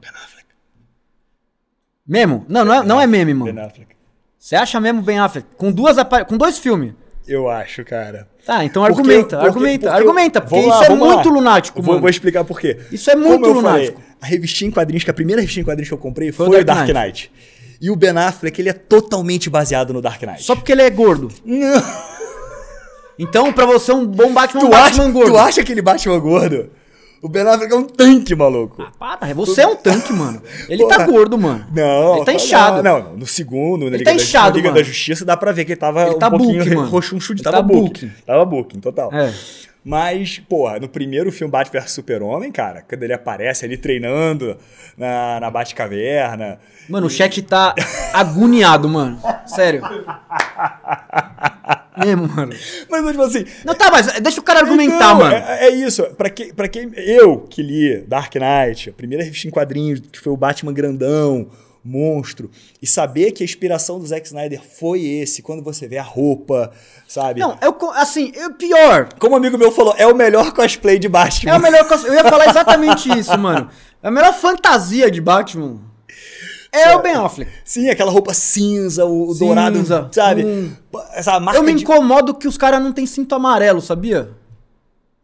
S1: Memo? Não, não é, não é meme,
S2: Ben
S1: mano.
S2: Affleck.
S1: Você acha mesmo Ben Affleck? Com duas apa- com dois filmes.
S2: Eu acho, cara.
S1: Tá, então
S2: Porque-
S1: argumenta,
S2: porque-
S1: argumenta,
S2: porque-
S1: argumenta, porque
S2: Vamos lá,
S1: isso é
S2: vamos lá.
S1: muito lunático,
S2: Vou,
S1: mano.
S2: vou explicar por quê.
S1: Isso é muito
S2: Como eu falei,
S1: lunático.
S2: a revistinha em quadrinhos, que a primeira revistinha em quadrinhos que eu comprei foi,
S1: o
S2: o
S1: Dark
S2: Dark Knight. E o Ben Affleck, ele é totalmente baseado no Dark Knight.
S1: Só porque ele é gordo.
S2: Não.
S1: Então, pra você, um bom Batman é um
S2: tu, acha,
S1: Batman gordo.
S2: tu acha aquele Batman gordo? O Ben Affleck é um tanque, maluco.
S1: Para, você é um tanque, mano. Ele tá
S2: Porra.
S1: gordo, mano.
S2: Não.
S1: Ele tá
S2: não,
S1: inchado.
S2: Não, não, no segundo, na
S1: Ele
S2: Liga,
S1: tá
S2: da,
S1: inchado,
S2: na Liga
S1: mano.
S2: da Justiça, dá pra ver que ele tava
S1: Ele
S2: um
S1: tá
S2: pouquinho
S1: bulking, mano.
S2: roxunchudo.
S1: Ele
S2: Tava
S1: tá
S2: bulking.
S1: bulking.
S2: Tava bulking, total.
S1: É.
S2: Mas, porra, no primeiro filme Bat vs Super-Homem, cara, quando ele aparece ali treinando na, na Batcaverna.
S1: Mano, o chat tá agoniado, mano.
S2: <laughs>
S1: Sério. Mesmo, mano.
S2: Mas, tipo assim.
S1: Não, tá, mas deixa o cara argumentar,
S2: então,
S1: mano.
S2: É, é isso. Pra, que, pra quem. Eu que li Dark Knight, a primeira revista em quadrinhos, que foi o Batman grandão, monstro, e saber que a inspiração do Zack Snyder foi esse, quando você vê a roupa, sabe?
S1: Não, eu, co- assim, eu, pior.
S2: Como um amigo meu falou, é o melhor cosplay de Batman.
S1: É o melhor. cos- Eu ia falar exatamente isso, mano. É a melhor fantasia de Batman. É o Ben Affleck.
S2: Sim, aquela roupa cinza, o
S1: Cinza,
S2: dourado, sabe?
S1: hum.
S2: Essa marca
S1: Eu me
S2: de- Tá
S1: incomodo que os caras não têm cinto amarelo, sabia?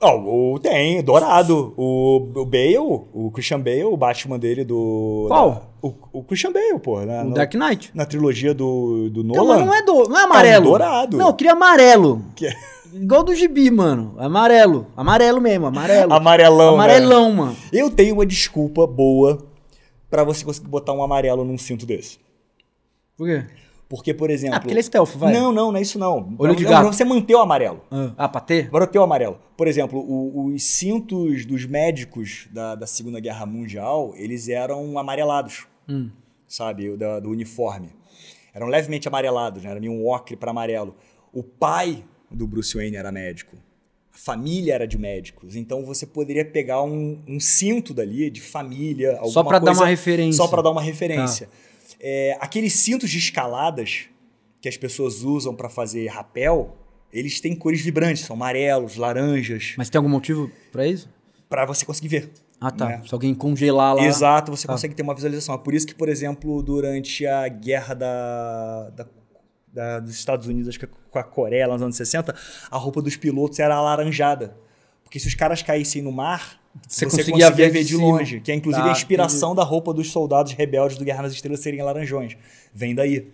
S2: Não, Ah, o, tem, Dourado. O, o Bale, o Christian Bale, o Batman dele do.
S1: Qual?
S2: da- o, o Christian Bale, porra. Na,
S1: O
S2: no-
S1: Dark Knight.
S2: na trilogia do, do
S1: Não,
S2: Nolan.
S1: mas não é, do, não é amarelo.
S2: Tá dourado.
S1: Não, eu queria amarelo.
S2: Que é-
S1: Igual do gibi, mano. Amarelo. Amarelo mesmo, amarelo.
S2: Amarelão. né?
S1: Amarelão, mano.
S2: Eu tenho uma desculpa boa pra você conseguir botar um amarelo num cinto desse.
S1: Por quê?
S2: Porque, por exemplo.
S1: Ah, porque ele é stealth, vai.
S2: Não, não, não é isso não.
S1: Olho de
S2: Não,
S1: gato.
S2: pra você manter o amarelo.
S1: Ah, pra ter?
S2: Agora eu tenho o amarelo. Por exemplo, o- os
S1: Hum.
S2: cintos dos médicos da, da Segunda Guerra Mundial, eles eram amarelados. sabe? O da- do uniforme. Eram levemente amarelados, né? Era meio um ocre para amarelo. O pai do Bruce Wayne era médico. A família era de médicos. Então você poderia pegar um, um cinto dali de família, alguma
S1: Só pra dar
S2: coisa-
S1: uma referência.
S2: Só para dar uma referência. É, aqueles cintos de escaladas que as pessoas usam para fazer rapel, eles têm cores vibrantes, são amarelos, laranjas,
S1: Mas tem algum motivo pra isso?
S2: para você conseguir ver.
S1: Ah, tá.
S2: Né?
S1: Se alguém congelar lá.
S2: Exato, você
S1: Tá.
S2: consegue ter uma visualização. É por isso que, por exemplo, durante a guerra da, da- da- dos Estados Unidos acho que com a Coreia, lá nos anos 60, a roupa dos pilotos era alaranjada. Porque se os caras caíssem no mar,
S1: Você
S2: você,
S1: conseguia
S2: conseguia,
S1: ver
S2: ver,
S1: de
S2: de
S1: cima.
S2: longe. Que é inclusive
S1: Tá,
S2: a inspiração da roupa dos soldados rebeldes do Guerra nas Estrelas serem laranjões. Vem daí.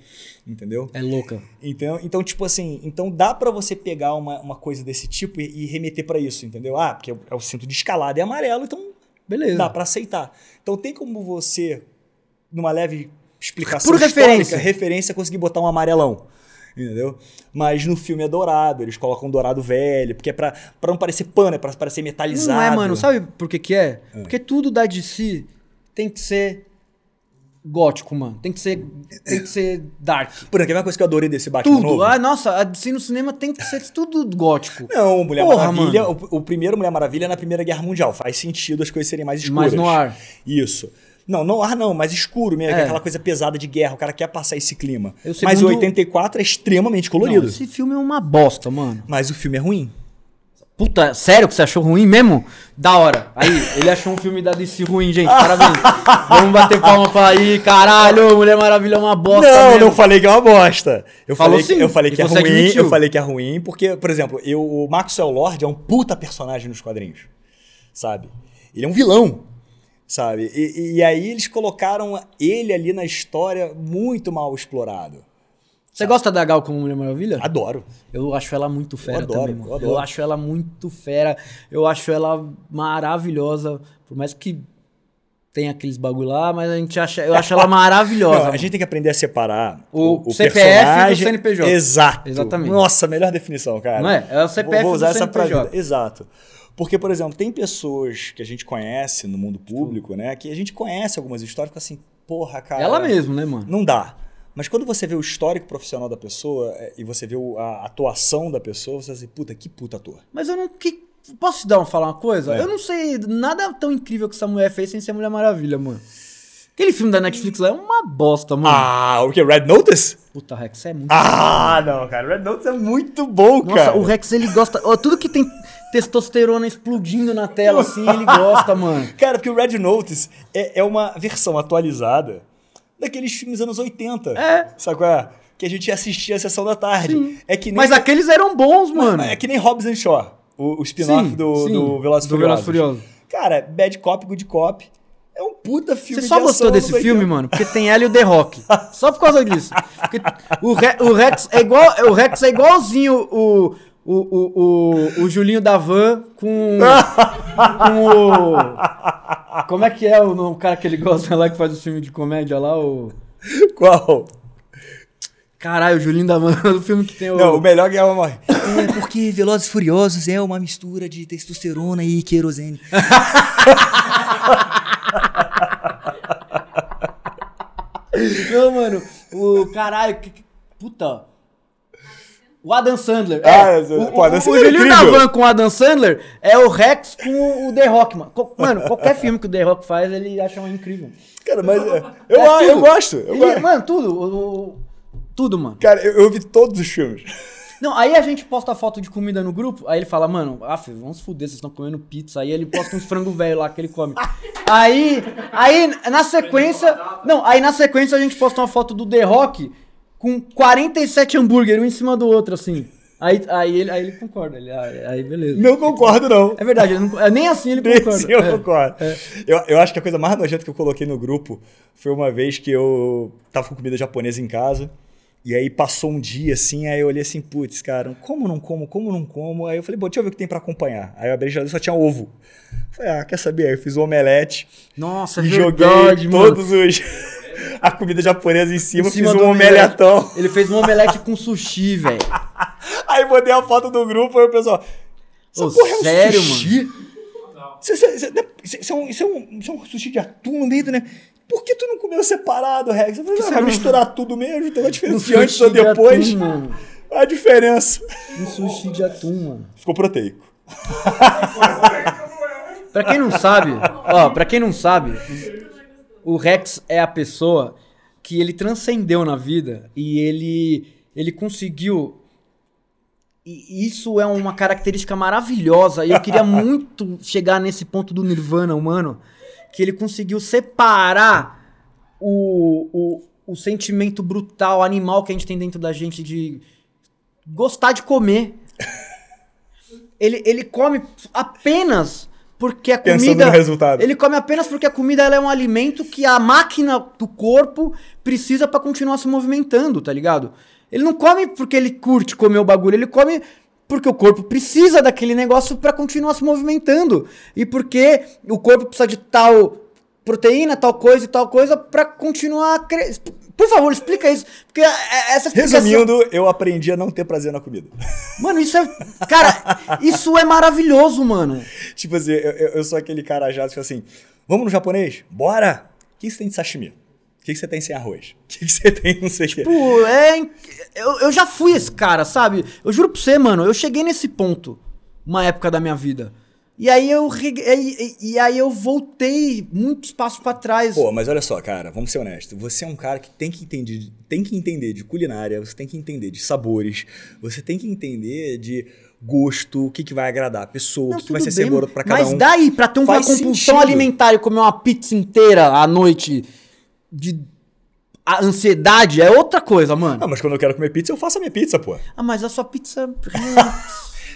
S2: Entendeu?
S1: É louca.
S2: Então, então, tipo assim, então dá pra você pegar uma, uma coisa desse tipo e, e remeter pra isso, entendeu? Ah, porque é o- é o cinto de escalada é amarelo, então
S1: Beleza.
S2: dá pra aceitar. Então tem como você, numa leve explicação
S1: Por
S2: histórica,
S1: referência.
S2: referência, conseguir botar um amarelão. Entendeu? Mas no filme é dourado, eles colocam dourado velho, porque é pra, pra não parecer pano, é pra parecer metalizado.
S1: Não é, mano. Sabe por que que é?
S2: Ah.
S1: Porque tudo da DC tem que ser gótico, mano. Tem que ser, tem que ser dark.
S2: Por exemplo, é uma coisa que eu adorei desse Batman
S1: Tudo.
S2: novo.
S1: Ah, nossa, a DC no cinema tem que ser tudo gótico.
S2: Não, Mulher
S1: Porra,
S2: Maravilha, o, o primeiro Mulher Maravilha é na Primeira Guerra Mundial. Faz sentido as coisas serem mais escuras.
S1: Mas no ar.
S2: Isso. Não, no ar não, mas escuro mesmo,
S1: É.
S2: aquela coisa pesada de guerra, o cara quer passar esse clima.
S1: Eu sei
S2: Mas o
S1: quando-
S2: 84 é extremamente colorido.
S1: Não, esse filme é uma bosta, mano.
S2: Mas o filme é ruim.
S1: Puta, sério que você achou ruim mesmo? Da hora. Aí, ele achou um filme da DC ruim, gente.
S2: <laughs>
S1: Parabéns. Vamos bater palma pra aí, caralho. Mulher Maravilha é uma bosta
S2: não,
S1: mesmo.
S2: não falei que é uma bosta. Eu
S1: Falou
S2: falei, que-
S1: sim,
S2: eu falei
S1: e
S2: que é
S1: você
S2: ruim,
S1: admitiu.
S2: eu falei que é ruim, porque, por exemplo, eu, o Maxwell Lord é um puta personagem nos quadrinhos. Sabe? Ele é um vilão. Sabe? E, e aí eles colocaram ele ali na história muito mal explorado.
S1: Você gosta da Gal como Mulher Maravilha?
S2: Adoro.
S1: Eu acho ela muito fera
S2: adoro,
S1: também, mano.
S2: eu
S1: Eu,
S2: adoro.
S1: acho ela muito fera. Eu acho ela maravilhosa. Por mais que tenha aqueles bagulho lá, mas a gente acha, eu
S2: <laughs>
S1: acho ela maravilhosa.
S2: Não, a
S1: mano.
S2: gente tem que aprender a separar
S1: O CPF do
S2: personagem-
S1: CNPJ.
S2: Exato.
S1: Exatamente.
S2: Nossa, melhor definição, cara.
S1: Não é? É o CPF
S2: Vou, vou usar
S1: do
S2: essa pra
S1: CNPJ.
S2: vida. Exato. Porque, por exemplo, tem pessoas que a gente conhece no mundo público, né? Que a gente conhece algumas histórias e fica assim, porra, cara.
S1: Ela mesmo, né, mano?
S2: Não dá. Mas quando você vê o histórico profissional da pessoa é, e você vê o- a atuação da pessoa, você diz assim, puta, que puta ator.
S1: Mas eu não. Que, posso te dar uma, falar uma coisa?
S2: É.
S1: Eu não sei nada tão incrível que essa mulher fez sem ser Mulher Maravilha, mano. Aquele filme da Netflix lá é uma bosta, mano.
S2: Ah, o que? Red Notice?
S1: Puta, Rex, é muito.
S2: Ah, não, cara. Red Notice é muito bom,
S1: Nossa,
S2: cara.
S1: o Rex ele gosta. ó, tudo que tem testosterona explodindo na tela, assim, ele gosta, mano.
S2: <laughs> Cara, porque o Red Notice é, é uma versão atualizada daqueles filmes anos 80.
S1: É.
S2: Sabe qual é? Que a gente assistia à sessão da tarde. É que nem,
S1: Mas aqueles eram bons, mano.
S2: é que nem Hobbs and Shaw, o, o spin-off
S1: Sim,
S2: do,
S1: sim,
S2: do Velozes e
S1: do Velozes
S2: Furiosos.
S1: e Furiosos.
S2: Cara, Bad Cop, Good Cop. É um puta filme
S1: Você só
S2: de ação,
S1: gostou desse
S2: anos <laughs>
S1: filme,
S2: 80.
S1: mano? Porque tem ela e o The Rock. Só por causa disso. Porque o, Re- o Rex é igual, o Rex é igualzinho o o, o, o, o Julinho da Van com, com o Como é que é o, nome- o cara que ele gosta lá que faz o filme de comédia lá, o
S2: Qual?
S1: Caralho, o Julinho da Van, <laughs> o filme que tem o
S2: Não, o melhor que é uma... É porque Velozes e Furiosos é uma mistura de testosterona e querosene.
S1: Não, mano, o caralho que, que- puta o Adam Sandler.
S2: Ah,
S1: é.
S2: esse-
S1: o,
S2: pô,
S1: o-
S2: Adam
S1: o
S2: Sandler é
S1: Julinho da
S2: incrível.
S1: Van com o Adam Sandler é o Rex com o The Rock, mano. Co- Mano, qualquer filme que o The Rock faz, ele acha um incrível.
S2: Cara, mas... é- Eu,
S1: É
S2: eu, eu
S1: tudo.
S2: gosto. Eu
S1: Ele-
S2: gosto.
S1: mano, tudo. o- o- tudo, mano.
S2: Cara, eu, eu vi todos os filmes.
S1: Não, aí a gente posta foto de comida no grupo, aí ele fala, mano, af, vamos se fuder, vocês estão comendo pizza. Aí ele posta uns frango velho lá que ele come. Aí, aí na sequência, não, aí na sequência a gente posta uma foto do The Rock com 47 hambúrguer um em cima do outro, assim. Aí, aí, ele, aí ele concorda, ele, aí, aí beleza.
S2: Não concordo, não.
S1: É verdade, ele não- nem assim
S2: <laughs>
S1: ele
S2: Esse
S1: concorda.
S2: eu
S1: É.
S2: concordo. Eu, eu acho que a coisa mais nojenta que eu coloquei no grupo foi uma vez que eu tava com comida japonesa em casa. E aí passou um dia assim, aí eu olhei assim, putz, cara, como não como, como não como? Aí eu falei, bom, deixa eu ver o que tem pra acompanhar. Aí eu abri a geladeira e só tinha ovo. Falei, ah, quer saber? Aí eu fiz o omelete
S1: Nossa, é
S2: e joguei
S1: verdade, mano.
S2: todos os. <laughs> a comida japonesa em cima,
S1: Em cima
S2: fiz
S1: do
S2: um
S1: omelete.
S2: omeletão.
S1: Ele fez um omelete com sushi,
S2: <laughs>
S1: velho.
S2: Aí mandei a foto do grupo, aí o pessoal. Essa
S1: Ô,
S2: porra é um
S1: sério,
S2: sushi?
S4: Não.
S2: Isso, isso- isso- isso é um, isso, é um, isso é um sushi de atum no meio do né? Por que tu não comeu separado, Rex? Eu falei,
S1: Que
S2: "Ah,
S1: você
S2: vai
S1: não-
S2: misturar tudo mesmo, tem uma
S1: Um
S2: diferença de antes ou
S1: sushi de
S2: depois.
S1: atum, mano.
S2: A diferença.
S1: Um sushi de atum, mano.
S2: Ficou proteico.
S1: Pra quem não sabe, ó, pra quem não sabe, o Rex é a pessoa que ele transcendeu na vida e ele ele conseguiu e isso é uma característica maravilhosa e eu
S2: <laughs>
S1: queria muito chegar nesse ponto do Nirvana humano que ele conseguiu separar o, o, o sentimento brutal, animal que a gente tem dentro da gente de gostar de
S2: <laughs>
S1: comer. Ele, ele come apenas porque a
S2: Pensando
S1: comida.
S2: no resultado.
S1: Ele come apenas porque a comida ela é um alimento que a máquina do corpo precisa pra continuar se movimentando, tá ligado? Ele não come porque ele curte comer o bagulho, ele come porque o corpo precisa daquele negócio pra continuar se movimentando. E porque o corpo precisa de tal proteína, tal coisa e tal coisa pra continuar crescendo. Por favor, explica isso, porque é- é- essa explicação...
S2: Resumindo, eu aprendi a não ter prazer na comida. <laughs>
S1: Mano, isso é... Cara, isso é maravilhoso, mano.
S2: tipo assim, eu, eu- eu sou aquele cara já, tipo assim, vamos no japonês? Bora! O que você tem de sashimi? O que você tem sem arroz? O que você tem não sei o quê?
S1: Tipo, é. inc- Eu, eu já fui esse cara, sabe? Eu juro pra você, mano, eu cheguei nesse ponto, uma época da minha vida. E aí eu. reg- E, e- e aí eu voltei muitos passos pra trás.
S2: Pô, mas olha só, cara, vamos ser honestos. Você é um cara que tem que entender, tem que entender de culinária, você tem que entender de sabores, você tem que entender de gosto, o que, que vai agradar a pessoa,
S1: Não,
S2: o que, que vai ser
S1: tudo bem,
S2: seguro pra cada
S1: mas
S2: um.
S1: daí, pra ter uma
S2: Faz
S1: compulsão
S2: sentido.
S1: alimentar e comer uma pizza inteira à noite de a ansiedade é outra coisa,
S2: Ah,
S1: mano.
S2: mas quando eu quero comer pizza, eu faço a minha pizza, pô.
S1: Ah, mas a sua
S2: <laughs>
S1: pizza.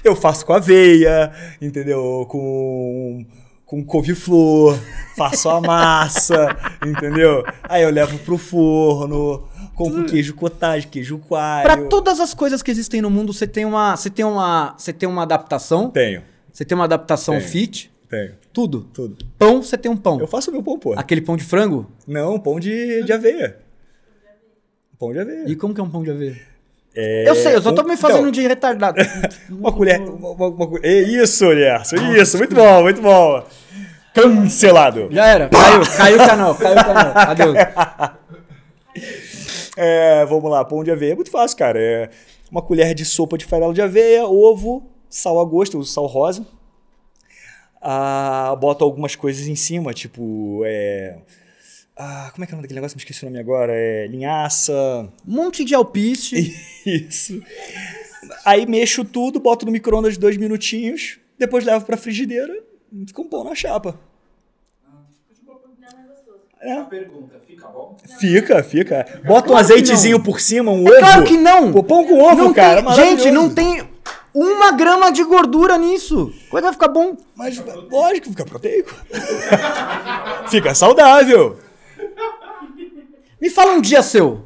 S2: Eu faço com aveia, entendeu? Com, com couve-flor, faço
S1: <laughs>
S2: a massa, entendeu? Aí eu levo pro forno, compro queijo cottage, queijo coalho.
S1: Pra todas as coisas que existem no mundo, você tem uma, você tem uma, você tem uma adaptação.
S2: Tenho,
S1: Você tem uma adaptação
S2: Tem.
S1: fit.
S2: tenho,
S1: Tudo.
S2: tudo.
S1: Pão, você tem um pão.
S2: Eu faço meu pão, pô.
S1: Aquele pão de frango?
S2: Não, um pão de, de aveia. Pão de aveia.
S1: E como que é um pão de aveia? eu sei, eu só tô me fazendo
S2: É, então,
S1: de retardado. <laughs>
S2: Uma colher. Uma, uma, uma, colher- é isso, Lerson, isso. Muito bom, muito bom. Cancelado.
S1: Já era, caiu, caiu o canal, caiu o canal.
S2: <laughs>
S1: Adeus.
S2: É, vamos lá, pão de aveia é muito fácil, cara. É uma colher de sopa de farelo de aveia, ovo, sal a gosto, eu uso sal rosa. Ah, boto algumas coisas em cima, tipo. é, ah, como é que é o nome daquele negócio? Me esqueci o nome agora. É linhaça.
S1: Um monte de alpiste.
S2: Isso. Aí mexo tudo, boto no micro-ondas dois minutinhos, depois levo pra frigideira e fica um pão na chapa.
S1: É.
S2: É.
S3: A pergunta, fica bom?
S2: Fica, fica. Bota um
S1: Claro que não.
S2: azeitezinho por cima, um ovo.
S1: É claro que não!
S2: Pô, pão com ovo,
S1: Não
S2: cara. é
S1: tem- gente, não
S2: maravilhoso.
S1: tem uma grama de gordura nisso. Como é que vai ficar bom?
S2: Mas lógico, fica proteico. <laughs> fica saudável.
S1: Me fala um dia seu.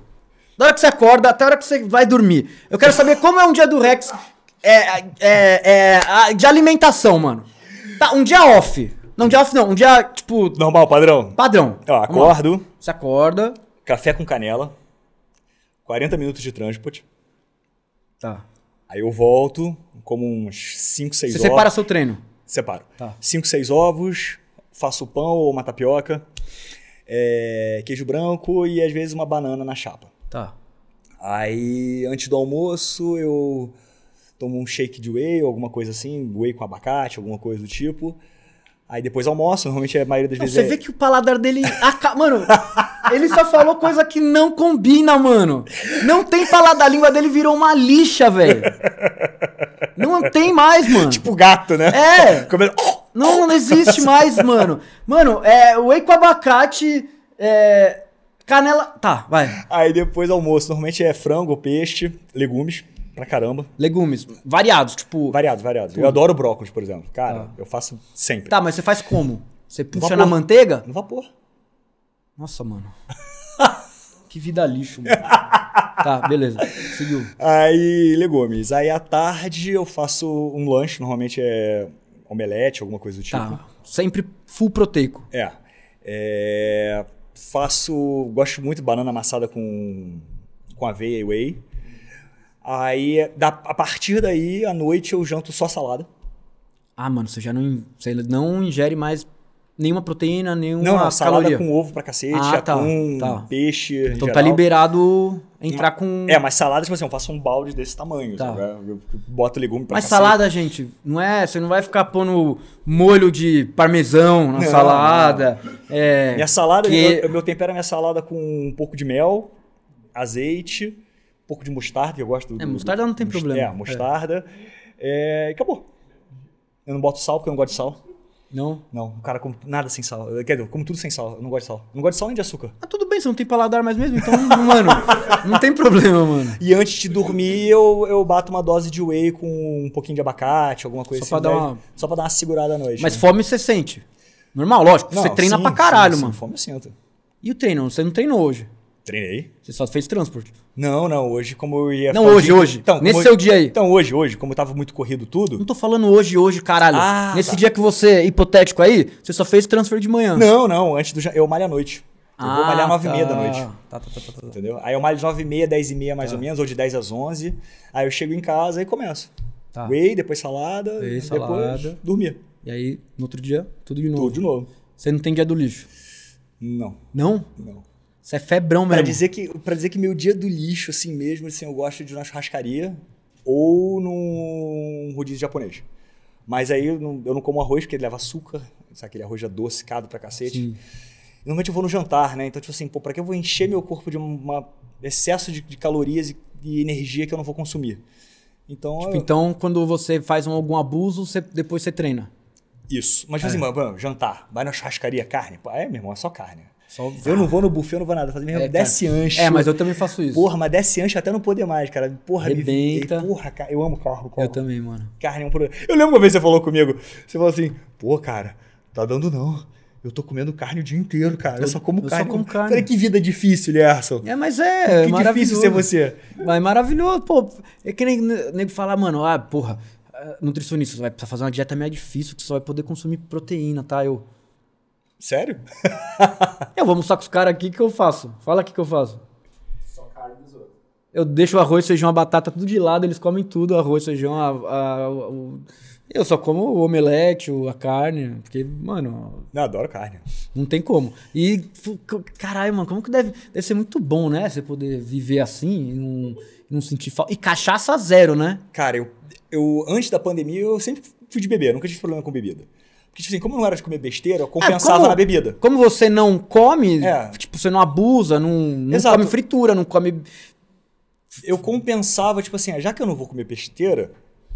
S1: Da hora que você acorda até a hora que você vai dormir. Eu quero saber como é um dia do Rex é, é, é, a- de alimentação, mano. Tá, um dia off. Não, um dia off não. Um dia, tipo,
S2: Normal, padrão.
S1: padrão.
S2: Ó,
S1: Vamos lá.
S2: acordo,
S1: Você acorda.
S2: café com canela, 40 minutos de transporte.
S1: Tá.
S2: Aí eu volto, como uns 5, 6
S1: Você
S2: horas.
S1: separa seu treino.
S2: Separo.
S1: Tá.
S2: Cinco, seis ovos, faço pão ou uma tapioca, é, queijo branco e às vezes uma banana na chapa.
S1: Tá.
S2: Aí, antes do almoço, eu tomo um shake de whey, alguma coisa assim, whey com abacate, alguma coisa do tipo. Aí depois almoço, normalmente a maioria das vezes
S1: você
S2: é...
S1: vê que o paladar dele. aca- Mano, ele só falou coisa que não combina, mano. Não tem paladar. A língua dele virou uma lixa, velho. Não tem mais, mano.
S2: Tipo gato, né?
S1: <laughs> É.
S2: Começa-
S1: Não, não existe mais, mano. Mano, é whey com abacate, é, canela. Tá, vai.
S2: Aí depois almoço, normalmente é frango, peixe, legumes, pra caramba.
S1: Legumes variados, tipo.
S2: Variado, variado. Eu adoro brócolis, por exemplo. Cara, eu faço sempre.
S1: Ah. Tá, mas você faz como? Você puxa
S2: Vapor.
S1: na manteiga?
S2: No vapor.
S1: Nossa, mano. <laughs> que vida lixo, mano. Tá, beleza. Seguiu.
S2: Aí, legumes. Aí à tarde eu faço um lanche, normalmente é omelete, alguma coisa do tipo.
S1: Tá. Sempre full proteico.
S2: É. É, Faço. Gosto muito de banana amassada com, com aveia e whey. Aí, da- a partir daí, à noite eu janto só salada.
S1: Ah, mano, você já não, in- você não ingere mais nenhuma proteína, nenhuma
S2: Não, não, salada
S1: Ah, caloria.
S2: com ovo pra cacete,
S1: Ah, tá,
S2: atum,
S1: tá.
S2: peixe. em
S1: Então tá
S2: geral.
S1: liberado entrar com.
S2: É, mas salada, tipo assim, eu faço um balde desse tamanho.
S1: Tá.
S2: sabe? Eu boto legume pra
S1: Mas
S2: cacete.
S1: salada, gente, não é. Você não vai ficar pondo molho de parmesão na
S2: Não,
S1: salada. É,
S2: Minha salada,
S1: que-
S2: eu- eu- meu tempero é minha salada com um pouco de mel, azeite, um pouco de mostarda, que eu gosto. do-
S1: É, mostarda não tem
S2: mos-
S1: problema.
S2: É, mostarda. É, e acabou. Eu não boto sal porque eu não gosto de sal.
S1: Não.
S2: Não, o cara come nada sem sal. Quer dizer, eu como tudo sem sal. Eu não gosto de sal. Eu não gosto de sal nem de açúcar.
S1: Ah, tudo bem, você não tem paladar mais mesmo, então, mano, não tem problema, mano.
S2: E antes de dormir, eu, eu bato uma dose de whey com um pouquinho de abacate, alguma coisa
S1: Só
S2: assim.
S1: pra dar
S2: leve,
S1: uma-
S2: Só pra dar uma segurada à noite.
S1: Mas
S2: né?
S1: fome você sente. Normal, lógico, você
S2: Não,
S1: treina
S2: sim,
S1: pra caralho,
S2: sim, sim,
S1: mano.
S2: Fome eu sinto.
S1: E o treino? Você não treinou hoje.
S2: Treinei.
S1: Você só fez transporte.
S2: Não, não, hoje como eu ia...
S1: Não,
S2: fazer-
S1: hoje, hoje.
S2: Então,
S1: Nesse
S2: como-
S1: seu dia aí.
S2: Então, hoje, hoje, como eu tava muito corrido tudo...
S1: Não tô falando hoje, hoje, caralho.
S2: Ah,
S1: Nesse
S2: tá.
S1: dia que você, hipotético aí, você só fez transfer de manhã.
S2: Não, não, antes do... ja- Eu malho à noite. Eu vou malhar nove e meia da noite,
S1: Ah, Tá, tá, tá, tá, tá, tá.
S2: entendeu? Aí eu malho de nove e meia, dez e meia mais ou menos, ou de dez às onze. Aí eu chego em casa e começo.
S1: Tá.
S2: Whey, depois salada,
S1: Whey,
S2: depois
S1: salada.
S2: dormir.
S1: E aí, no outro dia, tudo de novo.
S2: Tudo de novo.
S1: Você não tem dia do lixo.
S2: Não,
S1: Não?
S2: não.
S1: Você é febrão mesmo.
S2: Pra dizer, que, pra dizer que meu dia do lixo, assim mesmo, assim, eu gosto de ir na churrascaria ou num rodízio japonês. Mas aí eu não, eu não como arroz, porque ele leva açúcar, sabe aquele arroz adocicado pra cacete.
S1: Sim.
S2: Normalmente eu vou no jantar, né? Então, tipo assim, pô, pra que eu vou encher meu corpo de um excesso de, de calorias e, e energia que eu não vou consumir? Então,
S1: Tipo,
S2: eu-
S1: então, quando você faz um- algum abuso, você- depois você treina.
S2: isso. Mas,
S1: É.
S2: tipo assim, mano, jantar, vai na churrascaria, carne? Pô, é, meu irmão, é só carne.
S1: Só...
S2: Eu não vou no buffet, eu não vou nada. Fazer, meu irmão,
S1: É,
S2: desce ancho.
S1: É, mas eu também faço isso.
S2: Porra, mas desce ancho até não poder mais, cara. Porra,
S1: Arrebenta.
S2: me Porra, cara, eu amo carro,
S1: Eu
S2: cara.
S1: também, mano.
S2: Carne é um problema. Eu lembro uma vez que você falou comigo. Você falou assim, pô, cara, tá dando não. Eu tô comendo carne o dia inteiro, cara. Eu só como
S1: eu só
S2: carne.
S1: como carne.
S2: Cara, que vida difícil, Lerson.
S1: É, mas é,
S2: que difícil
S1: maravilhoso.
S2: ser você.
S1: Mas maravilhoso, pô. É que nem ne- nego falar, mano, ah, porra, ah, nutricionista, você vai precisar fazer uma dieta meio difícil, que você só vai poder consumir proteína, tá? Eu,
S2: Sério? <laughs>
S1: eu vou almoçar com os caras aqui, o que eu faço? Fala aqui o que eu faço.
S3: Só carne dos outros.
S1: Eu deixo o arroz, feijão, a batata tudo de lado, eles comem tudo, arroz, feijão, a, a- o- Eu só como o omelete, o- a carne, porque, mano,
S2: Não, eu adoro carne.
S1: não tem como. E, fu- c- caralho, mano, como que deve, deve ser muito bom, né? Você poder viver assim e não, não sentir falta. E cachaça zero, né?
S2: Cara, eu, eu antes da pandemia eu sempre fui de beber, nunca tive problema com bebida. Porque, tipo assim, como eu não era de comer besteira, eu É, compensava
S1: É, como-
S2: na bebida.
S1: Como você não come,
S2: É.
S1: tipo, você não abusa, não, não
S2: Exato.
S1: come fritura, não come.
S2: eu compensava, tipo assim, ah, já que eu não vou comer besteira,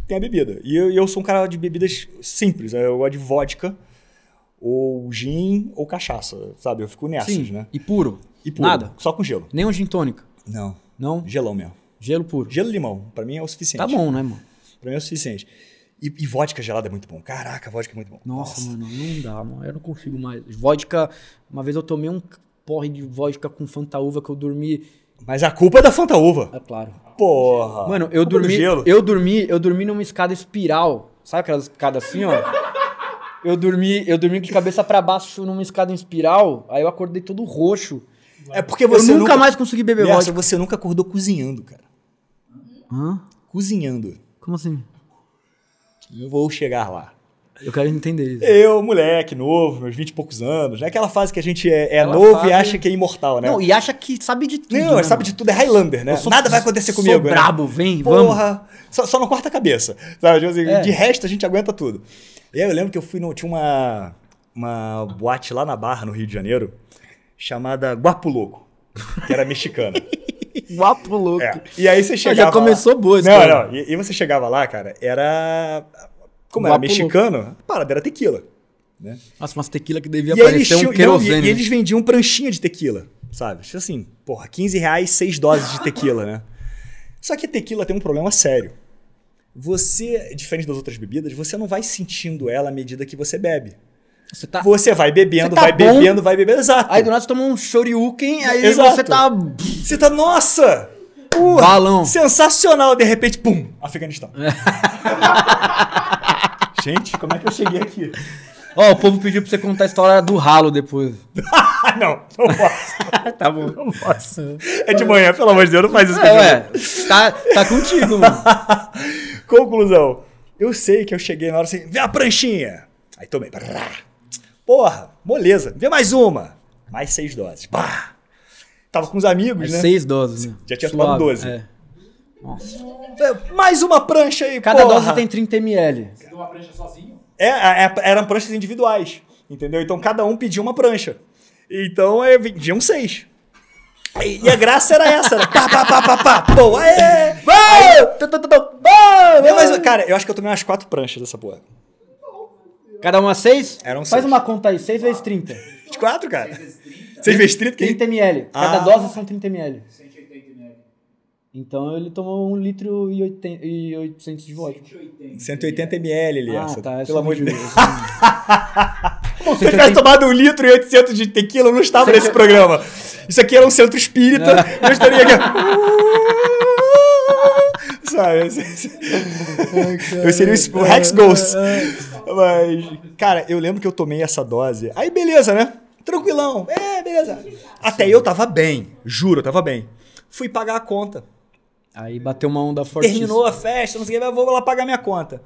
S2: tem a bebida. E eu, e eu sou um cara de bebidas simples, né? eu gosto de vodka, ou gin, ou cachaça, sabe? Eu fico nessas,
S1: Sim,
S2: né?
S1: e puro.
S2: E puro,
S1: Nada.
S2: Só com gelo.
S1: Nem um gin tônica.
S2: Não,
S1: Não?
S2: gelão mesmo.
S1: Gelo puro.
S2: Gelo e limão, pra mim é o suficiente.
S1: Tá bom, né, mano?
S2: Pra mim é o suficiente. E, e vodka gelada é muito bom. Caraca, vodka é muito bom.
S1: Nossa, mano, não dá, mano. Eu não consigo mais. Vodka. Uma vez eu tomei um porre de vodka com Fanta Uva que eu dormi.
S2: Mas a culpa é da Fanta Uva.
S1: É claro.
S2: Porra.
S1: Mano, eu
S2: Culpa do
S1: dormi.
S2: Tá Gelo.
S1: Eu dormi, eu dormi numa escada espiral. Sabe aquelas escadas assim, ó? Eu dormi, eu dormi de cabeça pra baixo numa escada em espiral. Aí eu acordei todo roxo.
S2: É porque
S1: Eu
S2: você
S1: nunca, mais consegui beber
S2: Lerson,
S1: vodka.
S2: você nunca acordou cozinhando, cara.
S1: Hã?
S2: Cozinhando.
S1: Como assim?
S2: Eu vou chegar lá.
S1: Eu quero entender isso.
S2: Eu, moleque, novo, meus 20 e poucos anos. É aquela fase que a gente é, é
S1: Aquela
S2: novo
S1: fase-
S2: e acha que é imortal, né?
S1: Não, e acha que sabe de tudo.
S2: Não,
S1: né,
S2: sabe de tudo, é Highlander, né?
S1: Eu sou-
S2: Nada vai acontecer
S1: sou
S2: comigo. né?
S1: brabo, vem, vamos.
S2: Porra, só, só não corta a cabeça. sabe? Tipo assim,
S1: É.
S2: De resto, a gente aguenta tudo. E aí eu lembro que eu fui no. Tinha uma, uma boate lá na Barra, no Rio de Janeiro, chamada Guapo Louco, que era mexicana.
S1: Guapo louco.
S2: É. E aí você
S1: Mas já
S2: chegava.
S1: começou
S2: lá...
S1: boa esse
S2: Não,
S1: cara.
S2: não. E, e você chegava lá, cara, era. Como era
S1: Guapo Louco.
S2: mexicano, a parada era tequila.
S1: Nossa, umas tequila que devia
S2: E aí eles,
S1: parecer um
S2: tinham-
S1: querosene.
S2: não, e- e
S1: né?
S2: eles vendiam um pranchinha de tequila, sabe? Tipo Assim, porra, 15 reais, 6 doses de tequila, né? Só que a tequila tem um problema sério. Você, diferente das outras bebidas, você não vai sentindo ela à medida que você bebe.
S1: Você tá...
S2: Você vai bebendo,
S1: Você tá
S2: vai
S1: bom.
S2: bebendo, vai bebendo. Exato.
S1: Aí do nada você toma um shoryuken, aí
S2: Exato.
S1: você tá...
S2: Você tá, nossa! Uh,
S1: Balão. É.
S2: Sensacional! De repente, pum! Afeganistão. <laughs> Gente, como é que eu cheguei aqui?
S1: Ó, o povo pediu pra você contar a história do ralo depois.
S2: Ah, não, não posso,
S1: <laughs> tá bom.
S2: não posso. É de
S1: <laughs>
S2: manhã, pelo amor de Deus, não faz isso
S1: É, <laughs>
S2: comigo.
S1: ué, tá, tá contigo, mano.
S2: Conclusão. Eu sei que eu cheguei na hora assim, vê a pranchinha. Aí tomei. brá. Porra, moleza. Vê mais uma. Mais seis doses. Bah. Tava com os amigos, né?
S1: Seis doses, né?
S2: Já tinha tomado
S1: Suave,
S2: 12.
S1: é. Nossa.
S2: Mais uma prancha aí,
S1: Cada
S2: porra.
S1: dose tem 30 ml.
S4: Você deu uma prancha sozinho?
S2: É, é, eram pranchas individuais, entendeu? Então cada um pedia uma prancha. Então é, vendiam seis. E, e a graça era essa, era pá, pá, pá, pá, pá, pô, aê, aí, tu, tu, tu, tu, pá, eu mais- Cara, eu acho que eu tomei umas quatro pranchas dessa porra.
S1: Cada uma seis?
S2: Eram
S1: Faz
S2: seis.
S1: uma conta aí, 6 vezes <laughs> 30.
S2: De quatro, cara. Seis vezes trinta, que
S1: 30 ml. Cada
S2: Ah.
S1: dose são 30 ml.
S4: 180 ml.
S1: Então ele tomou 1 litro e, oiten- e 800 de vodka.
S4: 180.
S2: 180 ml, Elias.
S1: Ah, tá. é só
S2: Pelo amor de
S1: medida,
S2: Deus.
S1: é só medida.
S2: <laughs>
S1: Bom,
S2: Se eu tivesse
S1: 180
S2: tomado um litro e 800 de tequila, eu não estava nesse programa. Isso aqui era um centro espírita. Eu estaria aqui. Sabe? eu
S1: um-
S2: seria- Eu seria o o Rex Ghost. Mas, cara, eu lembro que eu tomei essa dose. Aí, beleza, né? Tranquilão. É, beleza. Até eu tava bem. Juro, eu tava bem. Fui pagar a conta.
S1: Aí bateu uma onda fortíssima.
S2: Terminou a festa, não sei o que, mas vou lá pagar minha conta.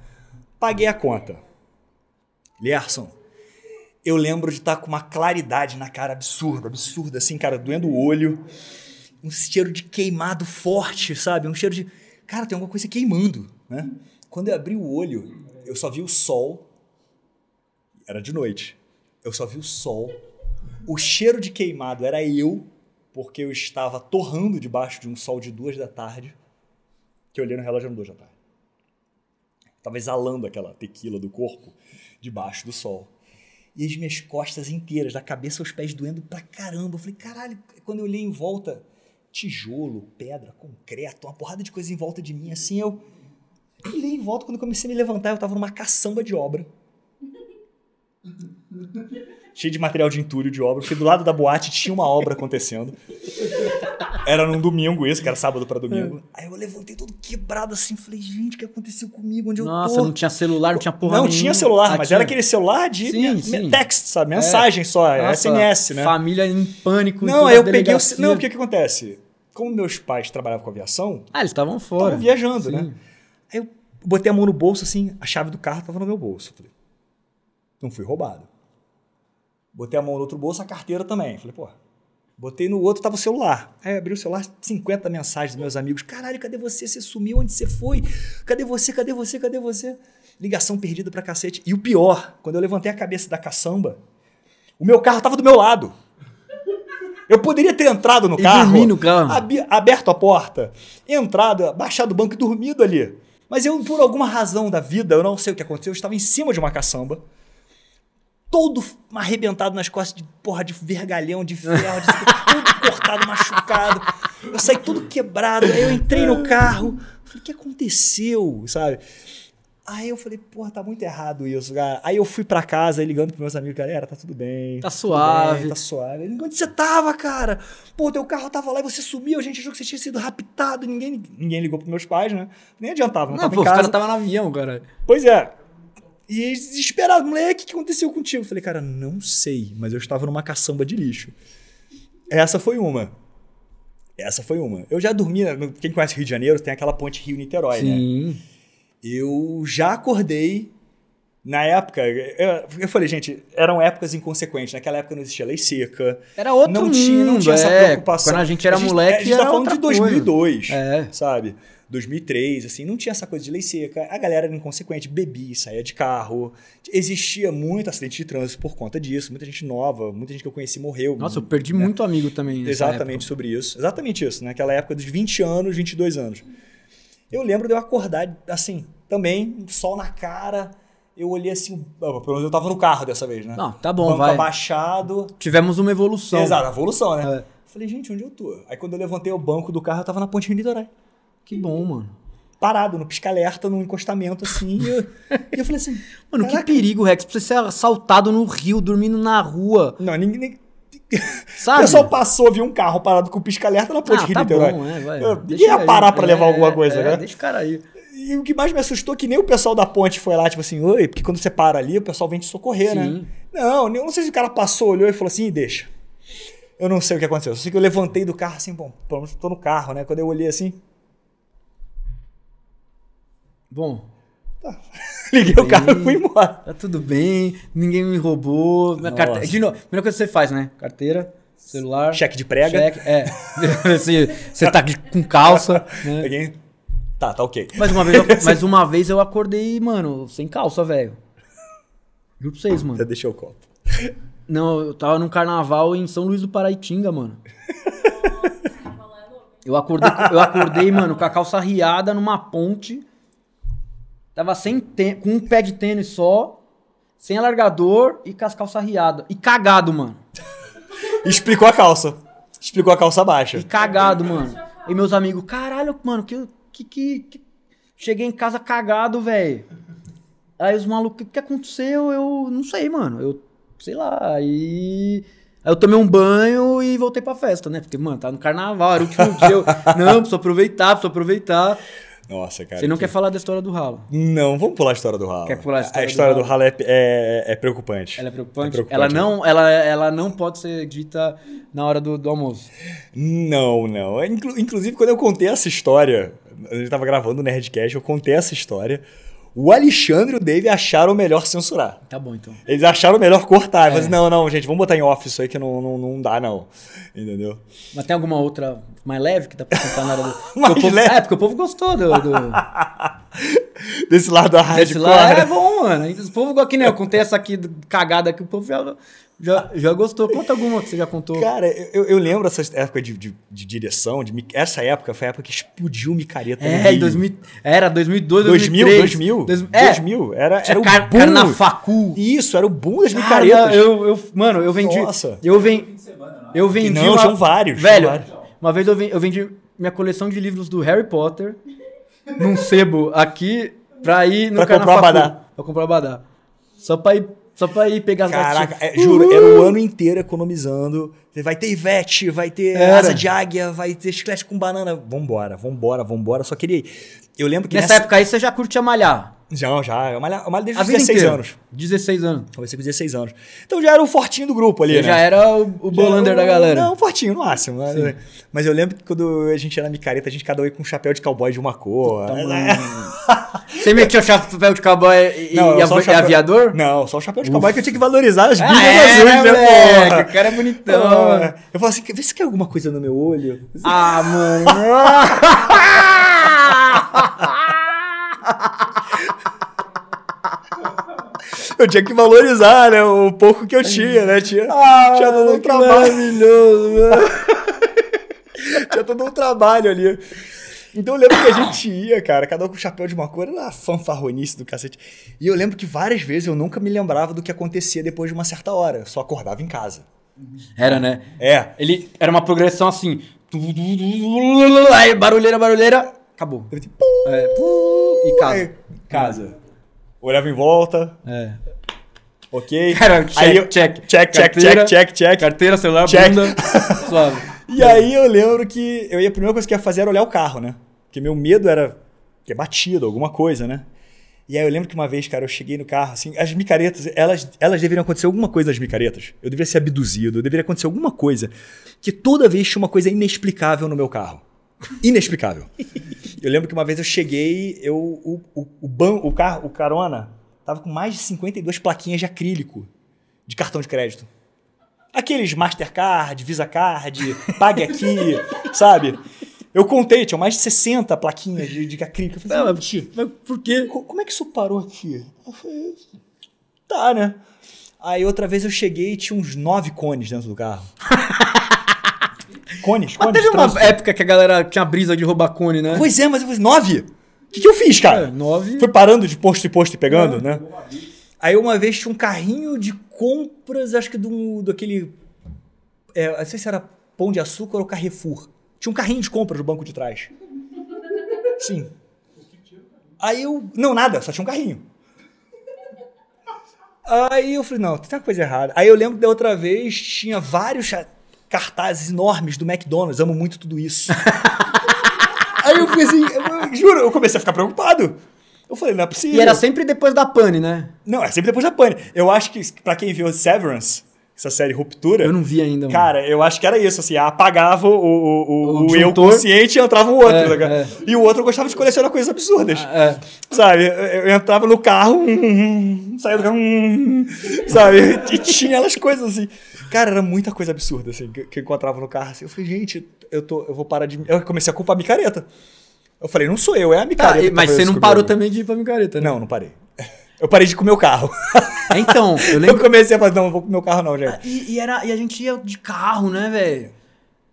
S2: Paguei a conta. Lerson, eu lembro de estar com uma claridade na cara absurda, absurda, assim, cara, doendo o olho. Um cheiro de queimado forte, sabe? Um cheiro de. Cara, tem alguma coisa queimando, né? Quando eu abri o olho, eu só vi o sol. Era de noite. Eu só vi o sol. O cheiro de queimado era eu, porque eu estava torrando debaixo de um sol de duas da tarde que eu olhei no relógio um eram duas da tarde. Tava exalando aquela tequila do corpo debaixo do sol. E as minhas costas inteiras, da cabeça aos pés doendo pra caramba. Eu falei, caralho, quando eu olhei em volta, tijolo, pedra, concreto, uma porrada de coisa em volta de mim, assim, eu olhei em volta, quando eu comecei a me levantar, eu tava numa caçamba de obra. Cheio de material de entulho de obra, porque do lado da boate tinha uma obra acontecendo. Era num domingo isso, que era sábado pra domingo.
S1: É.
S2: Aí eu levantei todo quebrado assim, falei, gente, o que aconteceu comigo? Onde eu
S1: Nossa,
S2: tô?
S1: não tinha celular, não tinha porra
S2: Não
S1: nenhuma.
S2: tinha celular,
S1: Ah,
S2: mas
S1: tinha.
S2: era aquele celular de
S1: Sim,
S2: me-
S1: sim.
S2: text, sabe? Mensagem só, é
S1: Nossa,
S2: SMS, né?
S1: Família em pânico. em
S2: Não,
S1: toda
S2: aí eu
S1: a
S2: peguei o. ce-
S1: delegacia.
S2: Não, porque o que acontece? Como meus pais trabalhavam com aviação,
S1: Ah, eles estavam fora.
S2: estavam viajando,
S1: Sim.
S2: né? Aí eu botei a mão no bolso, assim, a chave do carro tava no meu bolso. Falei, não fui roubado. Botei a mão no outro bolso, a carteira também. Falei, pô. Botei no outro, tava o celular. Aí eu abri o celular, 50 mensagens dos meus amigos. Caralho, cadê você? Você sumiu? Onde você foi? Cadê você? Cadê você? Cadê você? Ligação perdida pra cacete. E o pior, quando eu levantei a cabeça da caçamba, o meu carro tava do meu lado. Eu poderia ter entrado no
S1: E
S2: carro,
S1: dormir no carro.
S2: abi- aberto a porta, entrado, baixado o banco e dormido ali. Mas eu, por alguma razão da vida, eu não sei o que aconteceu, eu estava em cima de uma caçamba, todo f- arrebentado nas costas de porra de vergalhão, de ferro, de todo cortado, machucado. Eu saí todo quebrado, aí eu entrei no carro, falei, o que aconteceu, sabe? Aí eu falei, porra, tá muito errado isso, cara. Aí eu fui pra casa, aí ligando pros meus amigos, galera, tá tudo bem.
S1: Tá
S2: tudo
S1: suave.
S2: bem, tá suave. Ele, Onde você tava, cara? Pô, teu carro tava lá e você sumiu, a gente achou que você tinha sido raptado. Ninguém, ninguém ligou pros meus pais, né? Nem adiantava, não,
S1: Não,
S2: tava
S1: pô,
S2: em
S1: os
S2: casa.
S1: caras estavam no avião, cara.
S2: Pois é. E eles desesperados, moleque, o que aconteceu contigo? Eu falei, cara, não sei, mas eu estava numa caçamba de lixo. Essa foi uma. Essa foi uma. Eu já dormi, né, no- quem conhece Rio de Janeiro tem aquela ponte Rio-Niterói, né?
S1: Sim.
S2: Eu já acordei na época. Eu, eu falei, gente, eram épocas inconsequentes. Naquela época não existia lei seca.
S1: Era outro
S2: não
S1: mundo,
S2: tinha, não tinha essa
S1: é.
S2: preocupação.
S1: Quando a gente era
S2: A
S1: moleque,
S2: gente tá
S1: era
S2: falando de
S1: outra coisa.
S2: 2002,
S1: É.
S2: sabe? 2003, assim, não tinha essa coisa de lei seca. A galera era inconsequente, bebia, saía de carro. Existia muito acidente de trânsito por conta disso. Muita gente nova, muita gente que eu conheci morreu.
S1: Nossa, eu perdi muito amigo também. nessa
S2: né? Exatamente sobre isso. Exatamente isso, naquela época dos 20 anos, 22 anos. Eu lembro de eu acordar, assim, também, um sol na cara. Eu olhei assim, pelo menos eu tava no carro dessa vez, né?
S1: Não, tá bom,
S2: Banco
S1: vai.
S2: abaixado.
S1: época. Tivemos uma evolução.
S2: Exato, a evolução, né?
S1: É.
S2: Falei, gente, onde eu tô? Aí quando eu levantei o banco do carro, eu tava na ponte de Niterói.
S1: Que bom, mano.
S2: Parado, no pisca-alerta, num encostamento, assim.
S1: <laughs>
S2: e, eu, e eu falei assim,
S1: Mano,
S2: caraca,
S1: que perigo, Rex. Pra você ser assaltado no rio, dormindo na rua.
S2: Não, ninguém... ninguém... O
S1: Sabe?
S2: pessoal passou, viu um carro parado com pisca-alerta na ponte
S1: ah,
S2: de
S1: tá
S2: Niterói.
S1: bom, é, vai.
S2: Eu-
S1: Deixa
S2: ninguém ia
S1: ele aí.
S2: parar pra levar
S1: É,
S2: alguma coisa,
S1: é,
S2: né?
S1: Deixa o cara aí.
S2: E o que mais me assustou é que nem o pessoal da ponte foi lá, tipo assim, oi, porque quando você para ali, o pessoal vem te socorrer, né?
S1: Sim.
S2: Não, eu não sei se o cara passou, olhou e falou assim, "Ih, deixa. Eu não sei o que aconteceu. Eu sei que eu levantei do carro assim, bom, pelo menos tô no carro, né? Quando eu olhei assim,
S1: Bom,
S2: <laughs> Liguei o carro e fui embora.
S1: Tá tudo bem, ninguém me roubou. Minha
S2: Nossa.
S1: carteira, de novo, primeira coisa que você faz, né? Carteira, celular,
S2: Cheque de prega.
S1: cheque, é. <laughs> você, você tá de- com calça, né?
S2: Peguei. Tá, tá ok.
S1: Mas uma,
S2: <laughs>
S1: vez eu, mas uma vez eu acordei, mano, sem calça, velho. Juro pra vocês,
S2: Até
S1: mano.
S2: deixei o copo.
S1: Não, eu tava num carnaval em São Luís do Paraitinga, mano. Eu acordei, com- eu acordei, mano, com a calça riada numa ponte. Tava sem tê- com um pé de tênis só, sem alargador e com as calças riadas. E cagado, mano.
S2: Explicou a calça. Explicou a calça baixa.
S1: E cagado, mano. E meus amigos, caralho, mano, que. que, que, que- Cheguei em casa cagado, velho. Aí os malucos, o que, que aconteceu? Eu não sei, mano. Eu, sei lá, aí. Aí eu tomei um banho e voltei pra festa, né? Porque, mano, tá no carnaval, era o último dia.
S2: <laughs>
S1: Eu, não, preciso aproveitar, preciso aproveitar.
S2: Nossa, cara.
S1: Você não
S2: que-
S1: quer falar da história do ralo.
S2: Não, vamos pular a história do ralo.
S1: Quer pular a história do
S2: história do
S1: ralo?
S2: ralo é, é- é preocupante.
S1: Ela é preocupante?
S2: É preocupante,
S1: ela, não, ela, ela não pode ser dita na hora do, do almoço.
S2: Não, não. É, inclu- inclusive, quando eu contei essa história, a gente tava gravando o Nerdcast, eu contei essa história. O Alexandre e o Dave acharam melhor censurar.
S1: Tá bom, então.
S2: Eles acharam melhor
S1: É.
S2: cortar. Eu falei assim, não, não, gente, vamos botar em off isso aí que não, não, não dá, não. Entendeu?
S1: Mas tem alguma outra mais leve que dá pra contar na
S2: <laughs>
S1: hora do. Porque
S2: Mais
S1: o povo-
S2: leve?
S1: É, porque o povo gostou do.
S2: <laughs>
S1: do...
S2: Desse lado da rádio.
S1: Esse lá é bom, mano. O povo gosta que nem eu. Contei essa aqui do- cagada aqui, o povo já, já, já gostou. Conta alguma que você já contou.
S2: Cara, eu, eu lembro essa época de, de- de direção, de, mi- essa época foi a época que explodiu o micareta. no
S1: É,
S2: Rio.
S1: em 2000, era 2002,
S2: 2000,
S1: 2003.
S2: 2000,
S1: Dois-
S2: 2000,
S1: é,
S2: era, era
S1: Tinha
S2: o
S1: cara,
S2: boom.
S1: cara na facu.
S2: Isso, era o boom das
S1: Cara,
S2: micaretas.
S1: eu, eu, mano, eu vendi.
S2: Nossa.
S1: Eu, ven, eu vendi.
S2: Não,
S1: uma-
S2: são vários, são
S1: Velho,
S2: vários.
S1: uma vez eu vendi, eu vendi minha coleção de livros do Harry Potter num sebo aqui pra ir no
S2: Pra
S1: cara
S2: comprar
S1: na
S2: o
S1: facu-
S2: Abadá.
S1: Pra comprar o Abadá. Só pra ir, só pra ir pegar as
S2: Caraca,
S1: gatinhas.
S2: é, juro, era o ano inteiro economizando. Vai ter Ivete, vai ter
S1: Era.
S2: asa de águia, vai ter chiclete com banana. Vambora, vambora, vambora. Só queria ir. Eu lembro que
S1: Nessa
S2: nessa...
S1: época aí você já curtia malhar.
S2: Já, já. É Eu malhava, eu malhava desde
S1: A
S2: os
S1: vida
S2: 16
S1: inteira.
S2: anos.
S1: 16 anos.
S2: Comecei com 16 anos. Então já era o fortinho do grupo ali,
S1: Você
S2: né?
S1: já era o, o
S2: Já
S1: bolander
S2: era
S1: da
S2: o-
S1: galera.
S2: Não, fortinho, no máximo. Mas, mas eu lembro que quando a gente era micareta, a gente cada um ia com um chapéu de cowboy de uma cor. É,
S1: Tá,
S2: <laughs>
S1: mano. Você metia o chapéu de cowboy e, e
S2: só
S1: avo-
S2: o
S1: e
S2: chapéu-
S1: aviador?
S2: Não, só o chapéu de cowboy que eu tinha que valorizar as
S1: Ah,
S2: bichas
S1: é,
S2: azuis, né,
S1: moleque,
S2: porra?
S1: o cara é bonitão.
S2: Ah,
S1: mano.
S2: eu falo assim, vê se quer alguma coisa no meu olho.
S1: Ah, mano.
S2: Eu tinha que valorizar, né, o pouco que eu tinha, né? Tinha, tinha todo
S1: <laughs>
S2: um
S1: que
S2: trabalho,
S1: Ah, maravilhoso, mano.
S2: tinha todo um trabalho ali. Então eu lembro que a gente ia, cara, cada um com o chapéu de uma cor, era uma fanfarronice do cacete. E eu lembro que várias vezes eu nunca me lembrava do que acontecia depois de uma certa hora. Eu só acordava em casa.
S1: Era, né?
S2: É.
S1: Ele era uma progressão assim. Aí, barulheira, barulheira. Acabou.
S2: Eu tipo, pum,
S1: É, pum, e
S2: aí,
S1: casa.
S2: casa. Olhava em volta,
S1: É.
S2: ok.
S1: <laughs> Cara, check,
S2: Aí eu-
S1: check.
S2: check, check,
S1: Carteira.
S2: check, check, check.
S1: É. Carteira, celular, <laughs>
S2: Check.
S1: bunda. Suave.
S2: E aí eu lembro que eu ia, a primeira coisa que eu ia fazer era olhar o carro, né? Porque meu medo era ter batido, alguma coisa, né? E aí eu lembro que uma vez, cara, eu cheguei no carro, assim, as micaretas, elas, elas deveriam acontecer alguma coisa nas micaretas. Eu deveria ser abduzido, eu deveria acontecer alguma coisa. Que toda vez tinha uma coisa inexplicável no meu carro.
S1: <laughs>
S2: Inexplicável. eu lembro que uma vez eu cheguei, eu, o, o, o, ban, o carro, o carona, tava com mais de 52 plaquinhas de acrílico de cartão de crédito. Aqueles Mastercard, Visa
S1: <laughs>
S2: Card, Pague Aqui, sabe? Eu contei, tinha mais de 60 plaquinhas de, de acrílico. Eu falei, assim,
S1: Não,
S2: "Gente,
S1: É, Mas por quê?
S2: co- como é que isso parou aqui? Eu falei, tá, né? Aí outra vez eu cheguei e tinha uns nove cones dentro do <laughs> carro. cones, cones.
S1: Mas teve
S2: de
S1: uma
S2: trânsito.
S1: época que a galera tinha brisa de roubar cone, né?
S2: Pois é, mas eu falei, nove? O que, que eu fiz, cara?
S1: É, nove.
S2: Foi parando de posto em posto e pegando, né? Aí uma vez tinha um carrinho de compras, acho que do, daquele. É, não sei se era Pão de Açúcar ou Carrefour. Tinha um carrinho de compras no banco de trás. Sim. Aí eu. Não, nada, só tinha um carrinho. Aí eu falei, não, tem uma coisa errada. Aí eu lembro que da outra vez tinha vários cha- cartazes enormes do McDonald's, amo muito
S1: <laughs>
S2: tudo isso. Aí eu fui assim, eu- eu juro, eu comecei a ficar preocupado. Eu falei, não é possível.
S1: E era sempre depois da pane, né?
S2: Não, é sempre depois da pane. Eu acho que, pra quem viu Severance, essa série Ruptura.
S1: Eu não vi ainda, mano.
S2: Cara, eu acho que era isso, assim, apagava o, o, o,
S1: Hum. O
S2: o eu
S1: disjuntor.
S2: consciente e entrava o outro,
S1: É,
S2: saca?
S1: é.
S2: E o outro gostava de colecionar coisas absurdas,
S1: É.
S2: sabe? Eu, eu entrava no carro, hum, hum, hum, saía do carro, hum, hum, sabe? E tinha elas coisas assim. Cara, era muita coisa absurda, assim, que, que eu encontrava no carro, assim. Eu falei, gente, eu, tô, eu vou parar de... Eu comecei a culpar a micareta. Eu falei, não sou eu, é a
S1: Tá,
S2: micareta. que tá
S1: mas
S2: fazendo
S1: você
S2: isso
S1: não
S2: comigo.
S1: parou também de ir pra micareta, né?
S2: Não, não parei. <laughs> Eu parei de comer o carro.
S1: É, Então, eu
S2: <laughs> Eu
S1: <laughs> lembro.
S2: comecei a falar, não, não vou comer o carro não, gente.
S1: E, e era, e a gente ia de carro, né, velho?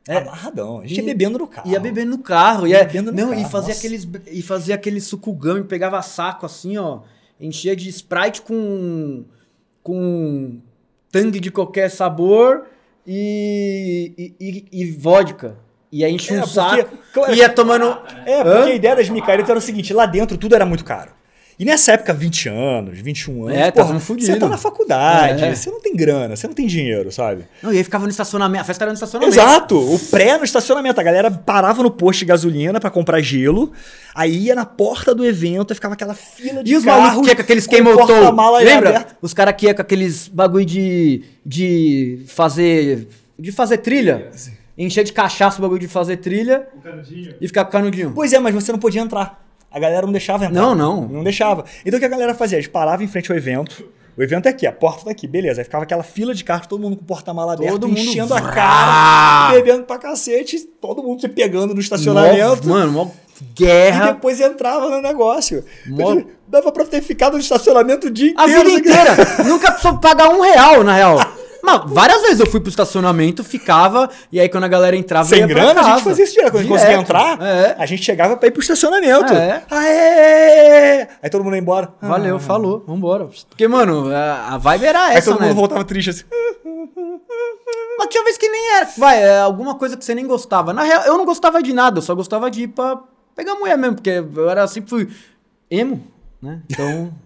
S1: É.
S2: Amarradão, a gente ia
S1: E-
S2: bebendo no carro.
S1: Ia bebendo no carro. Ia,
S2: Bebendo no
S1: não, e
S2: carro,
S1: fazia
S2: nossa.
S1: aqueles e fazia aquele sucugame, pegava saco assim, ó, enchia de Sprite com com tangue de qualquer sabor e e, e- e vodka. E aí enchia
S2: É,
S1: um
S2: porque-
S1: saco
S2: claro.
S1: e ia tomando
S2: É, porque
S1: Hã?
S2: a ideia das micaretas era o seguinte, lá dentro tudo era muito caro. E nessa época, 20 anos, 21 anos,
S1: É,
S2: porra,
S1: tava um fudido.
S2: você tá na faculdade,
S1: É.
S2: você não tem grana, você não tem dinheiro, sabe?
S1: Não, e aí ficava no estacionamento, a festa era no estacionamento.
S2: Exato, o pré no estacionamento, a galera parava no posto de gasolina pra comprar gelo, aí ia na porta do evento e ficava aquela fila Tá de
S1: E os
S2: carros
S1: malucos que ia com aqueles
S2: com
S1: camel toe,
S2: porta-mala
S1: lembra?
S2: aberto.
S1: Os caras que ia com aqueles bagulho de de fazer de fazer trilha. Encher de cachaça o bagulho de fazer trilha
S4: O canudinho.
S1: e ficar com o canudinho.
S2: Pois é, mas você não podia entrar. A galera não deixava entrar.
S1: Não, não.
S2: Não deixava. Então o que a galera fazia? Eles paravam em frente ao evento. O evento é aqui, a porta tá aqui, beleza. Aí ficava aquela fila de carros, todo mundo com o porta-mala aberto,
S1: Todo mundo
S2: enchendo a
S1: vrá.
S2: cara, bebendo pra cacete, todo mundo se pegando no estacionamento.
S1: Mó- mano, mó
S2: E
S1: guerra.
S2: depois entrava no negócio.
S1: Mó-
S2: Dava pra ter ficado no estacionamento o dia
S1: A vida
S2: inteiro. né?
S1: inteira. <laughs> Nunca precisou pagar um real, na real. Mas várias vezes eu fui pro estacionamento, ficava, e aí quando a galera entrava, eu
S2: Sem
S1: ia pra
S2: grana, a gente
S1: casa.
S2: fazia isso direto. Quando a gente
S1: Direto.
S2: conseguia entrar,
S1: É.
S2: a gente chegava pra ir pro estacionamento.
S1: É.
S2: Aê! Aí todo mundo ia embora.
S1: Valeu, falou, vambora. Porque, mano, a, a vibe era
S2: Ah. Aí
S1: essa,
S2: todo
S1: né?
S2: mundo voltava triste assim.
S1: Mas tinha vez que nem era. Vai, é alguma coisa que você nem gostava. Na real, eu não gostava de nada, eu só gostava de ir pra pegar mulher mesmo, porque eu era sempre fui emo, né? Então,
S2: <laughs>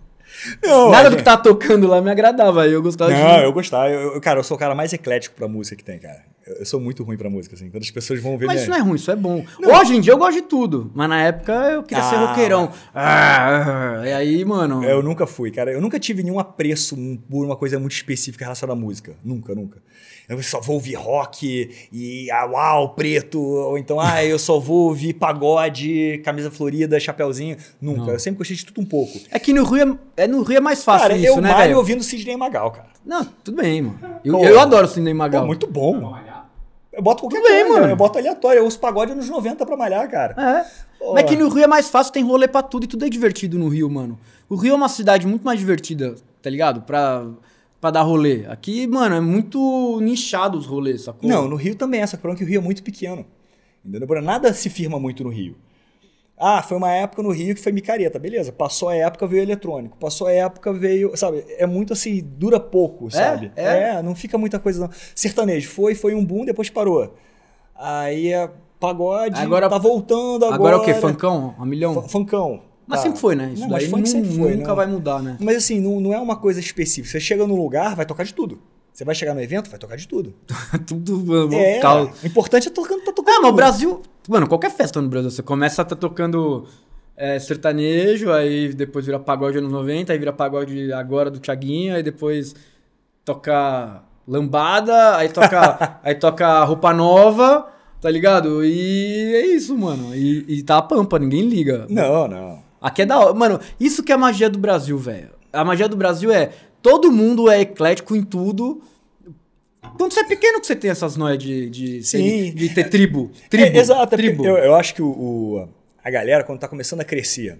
S2: Não,
S1: nada
S2: a
S1: do que tá tava tocando lá me agradava, aí eu gostava de...
S2: é. Não, eu gostava. Eu, eu- cara, eu sou o cara mais eclético pra música que tem, cara. Eu, eu sou muito ruim pra música, assim. Quando as pessoas vão ver.
S1: Mas
S2: minha-
S1: isso não é ruim, isso é bom. Hoje em dia eu gosto de tudo, mas na época eu queria ser
S2: Ah.
S1: roqueirão. Ah, ah, e aí, mano.
S2: É, Eu nunca fui, cara. Eu nunca tive nenhum apreço um- por uma coisa muito específica relacionada à música. Nunca, nunca. Eu só vou ouvir rock e ah, uau, preto. Ou então, ah, eu só vou ouvir pagode, camisa florida, chapéuzinho. Nunca. Eu sempre gostei de tudo um pouco.
S1: É que no Rio é, é- no Rio é mais fácil
S2: cara,
S1: isso,
S2: eu
S1: né,
S2: malho
S1: velho?
S2: ouvindo Sidney Magal, cara.
S1: Não, tudo bem, mano. Eu,
S2: Pô.
S1: eu adoro o Sidney Magal.
S2: Pô, muito bom. Eu boto qualquer
S1: Tudo bem,
S2: coisa,
S1: mano.
S2: Eu boto aleatório. Eu uso pagode nos 90 pra malhar, cara.
S1: É.
S2: Pô.
S1: Mas que no Rio é mais fácil, tem rolê pra tudo e tudo é divertido no Rio, mano. O Rio é uma cidade muito mais divertida, tá ligado? Pra, pra dar rolê. Aqui, mano, é muito nichado os rolês, sacou?
S2: Não, no Rio também é, só que o problema é que o Rio é muito pequeno. Entendeu? Porém, Nada se firma muito no Rio. Ah, foi uma época no Rio que foi micareta, beleza. Passou a época, veio eletrônico. Passou a época, veio. Sabe? É muito assim, dura pouco, sabe?
S1: é.
S2: não fica muita coisa não. Sertanejo foi, foi um boom, depois parou. Aí é pagode,
S1: Agora-
S2: tá voltando agora.
S1: Agora, é o quê? Funkão? A milhão?
S2: F- Funkão.
S1: Mas
S2: Tá.
S1: sempre foi, né? Isso
S2: Não, mas
S1: daí
S2: funk
S1: nu-
S2: sempre foi,
S1: nunca
S2: não.
S1: vai mudar, né?
S2: Mas assim, não, não é uma coisa específica. Você chega num lugar, vai tocar de tudo. Você vai chegar no evento, vai tocar de <laughs> tudo.
S1: tudo, mano,
S2: É,
S1: caos.
S2: o importante é tocando, tá tocando.
S1: Ah, mas o
S2: tudo.
S1: Brasil. Mano, qualquer festa no Brasil, você começa a tá tocando é, sertanejo, aí depois vira pagode anos 90, aí vira pagode agora do Thiaguinho, aí depois toca lambada, aí toca, aí toca roupa nova, tá ligado? E é isso, mano. E, e tá a pampa, ninguém liga.
S2: Não, não.
S1: Aqui é da hora. Mano, isso que é a magia do Brasil, velho. A magia do Brasil é todo mundo é eclético em tudo. Quando você é pequeno que você tem essas noias de, de, ser-
S2: Sim.
S1: de ter tribo. Tribo.
S2: É, exato, é porque
S1: tribo.
S2: Eu, eu acho que o, o- a galera, quando tá começando a crescer,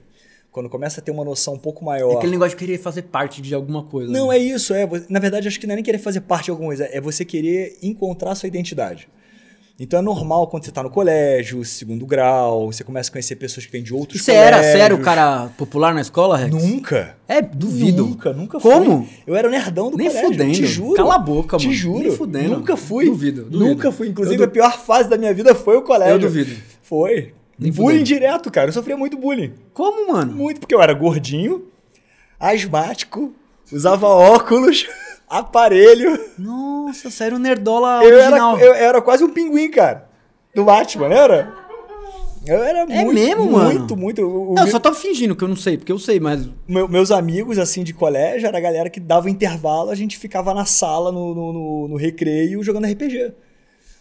S2: quando começa a ter uma noção um pouco
S1: É
S2: maior.
S1: aquele negócio de querer fazer parte de alguma coisa.
S2: Não,
S1: né?
S2: é isso. É, vo- na verdade, acho que não é nem querer fazer parte de alguma coisa, é você querer encontrar sua identidade. Então é normal quando você tá no colégio, segundo grau, você começa a conhecer pessoas que vêm de outros
S1: Você era,
S2: colégios.
S1: você era o cara popular na escola, Rex?
S2: Nunca.
S1: É, duvido.
S2: Nunca, nunca
S1: Como?
S2: fui. Eu era o nerdão do
S1: Nem
S2: colégio,
S1: fudendo.
S2: te juro.
S1: Cala a boca,
S2: Te
S1: mano.
S2: juro.
S1: Nem fudendo.
S2: Nunca fui.
S1: Duvido, duvido.
S2: Nunca fui. Inclusive,
S1: Eu du-
S2: a pior fase da minha vida foi o colégio.
S1: Eu duvido.
S2: Foi.
S1: Nem
S2: bullying
S1: fudendo.
S2: direto, cara. Eu sofria muito bullying.
S1: Como, mano?
S2: Muito, porque eu era gordinho, asmático, usava óculos, <laughs> aparelho.
S1: Nossa, você era um nerdola
S2: Eu era,
S1: original.
S2: eu era quase um pinguim, cara. Do Batman, não era? Eu era
S1: É
S2: muito,
S1: mesmo,
S2: muito,
S1: mano?
S2: muito, muito. o- o
S1: Não, eu
S2: meu-
S1: só tô fingindo que eu não sei, porque eu sei, mas.
S2: meu- meus amigos, assim, de colégio, era a galera que dava intervalo, a gente ficava na sala, no, no, no- no recreio, jogando RPG.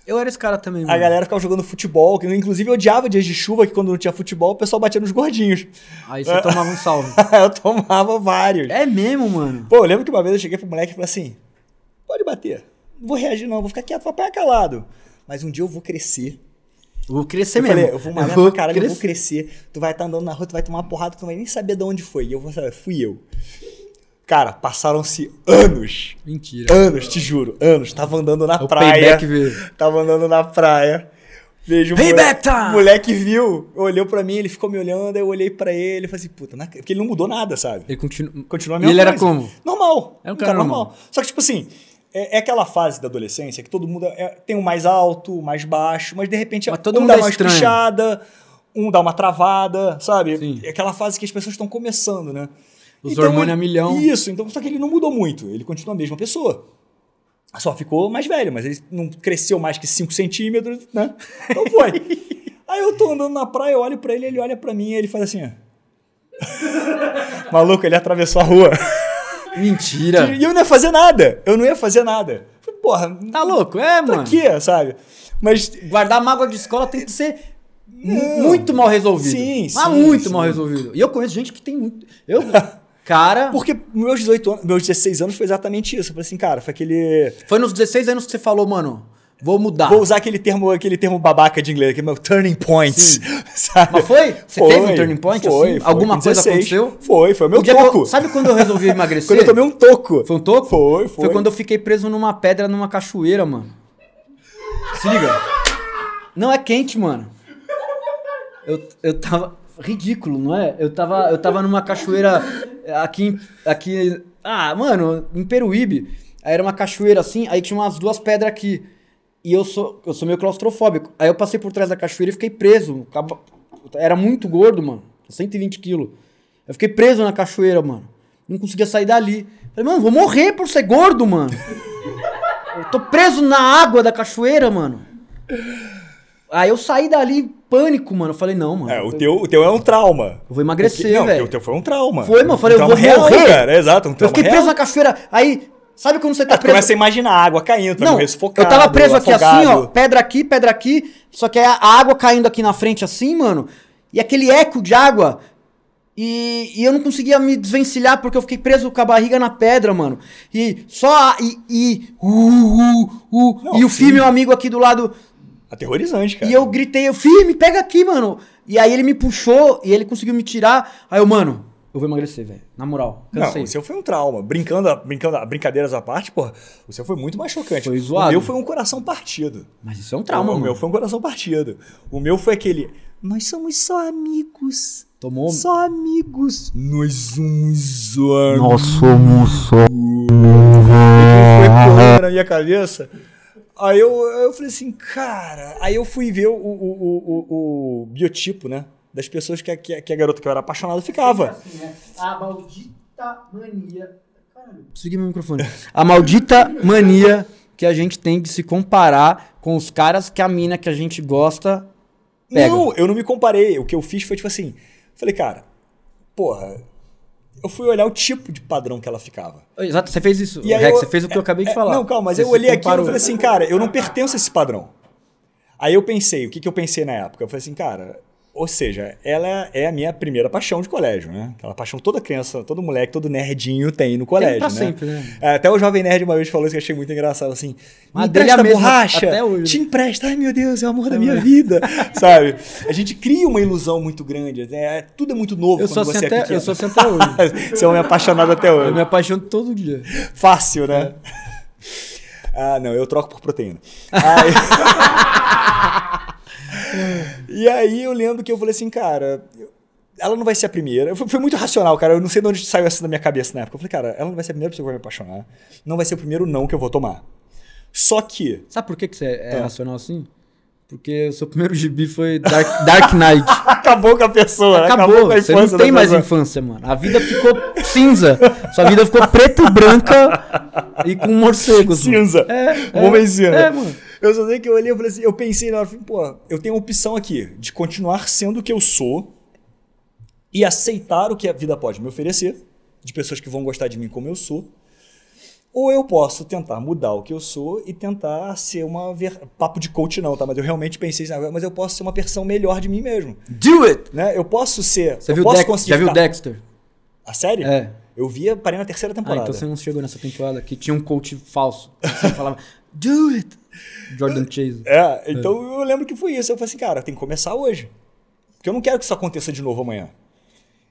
S1: Eu era esse cara também, mano.
S2: A galera ficava jogando futebol, que eu, inclusive eu odiava dias de chuva, que quando não tinha futebol, o pessoal batia nos gordinhos. <laughs>
S1: Aí você tomava um salve.
S2: eu tomava vários.
S1: É mesmo, mano.
S2: Pô, eu lembro que uma vez eu cheguei pro moleque e falei assim: pode bater, não vou reagir não, vou ficar quieto, vou apanhar calado. Mas um dia eu vou crescer.
S1: Eu vou crescer
S2: eu
S1: mesmo.
S2: falei, É eu vou malhar pra caralho, eu vou crescer. Tu vai estar andando na rua, tu vai tomar uma porrada, tu não vai nem saber de onde foi. E eu vou saber, fui eu. Cara, passaram-se anos.
S1: Mentira.
S2: Anos, te juro, anos. Tava andando na
S1: É o
S2: praia.
S1: payback veio.
S2: Tava andando na praia. Vejo o
S1: Payback
S2: moleque,
S1: time!
S2: moleque viu, olhou pra mim, ele ficou me olhando, aí eu olhei pra ele, falei assim, puta, na- porque ele não mudou nada, sabe?
S1: Ele continua.
S2: Continua
S1: E
S2: a mesma
S1: ele era
S2: coisa.
S1: como?
S2: Normal.
S1: Era um cara normal.
S2: Só que, tipo assim, é, é aquela fase da adolescência que todo mundo é- tem o mais alto, o mais baixo, mas de repente
S1: Mas todo
S2: um
S1: mundo
S2: dá
S1: é
S2: uma
S1: estranho.
S2: espichada, um dá uma travada, sabe?
S1: Sim.
S2: É aquela fase que as pessoas estão começando, né?
S1: Os hormônios
S2: ele-
S1: a milhão.
S2: Isso, então só que ele não mudou muito, ele continua a mesma pessoa. Só ficou mais velho, mas ele não cresceu mais que 5 centímetros, né? Então foi.
S1: <laughs>
S2: Aí eu tô andando na praia, eu olho pra ele, ele olha pra mim e ele faz assim, ó. <laughs> Maluco, ele atravessou
S1: <laughs>
S2: a rua.
S1: Mentira.
S2: <laughs> E eu não ia fazer nada. Eu não ia fazer nada. Falei, Porra,
S1: Tá louco? É,
S2: pra
S1: mano.
S2: quê, sabe? Mas
S1: Guardar mágoa de escola tem que ser mu- muito mal resolvido.
S2: Sim,
S1: Mas
S2: sim,
S1: muito
S2: sim.
S1: mal resolvido. E eu conheço gente que tem muito.
S2: <laughs>
S1: Eu. Cara.
S2: porque meus 18 anos, meus 16 anos foi exatamente isso. Eu falei assim, cara, foi aquele.
S1: Foi nos 16 anos que você falou, mano, vou mudar.
S2: Vou usar aquele termo, aquele termo babaca de inglês, que é meu turning
S1: Sim.
S2: points. <laughs> Sabe?
S1: Mas foi? Você teve um turning point
S2: Foi,
S1: assim?
S2: foi,
S1: Alguma
S2: com
S1: coisa
S2: 16.
S1: aconteceu?
S2: Foi, foi o meu
S1: O dia que eu-
S2: toco.
S1: sabe quando eu resolvi emagrecer?
S2: <laughs> Quando eu tomei um toco.
S1: Foi um toco?
S2: Foi, foi.
S1: Foi quando eu fiquei preso numa pedra numa cachoeira, mano. Se liga. Não é quente, mano. Eu, eu tava. Ridículo, não é? Eu tava, eu tava numa cachoeira aqui. em- aqui ah, mano, em Peruíbe. Aí era uma cachoeira assim, aí tinha umas duas pedras aqui. E eu sou, eu sou meio claustrofóbico. Aí eu passei por trás da cachoeira e fiquei preso. Acaba- Era muito gordo, mano. 120 quilos. Eu fiquei preso na cachoeira, mano. Não conseguia sair dali. Falei, mano, vou morrer por ser gordo, mano. Eu tô preso na água da cachoeira, mano. Aí eu saí dali em pânico, mano. Eu falei, não, mano.
S2: É, o teu, o teu é um trauma.
S1: Eu vou
S2: Porque-
S1: emagrecer,
S2: não,
S1: velho.
S2: o teu foi um trauma.
S1: Foi, mano, eu falei,
S2: um
S1: eu
S2: trauma
S1: vou
S2: real,
S1: morrer.
S2: cara. é Exato, um
S1: Eu
S2: trauma
S1: fiquei
S2: real.
S1: preso na cachoeira. Aí, sabe quando você tá
S2: Ah, tu
S1: preso?
S2: começa a imaginar a água caindo, tu vai
S1: Não,
S2: morrer sufocado,
S1: eu tava preso aqui assim, ó,
S2: afogado.
S1: pedra aqui, pedra aqui, só que aí a água caindo aqui na frente assim, mano, e aquele eco de água, e, e eu não conseguia me desvencilhar porque eu fiquei preso com a barriga na pedra, mano, e só, a- e, e, uh, uh, uh,
S2: Não,
S1: e o Fih,
S2: sim.
S1: meu amigo aqui do lado,
S2: Aterrorizante, cara.
S1: e eu gritei, eu, Fih, me pega aqui, mano, e aí ele me puxou, e ele conseguiu me tirar, aí eu, mano, eu vou emagrecer, velho, na moral,
S2: Não,
S1: cansei.
S2: o seu foi um trauma. Brincando, brincando, brincadeiras à parte, porra, o seu foi muito mais chocante.
S1: Foi zoado.
S2: O meu foi um coração partido.
S1: Mas isso é um trauma,
S2: o
S1: mano,
S2: meu foi um coração partido. O meu foi aquele. Nós somos só amigos.
S1: tomou...
S2: Só amigos. Nós somos só amigos.
S1: somos só...
S2: foi correndo na minha cabeça. Aí eu, eu falei assim, cara. Aí eu fui ver o, o, o, o- o biotipo, né? Das pessoas que, a- que, a- que a garota que eu era apaixonado ficava.
S3: Assim, né? A maldita mania. Caralho.
S1: Segui meu microfone. A maldita mania que a gente tem de se comparar com os caras que a mina que a gente gosta pega.
S2: Não, eu não me comparei. O que eu fiz foi tipo assim. Falei, cara, porra. Eu fui olhar o tipo de padrão que ela ficava.
S1: Exato, você fez isso.
S2: E aí
S1: Rex,
S2: eu-
S1: você fez o que eu acabei de
S2: É,
S1: falar.
S2: Não, calma, mas
S1: Você
S2: eu
S1: se
S2: olhei aqui e
S1: comparou.
S2: falei assim, cara, eu não pertenço a esse padrão. Aí eu pensei, o que, que eu pensei na época? Eu falei assim, cara, ou seja, ela é a minha primeira paixão de colégio, né? Aquela paixão que toda criança, todo moleque, todo nerdinho tem no colégio,
S1: pra
S2: né?
S1: sempre, né?
S2: É, Até o Jovem Nerd uma vez falou isso que eu achei muito engraçado, assim, me
S1: Mas dele
S2: empresta
S1: é mesmo,
S2: borracha,
S1: até hoje.
S2: te empresta, ai meu Deus, é o amor da minha
S1: <laughs>
S2: vida, sabe? A gente cria uma ilusão muito grande, né? tudo é muito novo
S1: Eu sou
S2: quando
S1: assim
S2: você é
S1: até,
S2: pequeno.
S1: eu sou assim até hoje.
S2: <laughs> Você é um homem apaixonado até hoje.
S1: Eu me apaixono todo dia.
S2: Fácil, né? <laughs> Ah, não, eu troco por proteína. Aí- <laughs> e aí eu lembro que eu falei assim, cara, eu- ela não vai ser a primeira. Eu fui, fui muito racional, cara. Eu não sei de onde saiu essa da minha cabeça na época. Eu falei, cara, ela não vai ser a primeira pessoa que vai me apaixonar. Não vai ser o primeiro não que eu vou tomar. Só que.
S1: Sabe por que, que você é
S2: Ah.
S1: racional assim? Porque o seu primeiro gibi foi Dark, Dark Knight.
S2: Acabou com a pessoa.
S1: Acabou,
S2: com a
S1: você não
S2: infância né?
S1: tem
S2: da
S1: mais
S2: pessoa.
S1: infância, mano. A vida ficou cinza. Sua vida ficou preto e branca e com morcegos. mano.
S2: Cinza.
S1: É,
S2: Um homem cinza.
S1: É, mano.
S2: Eu só sei que eu olhei e falei assim, eu pensei na hora, falei, pô, eu tenho a opção aqui de continuar sendo o que eu sou e aceitar o que a vida pode me oferecer, de pessoas que vão gostar de mim como eu sou, ou eu posso tentar mudar o que eu sou e tentar ser uma ver... papo de coach não, tá? Mas eu realmente pensei assim, ah, mas eu posso ser uma versão melhor de mim mesmo,
S1: Do it!
S2: né? Eu posso ser,
S1: Você
S2: eu
S1: viu
S2: posso
S1: Dex-
S2: conseguir
S1: já viu
S2: ficar-
S1: Dexter?
S2: A série?
S1: É.
S2: Eu via, parei na terceira
S1: Ah,
S2: temporada.
S1: então você não chegou nessa temporada que tinha um coach falso. Você falava, do it! Jordan Chase.
S2: É, então eu lembro que foi isso. Eu falei assim, cara, tem que começar hoje. Porque eu não quero que isso aconteça de novo amanhã.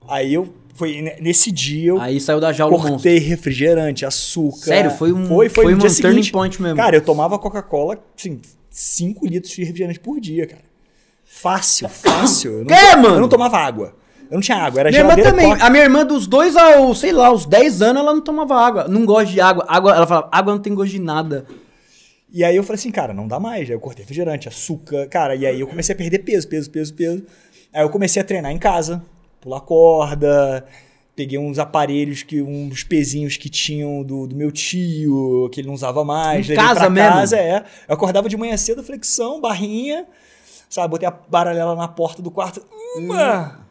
S2: Aí eu. Foi ne- nesse dia eu
S1: Aí saiu da jaula o monstro.
S2: cortei refrigerante, açúcar.
S1: Sério, foi um-
S2: Foi, foi,
S1: foi
S2: no
S1: um
S2: dia
S1: turning
S2: seguinte.
S1: point mesmo.
S2: Cara, eu tomava Coca-Cola, assim, 5 litros de refrigerante por dia, cara. Fácil, fácil. Eu não,
S1: É, mano?
S2: Eu não tomava água. Eu não tinha água, era
S1: Minha irmã
S2: geladeira
S1: também.
S2: Coca.
S1: A minha irmã, dos dois aos, sei lá, aos 10 anos, ela não tomava água. Não gosta de água. água ela falava, água não tem gosto de nada.
S2: E aí eu falei assim, cara, não dá mais. Aí eu cortei refrigerante, açúcar, cara. E aí eu comecei a perder peso, peso, peso, peso. Aí eu comecei a treinar em casa, pular corda, peguei uns aparelhos, que uns pezinhos que tinham do, do meu tio, que ele não usava mais.
S1: Em casa mesmo?
S2: casa, é. Eu acordava de manhã cedo, flexão, barrinha, sabe? Botei a baralhela na porta do quarto.
S1: Hum.
S2: Uma!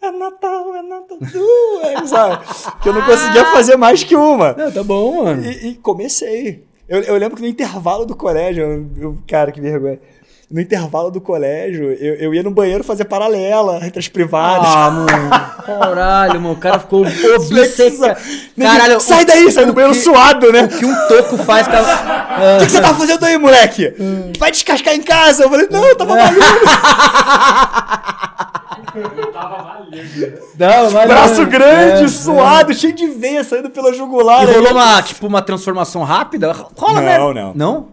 S2: É Natal, é Natal, duas, sabe? Que eu
S1: Ah!
S2: não conseguia fazer mais que uma.
S1: Não, tá bom, mano.
S2: E, e comecei. Eu, eu lembro que no intervalo do colégio, eu- eu- cara, que vergonha. No intervalo do colégio, eu, eu ia no banheiro fazer paralela entre as privadas. <laughs>
S1: Ah, mano. Caralho, mano. O cara ficou
S2: Flexa-
S1: obcecado.
S2: Ninguém-
S1: Caralho.
S2: sai
S1: o-
S2: daí, sai do
S1: o
S2: banheiro
S1: que-
S2: suado, né?
S1: O que um toco faz com a... Ah,
S2: O que,
S1: <laughs>
S2: que você tá fazendo aí, moleque?
S1: Hum.
S2: Vai descascar em casa. Eu falei, não, eu tava
S1: <laughs>
S2: maluco.
S4: Eu tava valendo.
S1: Não, vai
S2: Braço
S1: não.
S2: grande,
S1: É.
S2: suado, cheio de veia saindo pela jugular.
S1: E
S2: né?
S1: rolou uma, tipo, uma transformação rápida? Rola,
S2: Não,
S1: né?
S2: não.
S1: Não?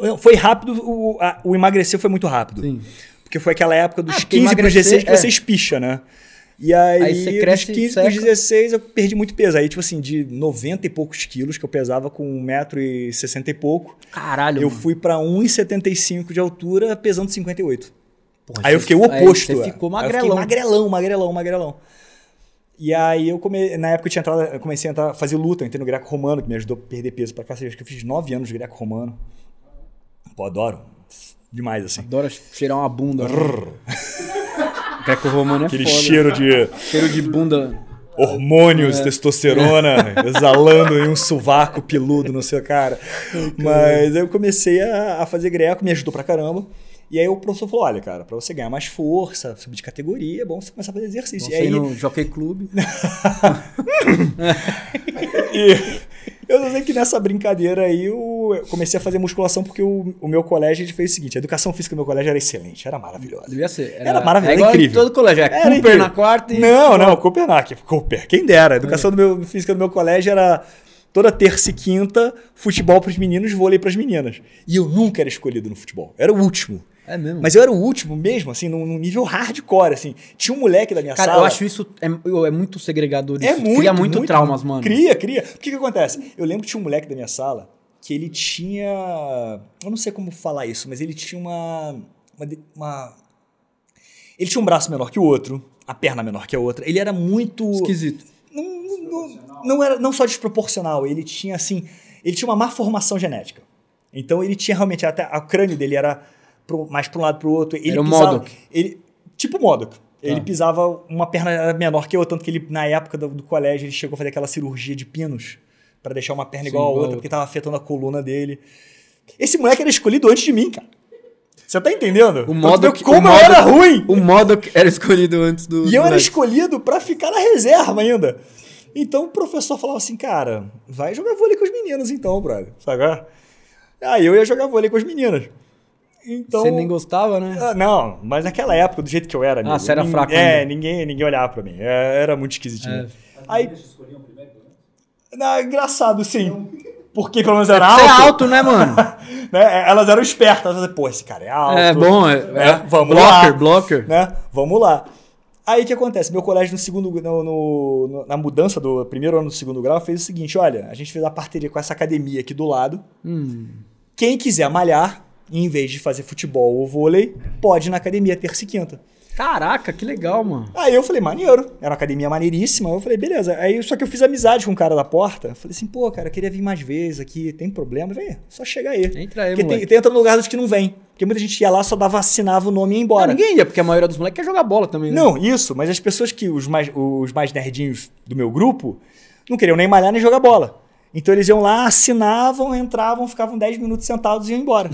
S2: Não, Foi rápido, o, a- o emagrecer foi muito rápido.
S1: Sim.
S2: Porque foi aquela época dos
S1: Ah, porque
S2: 15 pros
S1: emagrecer,
S2: 16 que
S1: é.
S2: você espicha, né? E aí,
S1: Aí você cresce,
S2: dos 15
S1: seca.
S2: pros 16 eu perdi muito peso. Aí, tipo assim, de 90 e poucos quilos, que eu pesava com 1,60m e pouco,
S1: Caralho,
S2: eu
S1: mano.
S2: fui pra 1,75 de altura, pesando 58.
S1: Porra,
S2: aí eu
S1: você-
S2: fiquei o
S1: aí
S2: oposto.
S1: Você
S2: é.
S1: ficou
S2: Aí eu
S1: magrelão.
S2: fiquei magrelão, magrelão, magrelão. E aí eu come... na época eu tinha entrado, eu comecei a entrar- fazer luta, eu entrei no greco-romano, que me ajudou a perder peso pra cacete. Acho que eu fiz 9 anos de greco-romano. Pô, adoro. Demais, assim.
S1: Adoro cheirar uma bunda. Greco romano é
S2: Aquele
S1: foda.
S2: cheiro de
S1: Cheiro de bunda.
S2: hormônios, testosterona exalando em um sovaco peludo no seu cara. Mas eu comecei a, a fazer greco, me ajudou pra caramba. E aí o professor falou: olha, cara, pra você ganhar mais força, subir de categoria, é bom você começar a fazer exercício.
S1: Você
S2: e aí
S1: aí... no Jockey Club.
S2: E eu não sei que nessa brincadeira aí eu eu comecei a fazer musculação porque o, o meu colégio ele fez o seguinte: a educação física do meu colégio era excelente, era maravilhosa.
S1: Devia ser.
S2: Era maravilhoso,
S1: é igual
S2: era incrível.
S1: em todo colégio. É
S2: Era
S1: Cooper
S2: incrível.
S1: na quarta e... É.
S2: Não, não, Cooper não, que Cooper, quem dera. A educação do meu, física do meu colégio era toda terça e quinta, futebol pros meninos, vôlei pras meninas. E eu nunca era escolhido no futebol, era o último.
S1: É mesmo.
S2: Mas eu era o último mesmo, assim, num, num nível hardcore, assim. Tinha um moleque da minha
S1: Cara,
S2: sala.
S1: eu acho isso... É, eu- é muito segregador isso.
S2: É muito,
S1: Cria muito, traumas, mano.
S2: Cria, cria. O que que acontece? Eu lembro que tinha um moleque da minha sala que ele tinha... Eu não sei como falar isso, mas ele tinha uma... uma, de- uma- ele tinha um braço menor que o outro, a perna menor que a outra. Ele era muito...
S1: Esquisito.
S2: Não, não, não era não só desproporcional, ele tinha assim... Ele tinha uma má formação genética. Então ele tinha realmente... Até, o crânio dele era pro- mais para um lado para o outro. Ele
S1: Era o
S2: pisava-
S1: Modok. Ah.
S2: ele Tipo Modok. Ele pisava uma perna era menor que eu, tanto que ele, na época do, do colégio, ele chegou a fazer aquela cirurgia de pinos pra deixar uma perna
S1: Sim,
S2: igual
S1: igual
S2: a
S1: a
S2: outra,
S1: outra.
S2: porque tava afetando a coluna dele. Esse moleque era escolhido antes de mim, cara. Você tá entendendo?
S1: O
S2: Pra tu
S1: modo
S2: ver
S1: que-
S2: como
S1: o
S2: eu era
S1: modo-
S2: ruim.
S1: O modo que era escolhido antes do...
S2: E eu era
S1: moleque.
S2: escolhido pra ficar na reserva ainda. Então o professor falava assim, cara, vai jogar vôlei com os meninos então, brother. Sabe? qual é? Aí eu ia jogar vôlei com as meninas. Então,
S1: Você nem gostava, né?
S2: ah, não, mas naquela época, do jeito que eu era, amigo,
S1: você era
S2: nin-
S1: fraco
S2: É,
S1: ainda.
S2: ninguém, ninguém olhava pra mim. É, Era muito esquisitinho.
S4: As
S2: Aí-
S4: meninas escolhiam primeiro, né?
S2: Na- engraçado, sim. Porque pelo menos era
S1: Você
S2: alto.
S1: é alto, né, mano?
S2: <laughs> né? Elas eram espertas. Elas, Pô, esse cara é alto.
S1: É bom, é,
S2: É, vamos
S1: blocker,
S2: lá.
S1: blocker.
S2: Né? Vamos lá. Aí o que acontece? Meu colégio no segundo no- no- no- na mudança do primeiro ano do segundo grau fez o seguinte: olha, a gente fez a parceria com essa academia aqui do lado.
S1: Hum,
S2: Quem quiser malhar, E em vez de fazer futebol ou vôlei, pode ir na academia terça e quinta.
S1: Caraca, que legal, mano.
S2: Aí eu falei, maneiro. Era uma academia maneiríssima. Eu falei, beleza. Aí só que eu fiz amizade com o cara da porta. Falei assim, pô, cara, eu queria vir mais vezes aqui. Tem problema? Vem, só chega aí.
S1: Entra aí,
S2: Porque
S1: moleque.
S2: tem, tem entra no lugar dos que não vem. Porque muita gente ia lá, só dava, assinava o nome e ia
S1: Não,
S2: embora.
S1: ninguém ia, porque a maioria dos moleques quer jogar bola também. né?
S2: Não, isso, mas as pessoas que, os mais, os mais nerdinhos do meu grupo, não queriam nem malhar nem jogar bola. Então eles iam lá, assinavam, entravam, ficavam 10 minutos sentados e iam embora.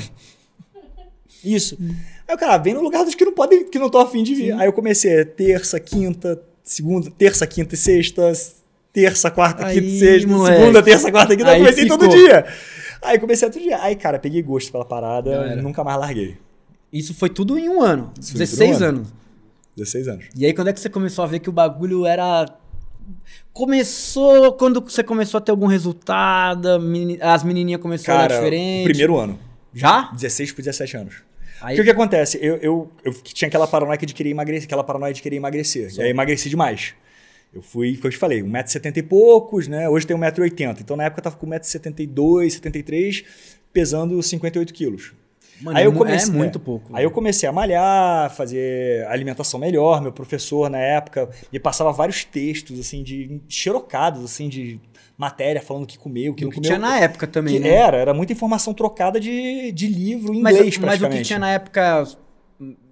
S2: Isso. Aí o cara, "Ah, vem no lugar dos que não podem, que não estão afim de vir. Aí eu comecei é, terça, quinta, segunda, terça, quinta e sexta, terça, quarta,
S1: Aí,
S2: quinta e sexta,
S1: moleque.
S2: segunda, terça, quarta, quinta,
S1: Aí
S2: eu comecei todo
S1: ficou.
S2: dia. Aí comecei outro dia. Aí, cara, peguei gosto pela parada,
S1: Já era.
S2: nunca mais larguei.
S1: Isso foi tudo em um ano.
S2: Isso foi tudo
S1: 16
S2: em um ano.
S1: anos.
S2: 16 anos.
S1: E aí, quando é que você começou a ver que o bagulho era. Começou quando você começou a ter algum resultado, a meni- as menininhas começaram a
S2: Cara,
S1: olhar diferente.
S2: o primeiro ano.
S1: Já?
S2: 16 por 17 anos.
S1: Aí,
S2: Porque o que acontece? Eu, eu, eu tinha aquela paranoia de querer emagrecer, aquela paranoia de querer emagrecer. E aí eu emagreci demais. Eu fui, como eu te falei, 1,70m e poucos, né? Hoje tenho 1,80m. Então na época eu tava com 1,72m, 73 pesando 58 quilos.
S1: mano,
S2: aí eu
S1: é mu-
S2: comecei-
S1: é muito
S2: é.
S1: pouco.
S2: Aí eu comecei a malhar, fazer alimentação melhor. Meu professor, na época, me passava vários textos, assim, de xerocados, assim, de matéria, falando o que comeu, o que
S1: o
S2: não
S1: que
S2: comeu.
S1: tinha na época também,
S2: Que é,
S1: né?
S2: Era, era muita informação trocada de, de livro em
S1: mas,
S2: inglês,
S1: mas o
S2: praticamente.
S1: que tinha na época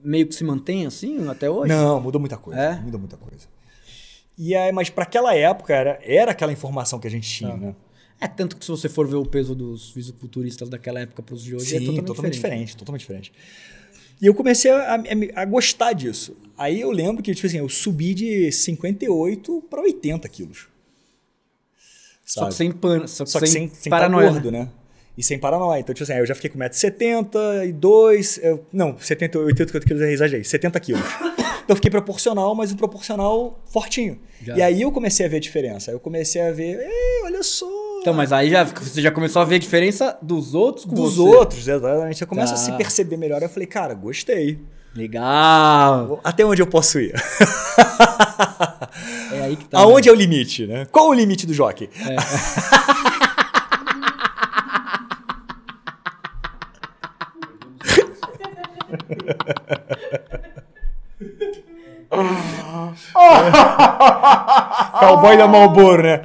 S1: meio que se mantém assim até hoje?
S2: Não, mudou muita coisa.
S1: É?
S2: Mudou muita coisa. E aí, mas para aquela época era, era aquela informação que a gente tinha,
S1: Tá.
S2: né?
S1: É tanto que se você for ver o peso dos fisiculturistas daquela época pros de hoje, é
S2: Sim,
S1: totalmente, diferente.
S2: totalmente diferente. E eu comecei a, a- a gostar disso. Aí eu lembro que, tipo assim, eu subi de 58 para 80 quilos.
S1: Só
S2: sabe?
S1: que sem pano, só que,
S2: Só que
S1: sem,
S2: sem, sem
S1: paranoia.
S2: tá gordo, né? E sem paranoia. Então, tipo assim, aí eu já fiquei com 1,72m, eu- não, 70, 88 quilos, eu exagerei, 70 quilos. Então eu fiquei proporcional, mas um proporcional fortinho.
S1: Já.
S2: E aí eu comecei a ver a diferença. Aí eu comecei a ver, "Ei, olha só,
S1: Então, mas aí já, você já começou a ver a diferença dos outros com
S2: dos
S1: você.
S2: outros, exatamente. Eu começo a se
S1: Tá.
S2: perceber melhor. Eu falei, cara, gostei.
S1: Legal.
S2: Até onde eu posso ir?
S1: É aí que tá.
S2: Aonde é o limite, né? Qual o limite do jockey?
S1: É.
S2: <laughs> Cowboy da Malboro, né?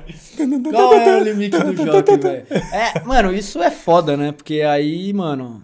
S1: Qual é o limite do jockey,
S2: <laughs>
S1: velho? É, mano, isso é foda, né? Porque aí, mano.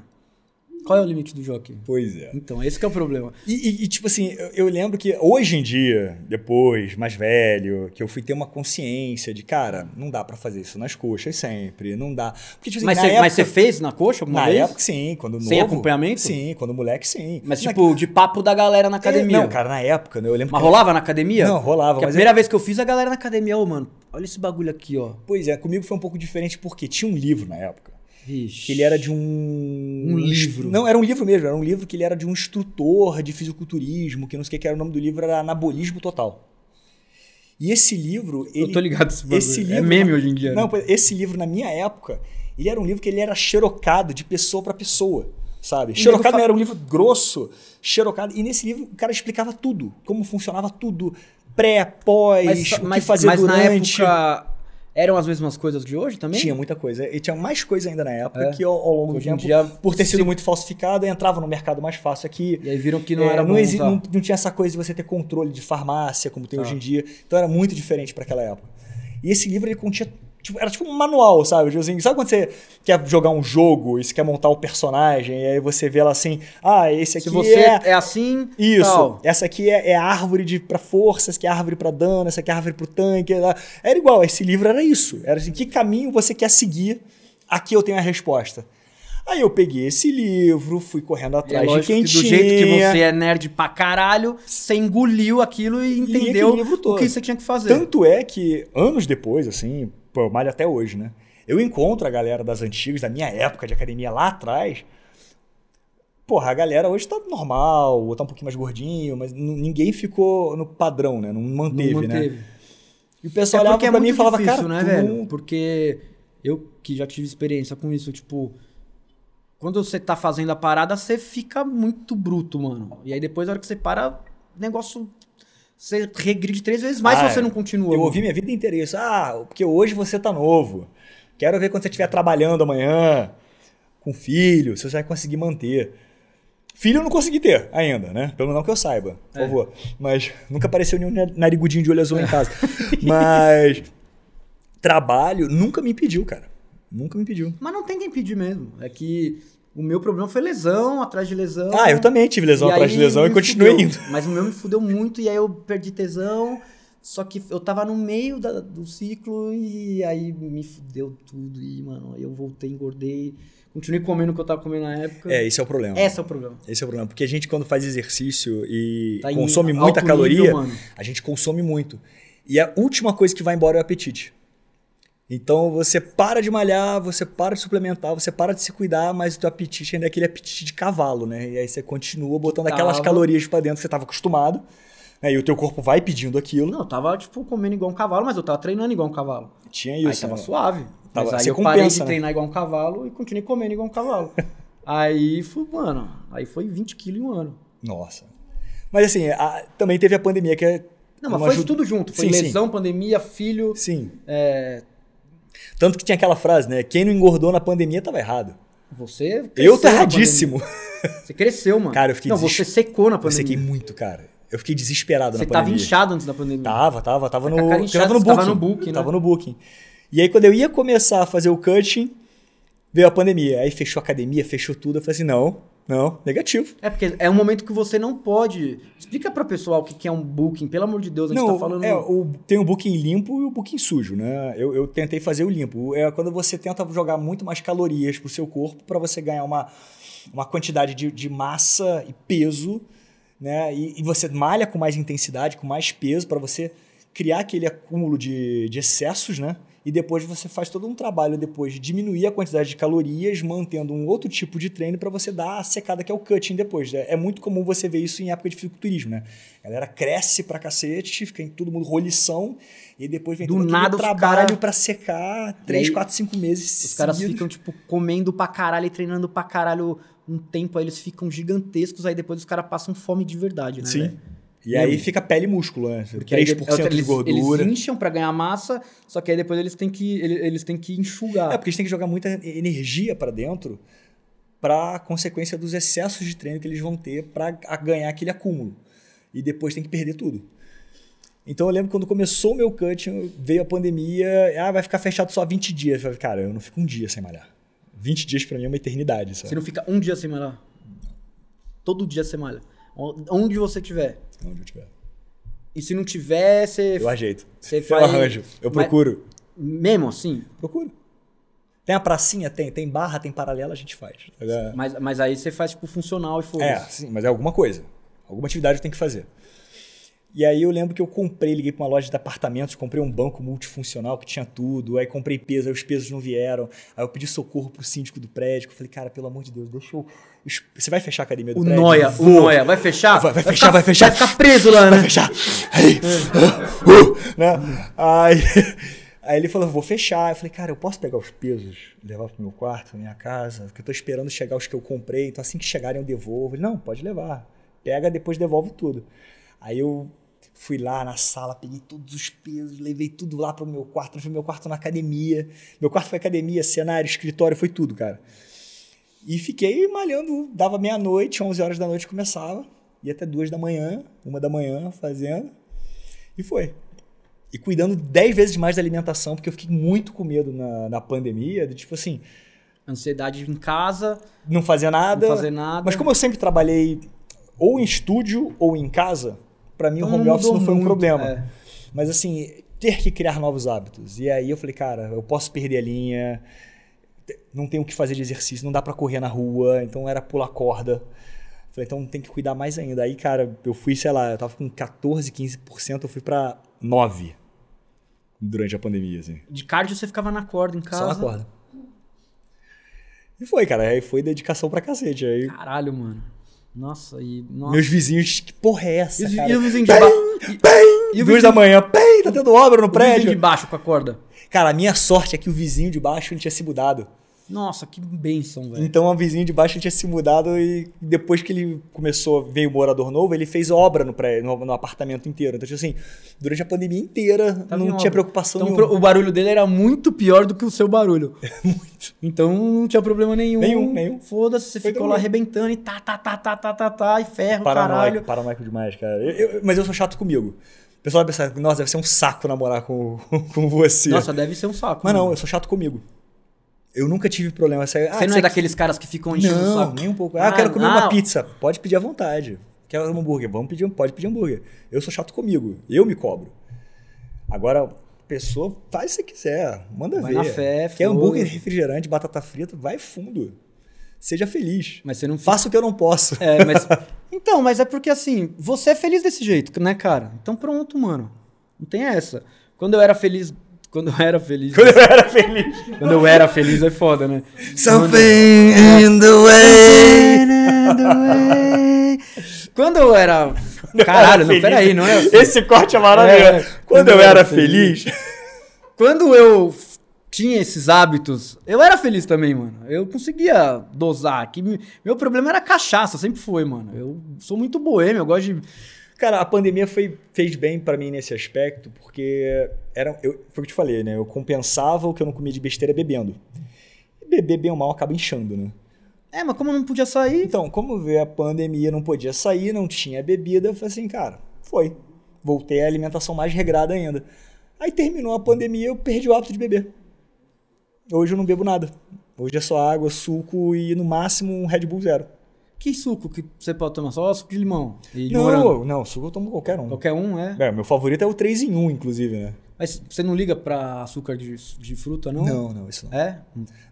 S1: Qual é o limite do jockey?
S2: Pois é.
S1: Então, esse que é o problema.
S2: E, e- e, tipo assim, eu, eu lembro que hoje em dia, depois, mais velho, que eu fui ter uma consciência de, cara, não dá pra fazer isso nas coxas sempre, não dá. Porque, tipo assim,
S1: Mas
S2: na
S1: você
S2: época-
S1: mas você fez na coxa alguma
S2: Na
S1: vez?
S2: época, sim, quando novo.
S1: Sem acompanhamento?
S2: Sim, quando moleque, sim.
S1: Mas,
S2: Na-
S1: tipo, de papo da galera na academia.
S2: Não, cara, na época, né, eu lembro
S1: Mas
S2: que-
S1: rolava na academia?
S2: Não, rolava,
S1: Porque a
S2: mas é
S1: primeira vez que eu fiz, a galera na academia, ô, mano, olha esse bagulho aqui, ó.
S2: Pois é, comigo foi um pouco diferente porque tinha um livro na época.
S1: Vixe.
S2: Que ele era de um.
S1: Um livro.
S2: Não, era um livro mesmo. Era um livro que ele era de um instrutor de fisiculturismo, que não sei o que, que era o nome do livro, era Anabolismo Total. E esse livro. Ele,
S1: Eu tô ligado nesse bagulho.
S2: esse
S1: é
S2: livro-
S1: meme hoje em dia.
S2: Não,
S1: né?
S2: pois- esse livro, na minha época, ele era um livro que ele era xerocado de pessoa pra pessoa, sabe?
S1: livro
S2: Xerocado
S1: fa-
S2: não era um livro grosso, xerocado. E nesse livro o cara explicava tudo, como funcionava tudo. Pré, pós,
S1: mas
S2: o
S1: mas-
S2: que fazer
S1: mas
S2: durante.
S1: na época eram as mesmas coisas de hoje também?
S2: Tinha muita coisa. E tinha mais coisa ainda na época
S1: É.
S2: que ao, ao longo do
S1: Hoje em
S2: tempo,
S1: dia,
S2: por ter
S1: se-
S2: sido muito falsificado, entrava no mercado mais fácil aqui.
S1: E aí viram que não
S2: É,
S1: era
S2: não,
S1: bom tá?
S2: exi-
S1: usar.
S2: não- não tinha essa coisa de você ter controle de farmácia como tem
S1: Tá.
S2: hoje em dia. Então era muito diferente para aquela época. E esse livro ele continha. tipo, era tipo um manual, sabe? Tipo assim, sabe quando você quer jogar um jogo e você quer montar o personagem, e aí você vê ela assim, ah, esse aqui
S1: Se você
S2: é.
S1: é, assim,
S2: Isso.
S1: tal.
S2: Essa aqui é, é a árvore de, pra força, essa aqui é a árvore pra dano, essa aqui é a árvore pro tanque. Era, era igual, esse livro era isso. Era assim, que caminho você quer seguir? Aqui eu tenho a resposta. Aí eu peguei esse livro, fui correndo
S1: E é
S2: atrás de
S1: lógico
S2: quem
S1: que do
S2: tinha.
S1: jeito que você é nerd pra caralho, você engoliu aquilo e é entendeu
S2: aquele livro
S1: o
S2: todo.
S1: que você tinha que fazer.
S2: Tanto é que, anos depois, assim, pô, eu malho até hoje, né? Eu encontro a galera das antigas, da minha época de academia lá atrás. Porra, a galera hoje tá normal, ou tá um pouquinho mais gordinho, mas n- ninguém ficou no padrão, né? Não manteve,
S1: não
S2: né?
S1: manteve.
S2: E o
S1: É
S2: pessoal olhava
S1: porque é
S2: pra mim e
S1: muito
S2: falava,
S1: difícil,
S2: cara,
S1: né,
S2: tu
S1: velho?
S2: não-
S1: Porque eu que já tive experiência com isso, tipo... Quando você tá fazendo a parada, você fica muito bruto, mano. E aí depois, na hora que você para, o negócio... Você regride três vezes mais
S2: Ah,
S1: se você não continua.
S2: eu
S1: mano.
S2: ouvi minha vida inteira isso. Ah, porque hoje você tá novo. Quero ver quando você estiver trabalhando amanhã. com filho, se eu já conseguir manter. Filho eu não consegui ter ainda, né? Pelo menos não que eu saiba, por favor. Mas nunca apareceu nenhum na- narigudinho de olho azul em <laughs> casa. Mas trabalho nunca me impediu, cara. Nunca me impediu.
S1: Mas não tem quem pedir mesmo. É que o meu problema foi lesão atrás de lesão.
S2: Ah, eu também tive lesão
S1: E
S2: atrás
S1: aí
S2: de lesão e
S1: me
S2: continuei
S1: fudeu.
S2: indo.
S1: Mas o meu me fudeu muito e aí eu perdi tesão. Só que eu tava no meio da- do ciclo e aí me fudeu tudo. E, mano, eu voltei, engordei. Continuei comendo o que eu tava comendo na época.
S2: É, esse é o problema.
S1: Esse é o problema.
S2: Esse é o problema. Porque a gente, quando faz exercício e
S1: Tá em
S2: consome
S1: alto
S2: muita
S1: nível,
S2: caloria,
S1: mano.
S2: a gente consome muito. E a última coisa que vai embora é o apetite. Então você para de malhar, você para de suplementar, você para de se cuidar, mas o teu apetite ainda é aquele apetite de cavalo, né? E aí você continua botando aquelas
S1: Tava.
S2: calorias pra dentro que você estava acostumado, né? e o teu corpo vai pedindo aquilo.
S1: Não, eu tava, tipo, comendo igual um cavalo, mas eu tava treinando igual um cavalo.
S2: Tinha
S1: aí
S2: isso.
S1: tava
S2: né?
S1: suave.
S2: Tava-
S1: mas aí
S2: você
S1: eu parei
S2: compensa,
S1: de
S2: né?
S1: treinar igual um cavalo e continuei comendo igual um
S2: <laughs>
S1: cavalo. aí, fui, mano, aí foi 20 quilos em um ano.
S2: Nossa. Mas assim, a- também teve a pandemia que é.
S1: Não, mas
S2: uma
S1: foi
S2: ajuda-
S1: tudo junto. Foi
S2: Sim, sim.
S1: lesão, pandemia, filho.
S2: Sim.
S1: é,
S2: Tanto que tinha aquela frase, né? Quem não engordou na pandemia tava errado.
S1: você.
S2: Eu
S1: cresceu
S2: tô
S1: na
S2: erradíssimo.
S1: pandemia. Você cresceu, mano.
S2: Cara, eu fiquei
S1: Não,
S2: desist-
S1: você secou na
S2: Eu
S1: pandemia.
S2: sequei muito, cara. Eu fiquei desesperado
S1: Você
S2: na
S1: tava
S2: pandemia.
S1: inchado antes da pandemia.
S2: Tava, tava, tava no,
S1: Com a cara
S2: porque eu
S1: inchada,
S2: tava no
S1: você
S2: booking.
S1: tava no Booking, né?
S2: Tava no booking. E aí, quando eu ia começar a fazer o cutting, veio a pandemia. Aí fechou a academia, fechou tudo. Eu falei assim: não, não, negativo.
S1: É porque é um momento que você não pode. Explica pra pessoal o que que é um booking, pelo amor de Deus, a gente
S2: não,
S1: tá falando.
S2: é, o- tem o booking limpo e o booking sujo, né? Eu, eu tentei fazer o limpo. É quando você tenta jogar muito mais calorias pro seu corpo para você ganhar uma, uma quantidade de, de massa e peso, né? E, e você malha com mais intensidade, com mais peso, para você criar aquele acúmulo de, de excessos, né? E depois você faz todo um trabalho depois de diminuir a quantidade de calorias, mantendo um outro tipo de treino para você dar a secada que é o cutting depois. né? É muito comum você ver isso em época de fisiculturismo, né? A galera cresce pra cacete, fica em todo mundo rolição, e depois vem
S1: Do
S2: todo aquele
S1: nada os
S2: trabalho
S1: cara-
S2: para secar 3,
S1: aí,
S2: 4, 5 meses.
S1: Os caras
S2: seguidos.
S1: ficam, tipo, comendo pra caralho e treinando pra caralho um tempo, aí eles ficam gigantescos, aí depois os caras passam fome de verdade, né? velho?
S2: Sim. E
S1: Não.
S2: aí fica pele e músculo, né?
S1: aí é
S2: 3% de
S1: eles,
S2: gordura.
S1: Eles incham pra ganhar massa, só que aí depois eles têm que, ele- eles, têm que enxugar.
S2: É, porque a gente tem que jogar muita energia pra dentro pra consequência dos excessos de treino que eles vão ter pra a- ganhar aquele acúmulo. E depois tem que perder tudo. Então eu lembro quando começou o meu cutting, veio a pandemia, ah, vai ficar fechado só 20 dias. Eu falei, cara, eu não fico um dia sem malhar. 20 dias pra mim é uma eternidade,
S1: Você
S2: sabe?
S1: não fica um dia sem malhar. Todo dia você malha. On- Onde você tiver.
S2: Onde eu tiver.
S1: E se não tiver, você.
S2: Eu ajeito.
S1: Você
S2: Eu
S1: faz-
S2: arranjo.
S1: Mas-
S2: Eu procuro.
S1: Mesmo assim.
S2: Procuro. Tem a pracinha? Tem. Tem barra, tem paralela, a gente faz. É.
S1: Mas, mas aí você faz, tipo, funcional e foda
S2: É, sim, mas é alguma coisa. Alguma atividade eu tenho que fazer. E aí eu lembro que eu comprei, liguei pra uma loja de apartamentos, comprei um banco multifuncional que tinha tudo, aí comprei peso, aí os pesos não vieram, aí eu pedi socorro pro síndico do prédio, que eu falei, cara, pelo amor de Deus, deixa eu... Você vai fechar a academia do
S1: O
S2: É. prédio?
S1: Noia, o
S2: Vou.
S1: Noia. Vai fechar?
S2: Vai- vai fechar, vai fechar.
S1: Vai ficar preso lá,
S2: Vai
S1: né?
S2: fechar. Aí, uh, uh, né? aí, <laughs> aí ele falou, vou fechar. Eu falei, cara, eu posso pegar os pesos, levar pro meu quarto, pra minha casa, porque eu tô esperando chegar os que eu comprei, então assim que chegarem eu devolvo. Ele, não, pode levar. Pega, depois devolve tudo. Aí eu fui lá na sala, peguei todos os pesos, levei tudo lá pro meu quarto, transformei meu quarto na academia. Meu quarto foi academia, cenário, escritório, foi tudo, cara. E fiquei malhando, dava meia-noite, 11 horas da noite começava, ia até duas da manhã, uma da manhã fazendo, e foi. E cuidando 10 vezes mais da alimentação, porque eu fiquei muito com medo na, na pandemia, de tipo assim,
S1: Ansiedade em casa,
S2: não fazer nada.
S1: não fazer nada.
S2: Mas como eu sempre trabalhei ou em estúdio ou em casa, pra mim
S1: Então
S2: o home office
S1: mudou
S2: não foi um
S1: muito,
S2: problema.
S1: é.
S2: Mas assim, ter que criar novos hábitos. E aí eu falei, cara, eu posso perder a linha, te- não tenho o que fazer de exercício, não dá pra correr na rua, então era pular corda. Falei, então tem que cuidar mais ainda. Aí, cara, eu fui, sei lá, eu tava com 14, 15%, eu fui pra 9 durante a pandemia, assim.
S1: De cardio você ficava na corda em casa.
S2: Só na corda. E foi, cara, aí foi dedicação pra cacete. Aí
S1: Caralho, mano. Nossa, e. Nossa.
S2: meus vizinhos, que porra é essa,
S1: E os-
S2: cara?
S1: e os vizinhos de baixo? E o
S2: Duas
S1: vizinho
S2: da manhã, pei, tá tendo obra no
S1: o vizinho de
S2: prédio.
S1: baixo com a corda?
S2: Cara, a minha sorte é que o vizinho de baixo ele tinha se mudado.
S1: Nossa, que bênção, velho.
S2: Então, um vizinho de baixo tinha se mudado e depois que ele começou, veio o morador novo, ele fez obra no, pré, no, no apartamento inteiro. Então, tipo assim, durante a pandemia inteira,
S1: Tava em
S2: não
S1: obra.
S2: tinha preocupação
S1: Tá Então
S2: nenhuma.
S1: pro- o barulho dele era muito pior do que o seu
S2: <laughs>
S1: barulho. muito. Então não tinha problema nenhum.
S2: Nenhum, nenhum.
S1: Foda-se, você
S2: Foi
S1: ficou lá
S2: tranquilo.
S1: arrebentando e tá, tá, tá, tá, tá, tá, tá, e ferro,
S2: Paranoico,
S1: caralho.
S2: paranoico demais, cara. Eu- eu- mas eu sou chato comigo. O pessoal vai pensar, nossa, deve ser um saco namorar com, <laughs> com você.
S1: Nossa, deve ser um saco.
S2: Mas não,
S1: mano.
S2: eu sou chato comigo. Eu nunca tive problema. Essa, ah,
S1: Você não
S2: isso
S1: é
S2: aqui-
S1: daqueles caras que ficam enchendo o
S2: Não,
S1: saco.
S2: nem um pouco. Ah,
S1: Ah,
S2: quero comer
S1: não.
S2: uma pizza. Pode pedir à vontade. Quero um hambúrguer. Vamos pedir, pode pedir hambúrguer. Eu sou chato comigo. Eu me cobro. Agora, pessoa, faz se quiser. Manda
S1: Vai
S2: ver.
S1: na fé,
S2: Quer
S1: foda.
S2: hambúrguer, refrigerante, batata frita, vai fundo. Seja feliz.
S1: Mas você não fica.
S2: Faça o que eu não posso.
S1: É,
S2: <laughs>
S1: mas. Então, mas é porque assim, você é feliz desse jeito, né, cara? Então pronto, mano. Não tem essa. Quando eu era feliz. Quando eu era feliz.
S2: Quando eu era feliz.
S1: Quando eu era feliz é foda, né?
S2: Something in the way. <laughs>
S1: Quando eu era. Caralho, não, peraí, não é assim.
S2: Esse corte é maravilhoso.
S1: É,
S2: Quando eu era feliz.
S1: Quando eu f- tinha esses hábitos, eu era feliz também, mano. Eu conseguia dosar. Que me- meu problema era cachaça, sempre foi, mano. Eu sou muito boêmio, eu gosto de.
S2: Cara, a pandemia foi, fez bem pra mim nesse aspecto, porque era, eu, foi o que eu te falei, né? Eu compensava o que eu não comia de besteira bebendo. E beber bem ou mal acaba inchando, né?
S1: É, mas como eu não podia sair.
S2: Então, como veio a pandemia, não podia sair, não tinha bebida, eu falei assim, cara, foi. Voltei à alimentação mais regrada ainda. Aí terminou a pandemia, eu perdi o hábito de beber. Hoje eu não bebo nada. Hoje é só água, suco e no máximo um Red Bull zero.
S1: Que suco que você pode tomar? Só suco de limão. E de morango.
S2: Não, não, suco eu tomo qualquer um.
S1: Qualquer um, é.
S2: É, meu favorito é o 3 em 1, inclusive, né?
S1: Mas você não liga pra açúcar de, de fruta, não?
S2: Não, não, isso não.
S1: É?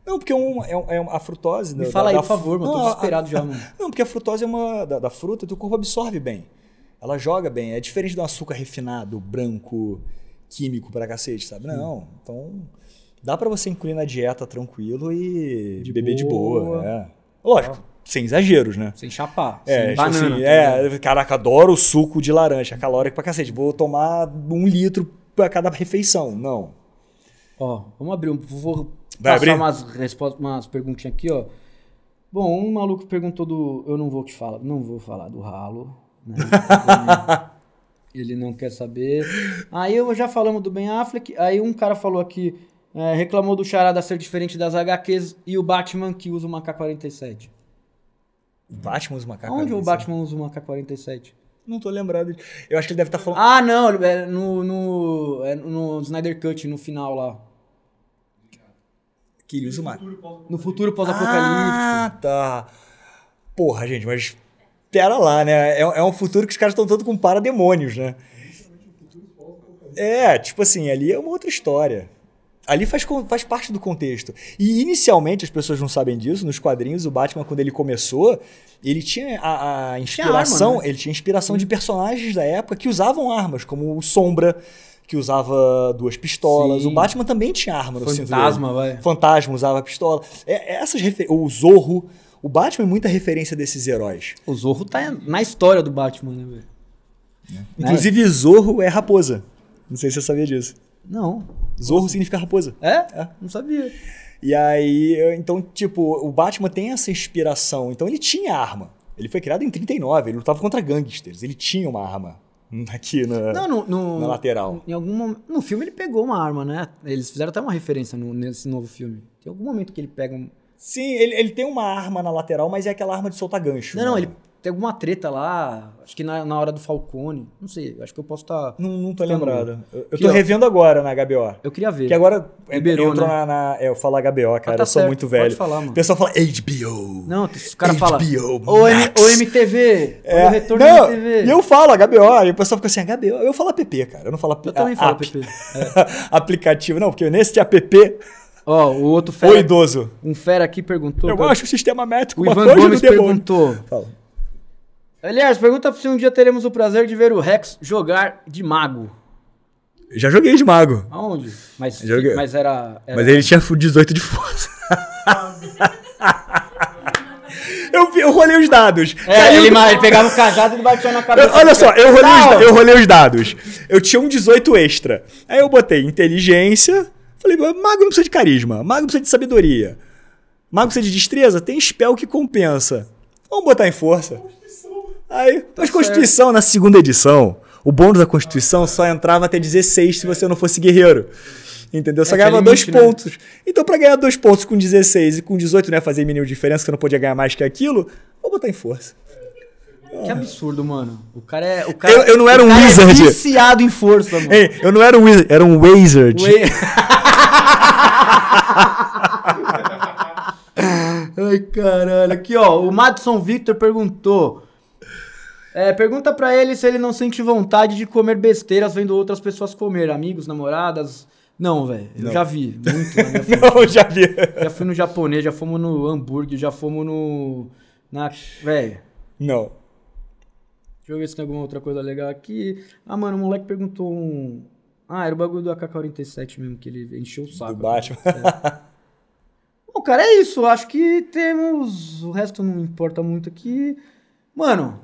S2: Não, porque é um, é um- é um- a frutose.
S1: Me
S2: da-
S1: fala
S2: da-
S1: aí,
S2: da
S1: por favor, mano.
S2: fru-
S1: Tô
S2: Não, a-
S1: desesperado já, mano.
S2: Não, porque a frutose é uma da, da fruta, teu corpo absorve bem. Ela joga bem. É diferente do açúcar refinado, branco, químico pra cacete, sabe? Não. Então, dá pra você incluir na dieta tranquilo e
S1: De
S2: beber de boa.
S1: boa.
S2: É. Lógico, sem exageros, né?
S1: Sem chapar.
S2: É,
S1: sem
S2: tipo
S1: banana.
S2: assim,
S1: tá ligado?
S2: é, caraca, adoro o suco de laranja, é calórico pra cacete. Vou tomar um litro pra cada refeição. Não.
S1: Ó, vamos abrir um. Vou
S2: Vai
S1: passar
S2: abrir?
S1: umas respostas, umas perguntinhas aqui, ó. Bom, um maluco perguntou do. Eu não vou te falar. Não vou falar do ralo.
S2: <laughs>
S1: né? Ele não quer saber. Aí eu já falamos do Ben Affleck. Aí um cara falou aqui. é, reclamou do Charada ser diferente das HQs e o Batman que usa uma K-47.
S2: O Batman usa macaco.
S1: Onde o
S2: Batman?
S1: Batman usa uma K-47?
S2: Não tô lembrado. Eu acho que ele deve estar falando.
S1: Ah, não, é no, no, é no Snyder Cut, no final lá.
S2: que ele usa uma.
S1: No futuro pós-apocalíptico.
S2: Ah, tá. Porra, gente, mas. Pera lá, né? É, é um futuro que os caras estão todos com parademônios, né? É, tipo assim, ali é uma outra história. Ali faz, con- faz parte do contexto. E inicialmente, as pessoas não sabem disso, nos quadrinhos, o Batman, quando ele começou, ele tinha a, a inspiração,
S1: arma, né?
S2: ele tinha inspiração de personagens da época que usavam armas, como o Sombra, que usava duas pistolas.
S1: Sim.
S2: O Batman também tinha arma no cinto dele.
S1: Fantasma, vai.
S2: Fantasma usava pistola. É, é essas refer... O Zorro. O Batman é muita referência desses heróis.
S1: O Zorro tá na história do Batman, né, velho?
S2: Inclusive, Zorro é raposa. Não sei se você sabia disso.
S1: Não.
S2: Zorro significa raposa.
S1: É? Não sabia.
S2: assim? E aí, eu- então, tipo, o Batman tem essa inspiração. Então, ele tinha arma. Ele foi criado em 39, ele lutava contra gangsters. Ele tinha uma arma <laughs> aqui na,
S1: É. Não, no, no-
S2: na lateral.
S1: Em algum momento. No filme ele pegou uma arma, né? Eles fizeram até uma referência no- nesse novo filme. Tem algum momento que ele pega um.
S2: Sim, ele, ele tem uma arma na lateral, mas é aquela arma de soltar gancho.
S1: Não, não,
S2: né?
S1: ele tem alguma treta lá. Acho que na, na hora do Falcone. Não sei, acho que eu posso estar.
S2: Não, não tô
S1: Tá no-
S2: lembrado. Eu, eu
S1: Que,
S2: tô
S1: ó,
S2: revendo agora na HBO.
S1: Eu queria ver.
S2: Que agora
S1: Liberou,
S2: entrou
S1: né?
S2: na, na- É, eu falo HBO, cara.
S1: Ah, tá
S2: eu sou
S1: certo,
S2: muito
S1: pode
S2: velho.
S1: falar, mano.
S2: O pessoal fala HBO.
S1: Não, os caras falam.
S2: HBO
S1: O, M,
S2: Max.
S1: o MTV!
S2: É,
S1: Olha o retorno
S2: não,
S1: do MTV!
S2: E eu falo HBO, e o pessoal fica assim, HBO. Eu falo app, cara. Eu não falo app.
S1: Eu também
S2: a-
S1: falo, É.
S2: app.
S1: PP.
S2: <laughs> aplicativo, não, porque nesse app,
S1: Ó, o outro
S2: o
S1: fera.
S2: idoso.
S1: Um fera aqui perguntou.
S2: Eu acho o sistema métrico
S1: O
S2: uma
S1: Ivan
S2: coisa
S1: Gomes
S2: do demônio.
S1: perguntou.
S2: Fala.
S1: Aliás, pergunta se um dia teremos o prazer de ver o Rex jogar de mago.
S2: Já joguei de mago,
S1: Aonde? Mas,
S2: Joguei.
S1: mas era. era-
S2: mas ele tinha 18 de força. eu, vi- eu rolei os dados.
S1: É, ele, ma- ele pegava o cajado e ele batia na cabeça.
S2: Eu- olha só, eu rolei,
S1: Não!
S2: os, eu rolei os dados. Eu tinha um 18 extra. Aí eu botei inteligência. Falei, mago não precisa de carisma, mago precisa de sabedoria. Mago precisa de destreza? Tem spell que compensa. Vamos botar em força.
S1: Tá
S2: Aí, mas Constituição na segunda edição, o bônus da Constituição só entrava até 16 se você não fosse guerreiro. Entendeu? Só
S1: É, tinha
S2: ganhava dois
S1: limite, né?
S2: pontos. Então, pra ganhar dois pontos com 16 e com 18 não ia fazer mínima diferença, que eu não podia ganhar mais que aquilo, vou botar em força.
S1: Que absurdo, mano. O cara é. O cara,
S2: Eu- eu não era
S1: o
S2: um
S1: cara
S2: wizard.
S1: É viciado em força, mano.
S2: <laughs> Ei, eu não era um wizard, era um wizard.
S1: Ué. <laughs> Ai, caralho. Aqui, ó, o Madison Victor perguntou. É, pergunta pra ele se ele não sente vontade de comer besteiras vendo outras pessoas comer. Amigos, namoradas. Não, velho. Eu
S2: Não.
S1: já vi. Muito na minha frente.
S2: Não, já vi.
S1: Já fui no japonês, já fomos no hambúrguer, já fomos no. Na. Velho.
S2: Não.
S1: Deixa eu ver se tem alguma outra coisa legal aqui. Ah, mano, o moleque perguntou um. Ah, era o bagulho do AK-47 mesmo, que ele encheu o saco.
S2: Do Batman.
S1: Bom, cara, é isso. Acho que temos. O resto não importa muito aqui. Mano,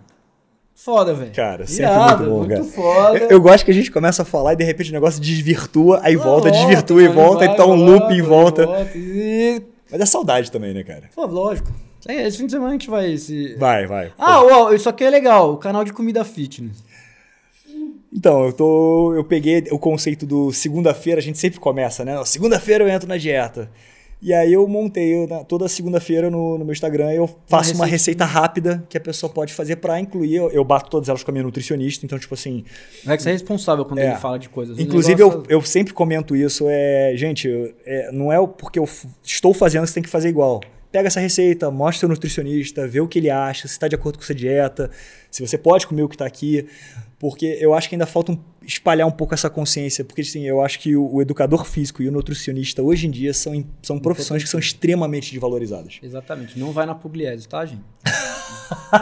S1: foda, velho.
S2: Cara, sempre
S1: Irado,
S2: muito bom,
S1: muito
S2: cara.
S1: foda.
S2: Eu, eu gosto que a gente começa a falar e de repente o negócio desvirtua, aí volta,
S1: Não,
S2: desvirtua e
S1: mano,
S2: volta,
S1: Tá né? vai,
S2: então um loop
S1: volta,
S2: e volta.
S1: E...
S2: Mas é saudade também, né, cara?
S1: Pô, lógico. É, Esse fim de semana a gente vai. Se...
S2: Vai, vai.
S1: Ah, uau, isso aqui é legal. O canal de comida fitness.
S2: Então, eu tô. Eu peguei o conceito do segunda-feira, a gente sempre começa, né? Não, Segunda-feira eu entro na dieta. E aí eu montei eu, na- toda segunda-feira no, no meu Instagram, eu faço uma receita rápida que a pessoa pode fazer pra incluir. Eu, eu bato todas elas com a minha nutricionista, então, tipo assim,
S1: Vai que você é responsável quando
S2: É.
S1: ele fala de coisas. O
S2: Inclusive,
S1: um negócio-
S2: eu, eu sempre comento isso. É, gente, eu- é, não é o- porque eu f- estou fazendo que você tem que fazer igual. Pega essa receita, mostra ao nutricionista, vê o que ele acha, se está de acordo com essa dieta, se você pode comer o que está aqui. Porque eu acho que ainda falta um- espalhar um pouco essa consciência. Porque, assim, eu acho que o, o educador físico e o nutricionista, hoje em dia, são, em- são profissões que são extremamente desvalorizadas.
S1: Exatamente. Não vai na Pugliese, tá,
S2: <laughs>
S1: gente?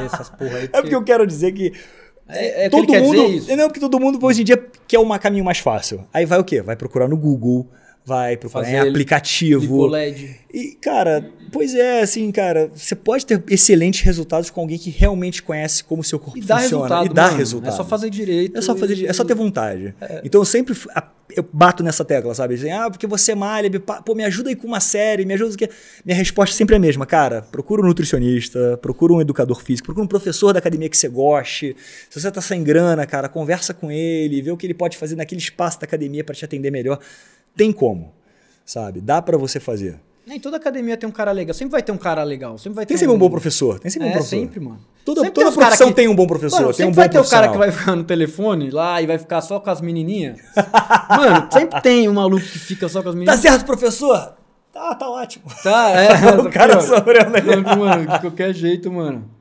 S1: Essas porra aí.
S2: É porque eu quero dizer que
S1: É, é que
S2: todo
S1: ele quer
S2: mundo,
S1: dizer isso.
S2: Não, porque todo mundo hoje em dia quer um caminho mais fácil. Aí vai o quê? Vai procurar no Google, vai procurar em
S1: Fazer né?
S2: aplicativo.
S1: Tipo, LED.
S2: E, cara, pois é, assim, cara, você pode ter excelentes resultados com alguém que realmente conhece como seu corpo
S1: E dá
S2: funciona.
S1: resultado.
S2: e dá
S1: mano.
S2: resultado.
S1: É só fazer direito.
S2: É só fazer,
S1: e-
S2: é só ter vontade. Então eu sempre f- a- eu bato nessa tecla, sabe? Dizem, ah, porque você malha, me pa- pô, me ajuda aí com uma série, me ajuda. com o quê?" Minha resposta sempre é a mesma, cara. Procura um nutricionista, procura um educador físico, procura um professor da academia que você goste. Se você tá sem grana, cara, conversa com ele, vê o que ele pode fazer naquele espaço da academia para te atender melhor. Tem como, sabe? Dá para você fazer.
S1: Nem toda academia tem um cara legal. Sempre vai ter um cara legal. Sempre vai
S2: Tem
S1: ter
S2: sempre um bom professor, tem sempre um
S1: É,
S2: professor.
S1: sempre, mano.
S2: Toda,
S1: Sempre
S2: toda
S1: tem os cara
S2: profissão
S1: que-
S2: tem um bom professor,
S1: Mano,
S2: tem
S1: sempre
S2: um bom
S1: vai ter o cara
S2: profissional.
S1: que vai ficar no telefone lá e vai ficar só com as menininhas. Mano, sempre tem um maluco que fica só com as
S2: Tá
S1: menininhas.
S2: certo, professor? Tá, tá ótimo.
S1: Tá, é.
S2: <laughs> O cara
S1: pior.
S2: sofreu, né?
S1: Mano, de qualquer jeito, mano.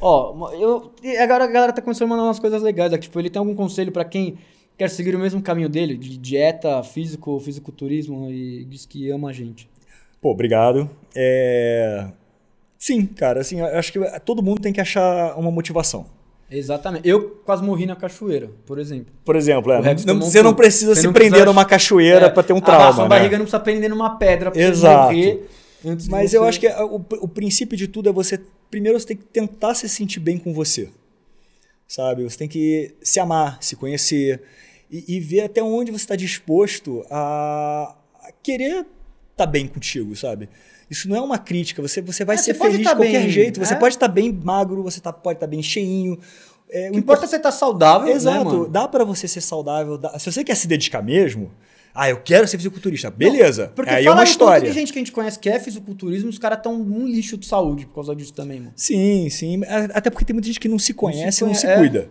S1: Ó, eu, e agora a galera tá começando a mandar umas coisas legais. é que, tipo, ele tem algum conselho pra quem quer seguir o mesmo caminho dele, de dieta, físico, fisiculturismo, e diz que ama a gente.
S2: Pô, obrigado. É, Sim, cara, assim, eu acho que todo mundo tem que achar uma motivação.
S1: Exatamente. Eu quase morri na cachoeira, por exemplo.
S2: Por exemplo, é,
S1: O Rex
S2: não-
S1: tomou um
S2: você não
S1: suco.
S2: precisa
S1: Você
S2: se
S1: não
S2: prender
S1: precisa-
S2: numa cachoeira
S1: É,
S2: pra ter um
S1: A sua
S2: trauma. né?
S1: barriga não precisa prender numa pedra pra
S2: Exato.
S1: você morrer. antes de
S2: Mas
S1: você-
S2: eu acho que é, o, o princípio de tudo é você. Primeiro você tem que tentar se sentir bem com você. Sabe? Você tem que se amar, se conhecer e, e ver até onde você está disposto a, a querer estar bem contigo, sabe? Isso não é uma crítica, você, você vai
S1: É,
S2: ser
S1: você pode
S2: feliz
S1: tá
S2: de qualquer
S1: bem,
S2: jeito. Você
S1: é.
S2: pode estar bem magro, você tá, pode estar bem cheinho. É,
S1: O que importa é você estar saudável, né,
S2: Exato,
S1: mano?
S2: dá pra você ser saudável. dá- Se você quer se dedicar mesmo, ah, eu quero ser fisiculturista, beleza.
S1: Porque
S2: aí é
S1: fala
S2: uma
S1: o tanto
S2: história.
S1: de gente que a gente conhece que é fisiculturismo, os caras estão um lixo de saúde por causa disso também, mano.
S2: Sim, sim. A- Até porque tem muita gente que não se conhece e não
S1: conhe-
S2: se
S1: é.
S2: cuida.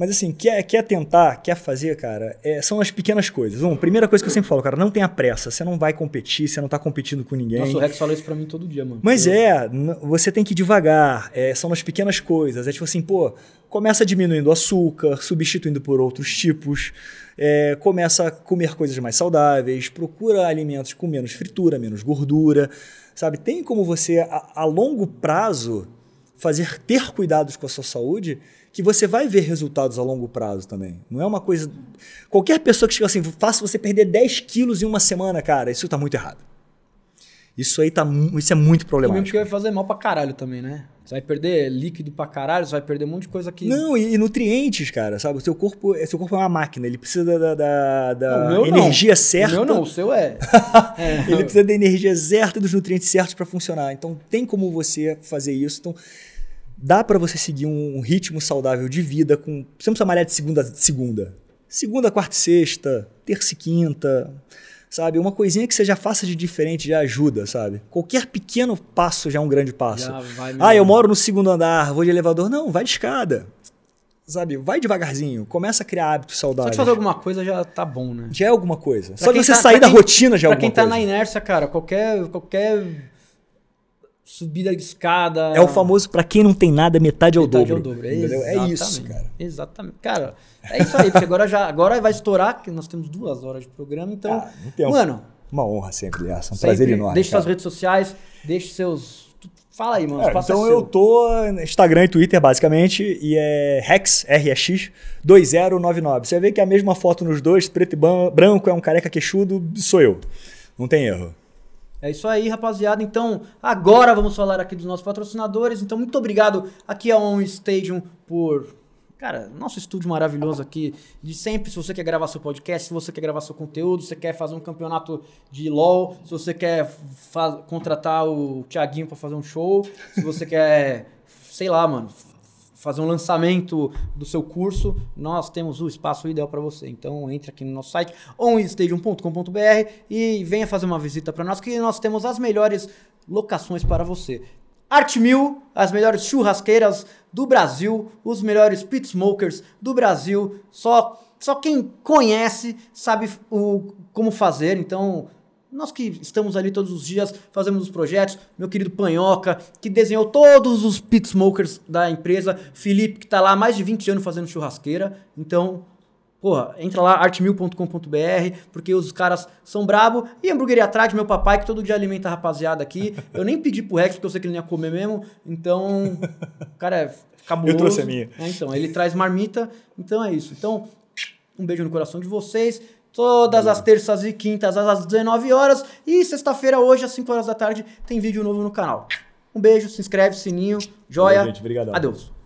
S2: Mas assim, quer, quer tentar, quer fazer, cara, é, são as pequenas coisas. Um, primeira coisa que eu sempre falo, cara, não tenha pressa. Você não vai competir, você não tá competindo com ninguém.
S1: Nossa, o Rex fala isso pra mim todo dia, mano.
S2: Mas
S1: Eu-
S2: é, n- você tem que ir devagar, é, são nas pequenas coisas. É tipo assim, pô, começa diminuindo o açúcar, substituindo por outros tipos, é, começa a comer coisas mais saudáveis, procura alimentos com menos fritura, menos gordura, sabe? Tem como você, a, a longo prazo, fazer ter cuidados com a sua saúde que você vai ver resultados a longo prazo também. Não é uma coisa... Qualquer pessoa que chega assim, faça você perder 10 quilos em uma semana, cara, isso tá muito errado. Isso aí tá, mu- isso é muito
S1: E mesmo
S2: problemático.
S1: porque vai fazer mal pra caralho também, né? Você vai perder líquido pra caralho, você vai perder um monte de coisa que.
S2: Não, e, e nutrientes, cara, sabe? O seu corpo, é- seu corpo é uma máquina, ele precisa da, da, da-
S1: Não, o
S2: da
S1: meu não.
S2: energia
S1: o
S2: certa.
S1: meu não, o seu
S2: <laughs>
S1: é. É.
S2: Ele precisa da energia certa e dos nutrientes certos para funcionar. Então tem como você fazer isso. Então dá para você seguir um ritmo saudável de vida com, você não precisa malhar de segunda a segunda. Segunda, quarta e sexta, terça e quinta, sabe? Uma coisinha que você já faça de diferente já ajuda, sabe? Qualquer pequeno passo já é um grande passo.
S1: Já vai
S2: Ah, eu
S1: melhorar.
S2: moro no segundo andar, vou de elevador. Não, vai de escada. Sabe, vai devagarzinho, começa a criar hábitos
S1: Só
S2: saudáveis.
S1: de fazer alguma coisa já tá bom, né?
S2: Já é alguma coisa.
S1: Pra
S2: né? Só de
S1: quem
S2: você
S1: tá-
S2: sair
S1: pra
S2: da
S1: quem-
S2: rotina já é
S1: pra
S2: alguma
S1: quem tá
S2: coisa.
S1: na inércia, cara, qualquer. qualquer subida de escada.
S2: É o famoso, pra quem não tem nada, metade é o
S1: metade
S2: dobro.
S1: ao dobro. É,
S2: Entendeu? É
S1: exatamente.
S2: isso, cara.
S1: Exatamente. Cara, é isso aí, porque agora já agora vai estourar, que nós temos duas horas de programa, então.
S2: Ah, não tem um-
S1: mano,
S2: Uma honra sempre, Liaça. Um
S1: sempre
S2: prazer enorme.
S1: deixe
S2: cara.
S1: suas redes sociais, deixe seus. Fala aí, mano.
S2: É,
S1: passa
S2: então
S1: seu.
S2: eu tô no Instagram e Twitter, basicamente, e é Rex, RX, 2099. Você vê que é a mesma foto nos dois, preto e ban- branco, é um careca queixudo, sou eu. Não tem erro.
S1: É isso aí, rapaziada. Então, agora vamos falar aqui dos nossos patrocinadores. Então, muito obrigado aqui a On Stadium por. Cara, nosso estúdio maravilhoso aqui. De sempre, se você quer gravar seu podcast, se você quer gravar seu conteúdo, se você quer fazer um campeonato de LOL, se você quer fa- contratar o Thiaguinho pra fazer um show, se você quer, sei lá, mano, f- fazer um lançamento do seu curso, nós temos o espaço ideal para você. Então entre aqui no nosso site onstadium.com.br e venha fazer uma visita para nós que nós temos as melhores locações para você. Arte Mil, as melhores churrasqueiras do Brasil, os melhores pit smokers do Brasil. Só só quem conhece sabe o como fazer, então nós que estamos ali todos os dias, fazemos os projetos, meu querido Panhoca, que desenhou todos os pit smokers da empresa, Felipe, que está lá há mais de 20 anos fazendo churrasqueira. Então, porra, entra lá, artmil.com.br, porque os caras são brabo. E a hamburgueria atrás, meu papai, que todo dia alimenta a rapaziada aqui. Eu nem pedi pro Rex, porque eu sei que ele não ia comer mesmo. Então, <laughs> o cara é cabuloso.
S2: Eu trouxe a minha.
S1: É, então, ele traz marmita. Então é isso. Então, um beijo no coração de vocês. Todas as terças e quintas às 19 horas. E sexta-feira, hoje, às 5 horas da tarde, tem vídeo novo no canal. Um beijo, se inscreve, sininho, joia.
S2: Valeu, gente. Obrigadão.
S1: Adeus.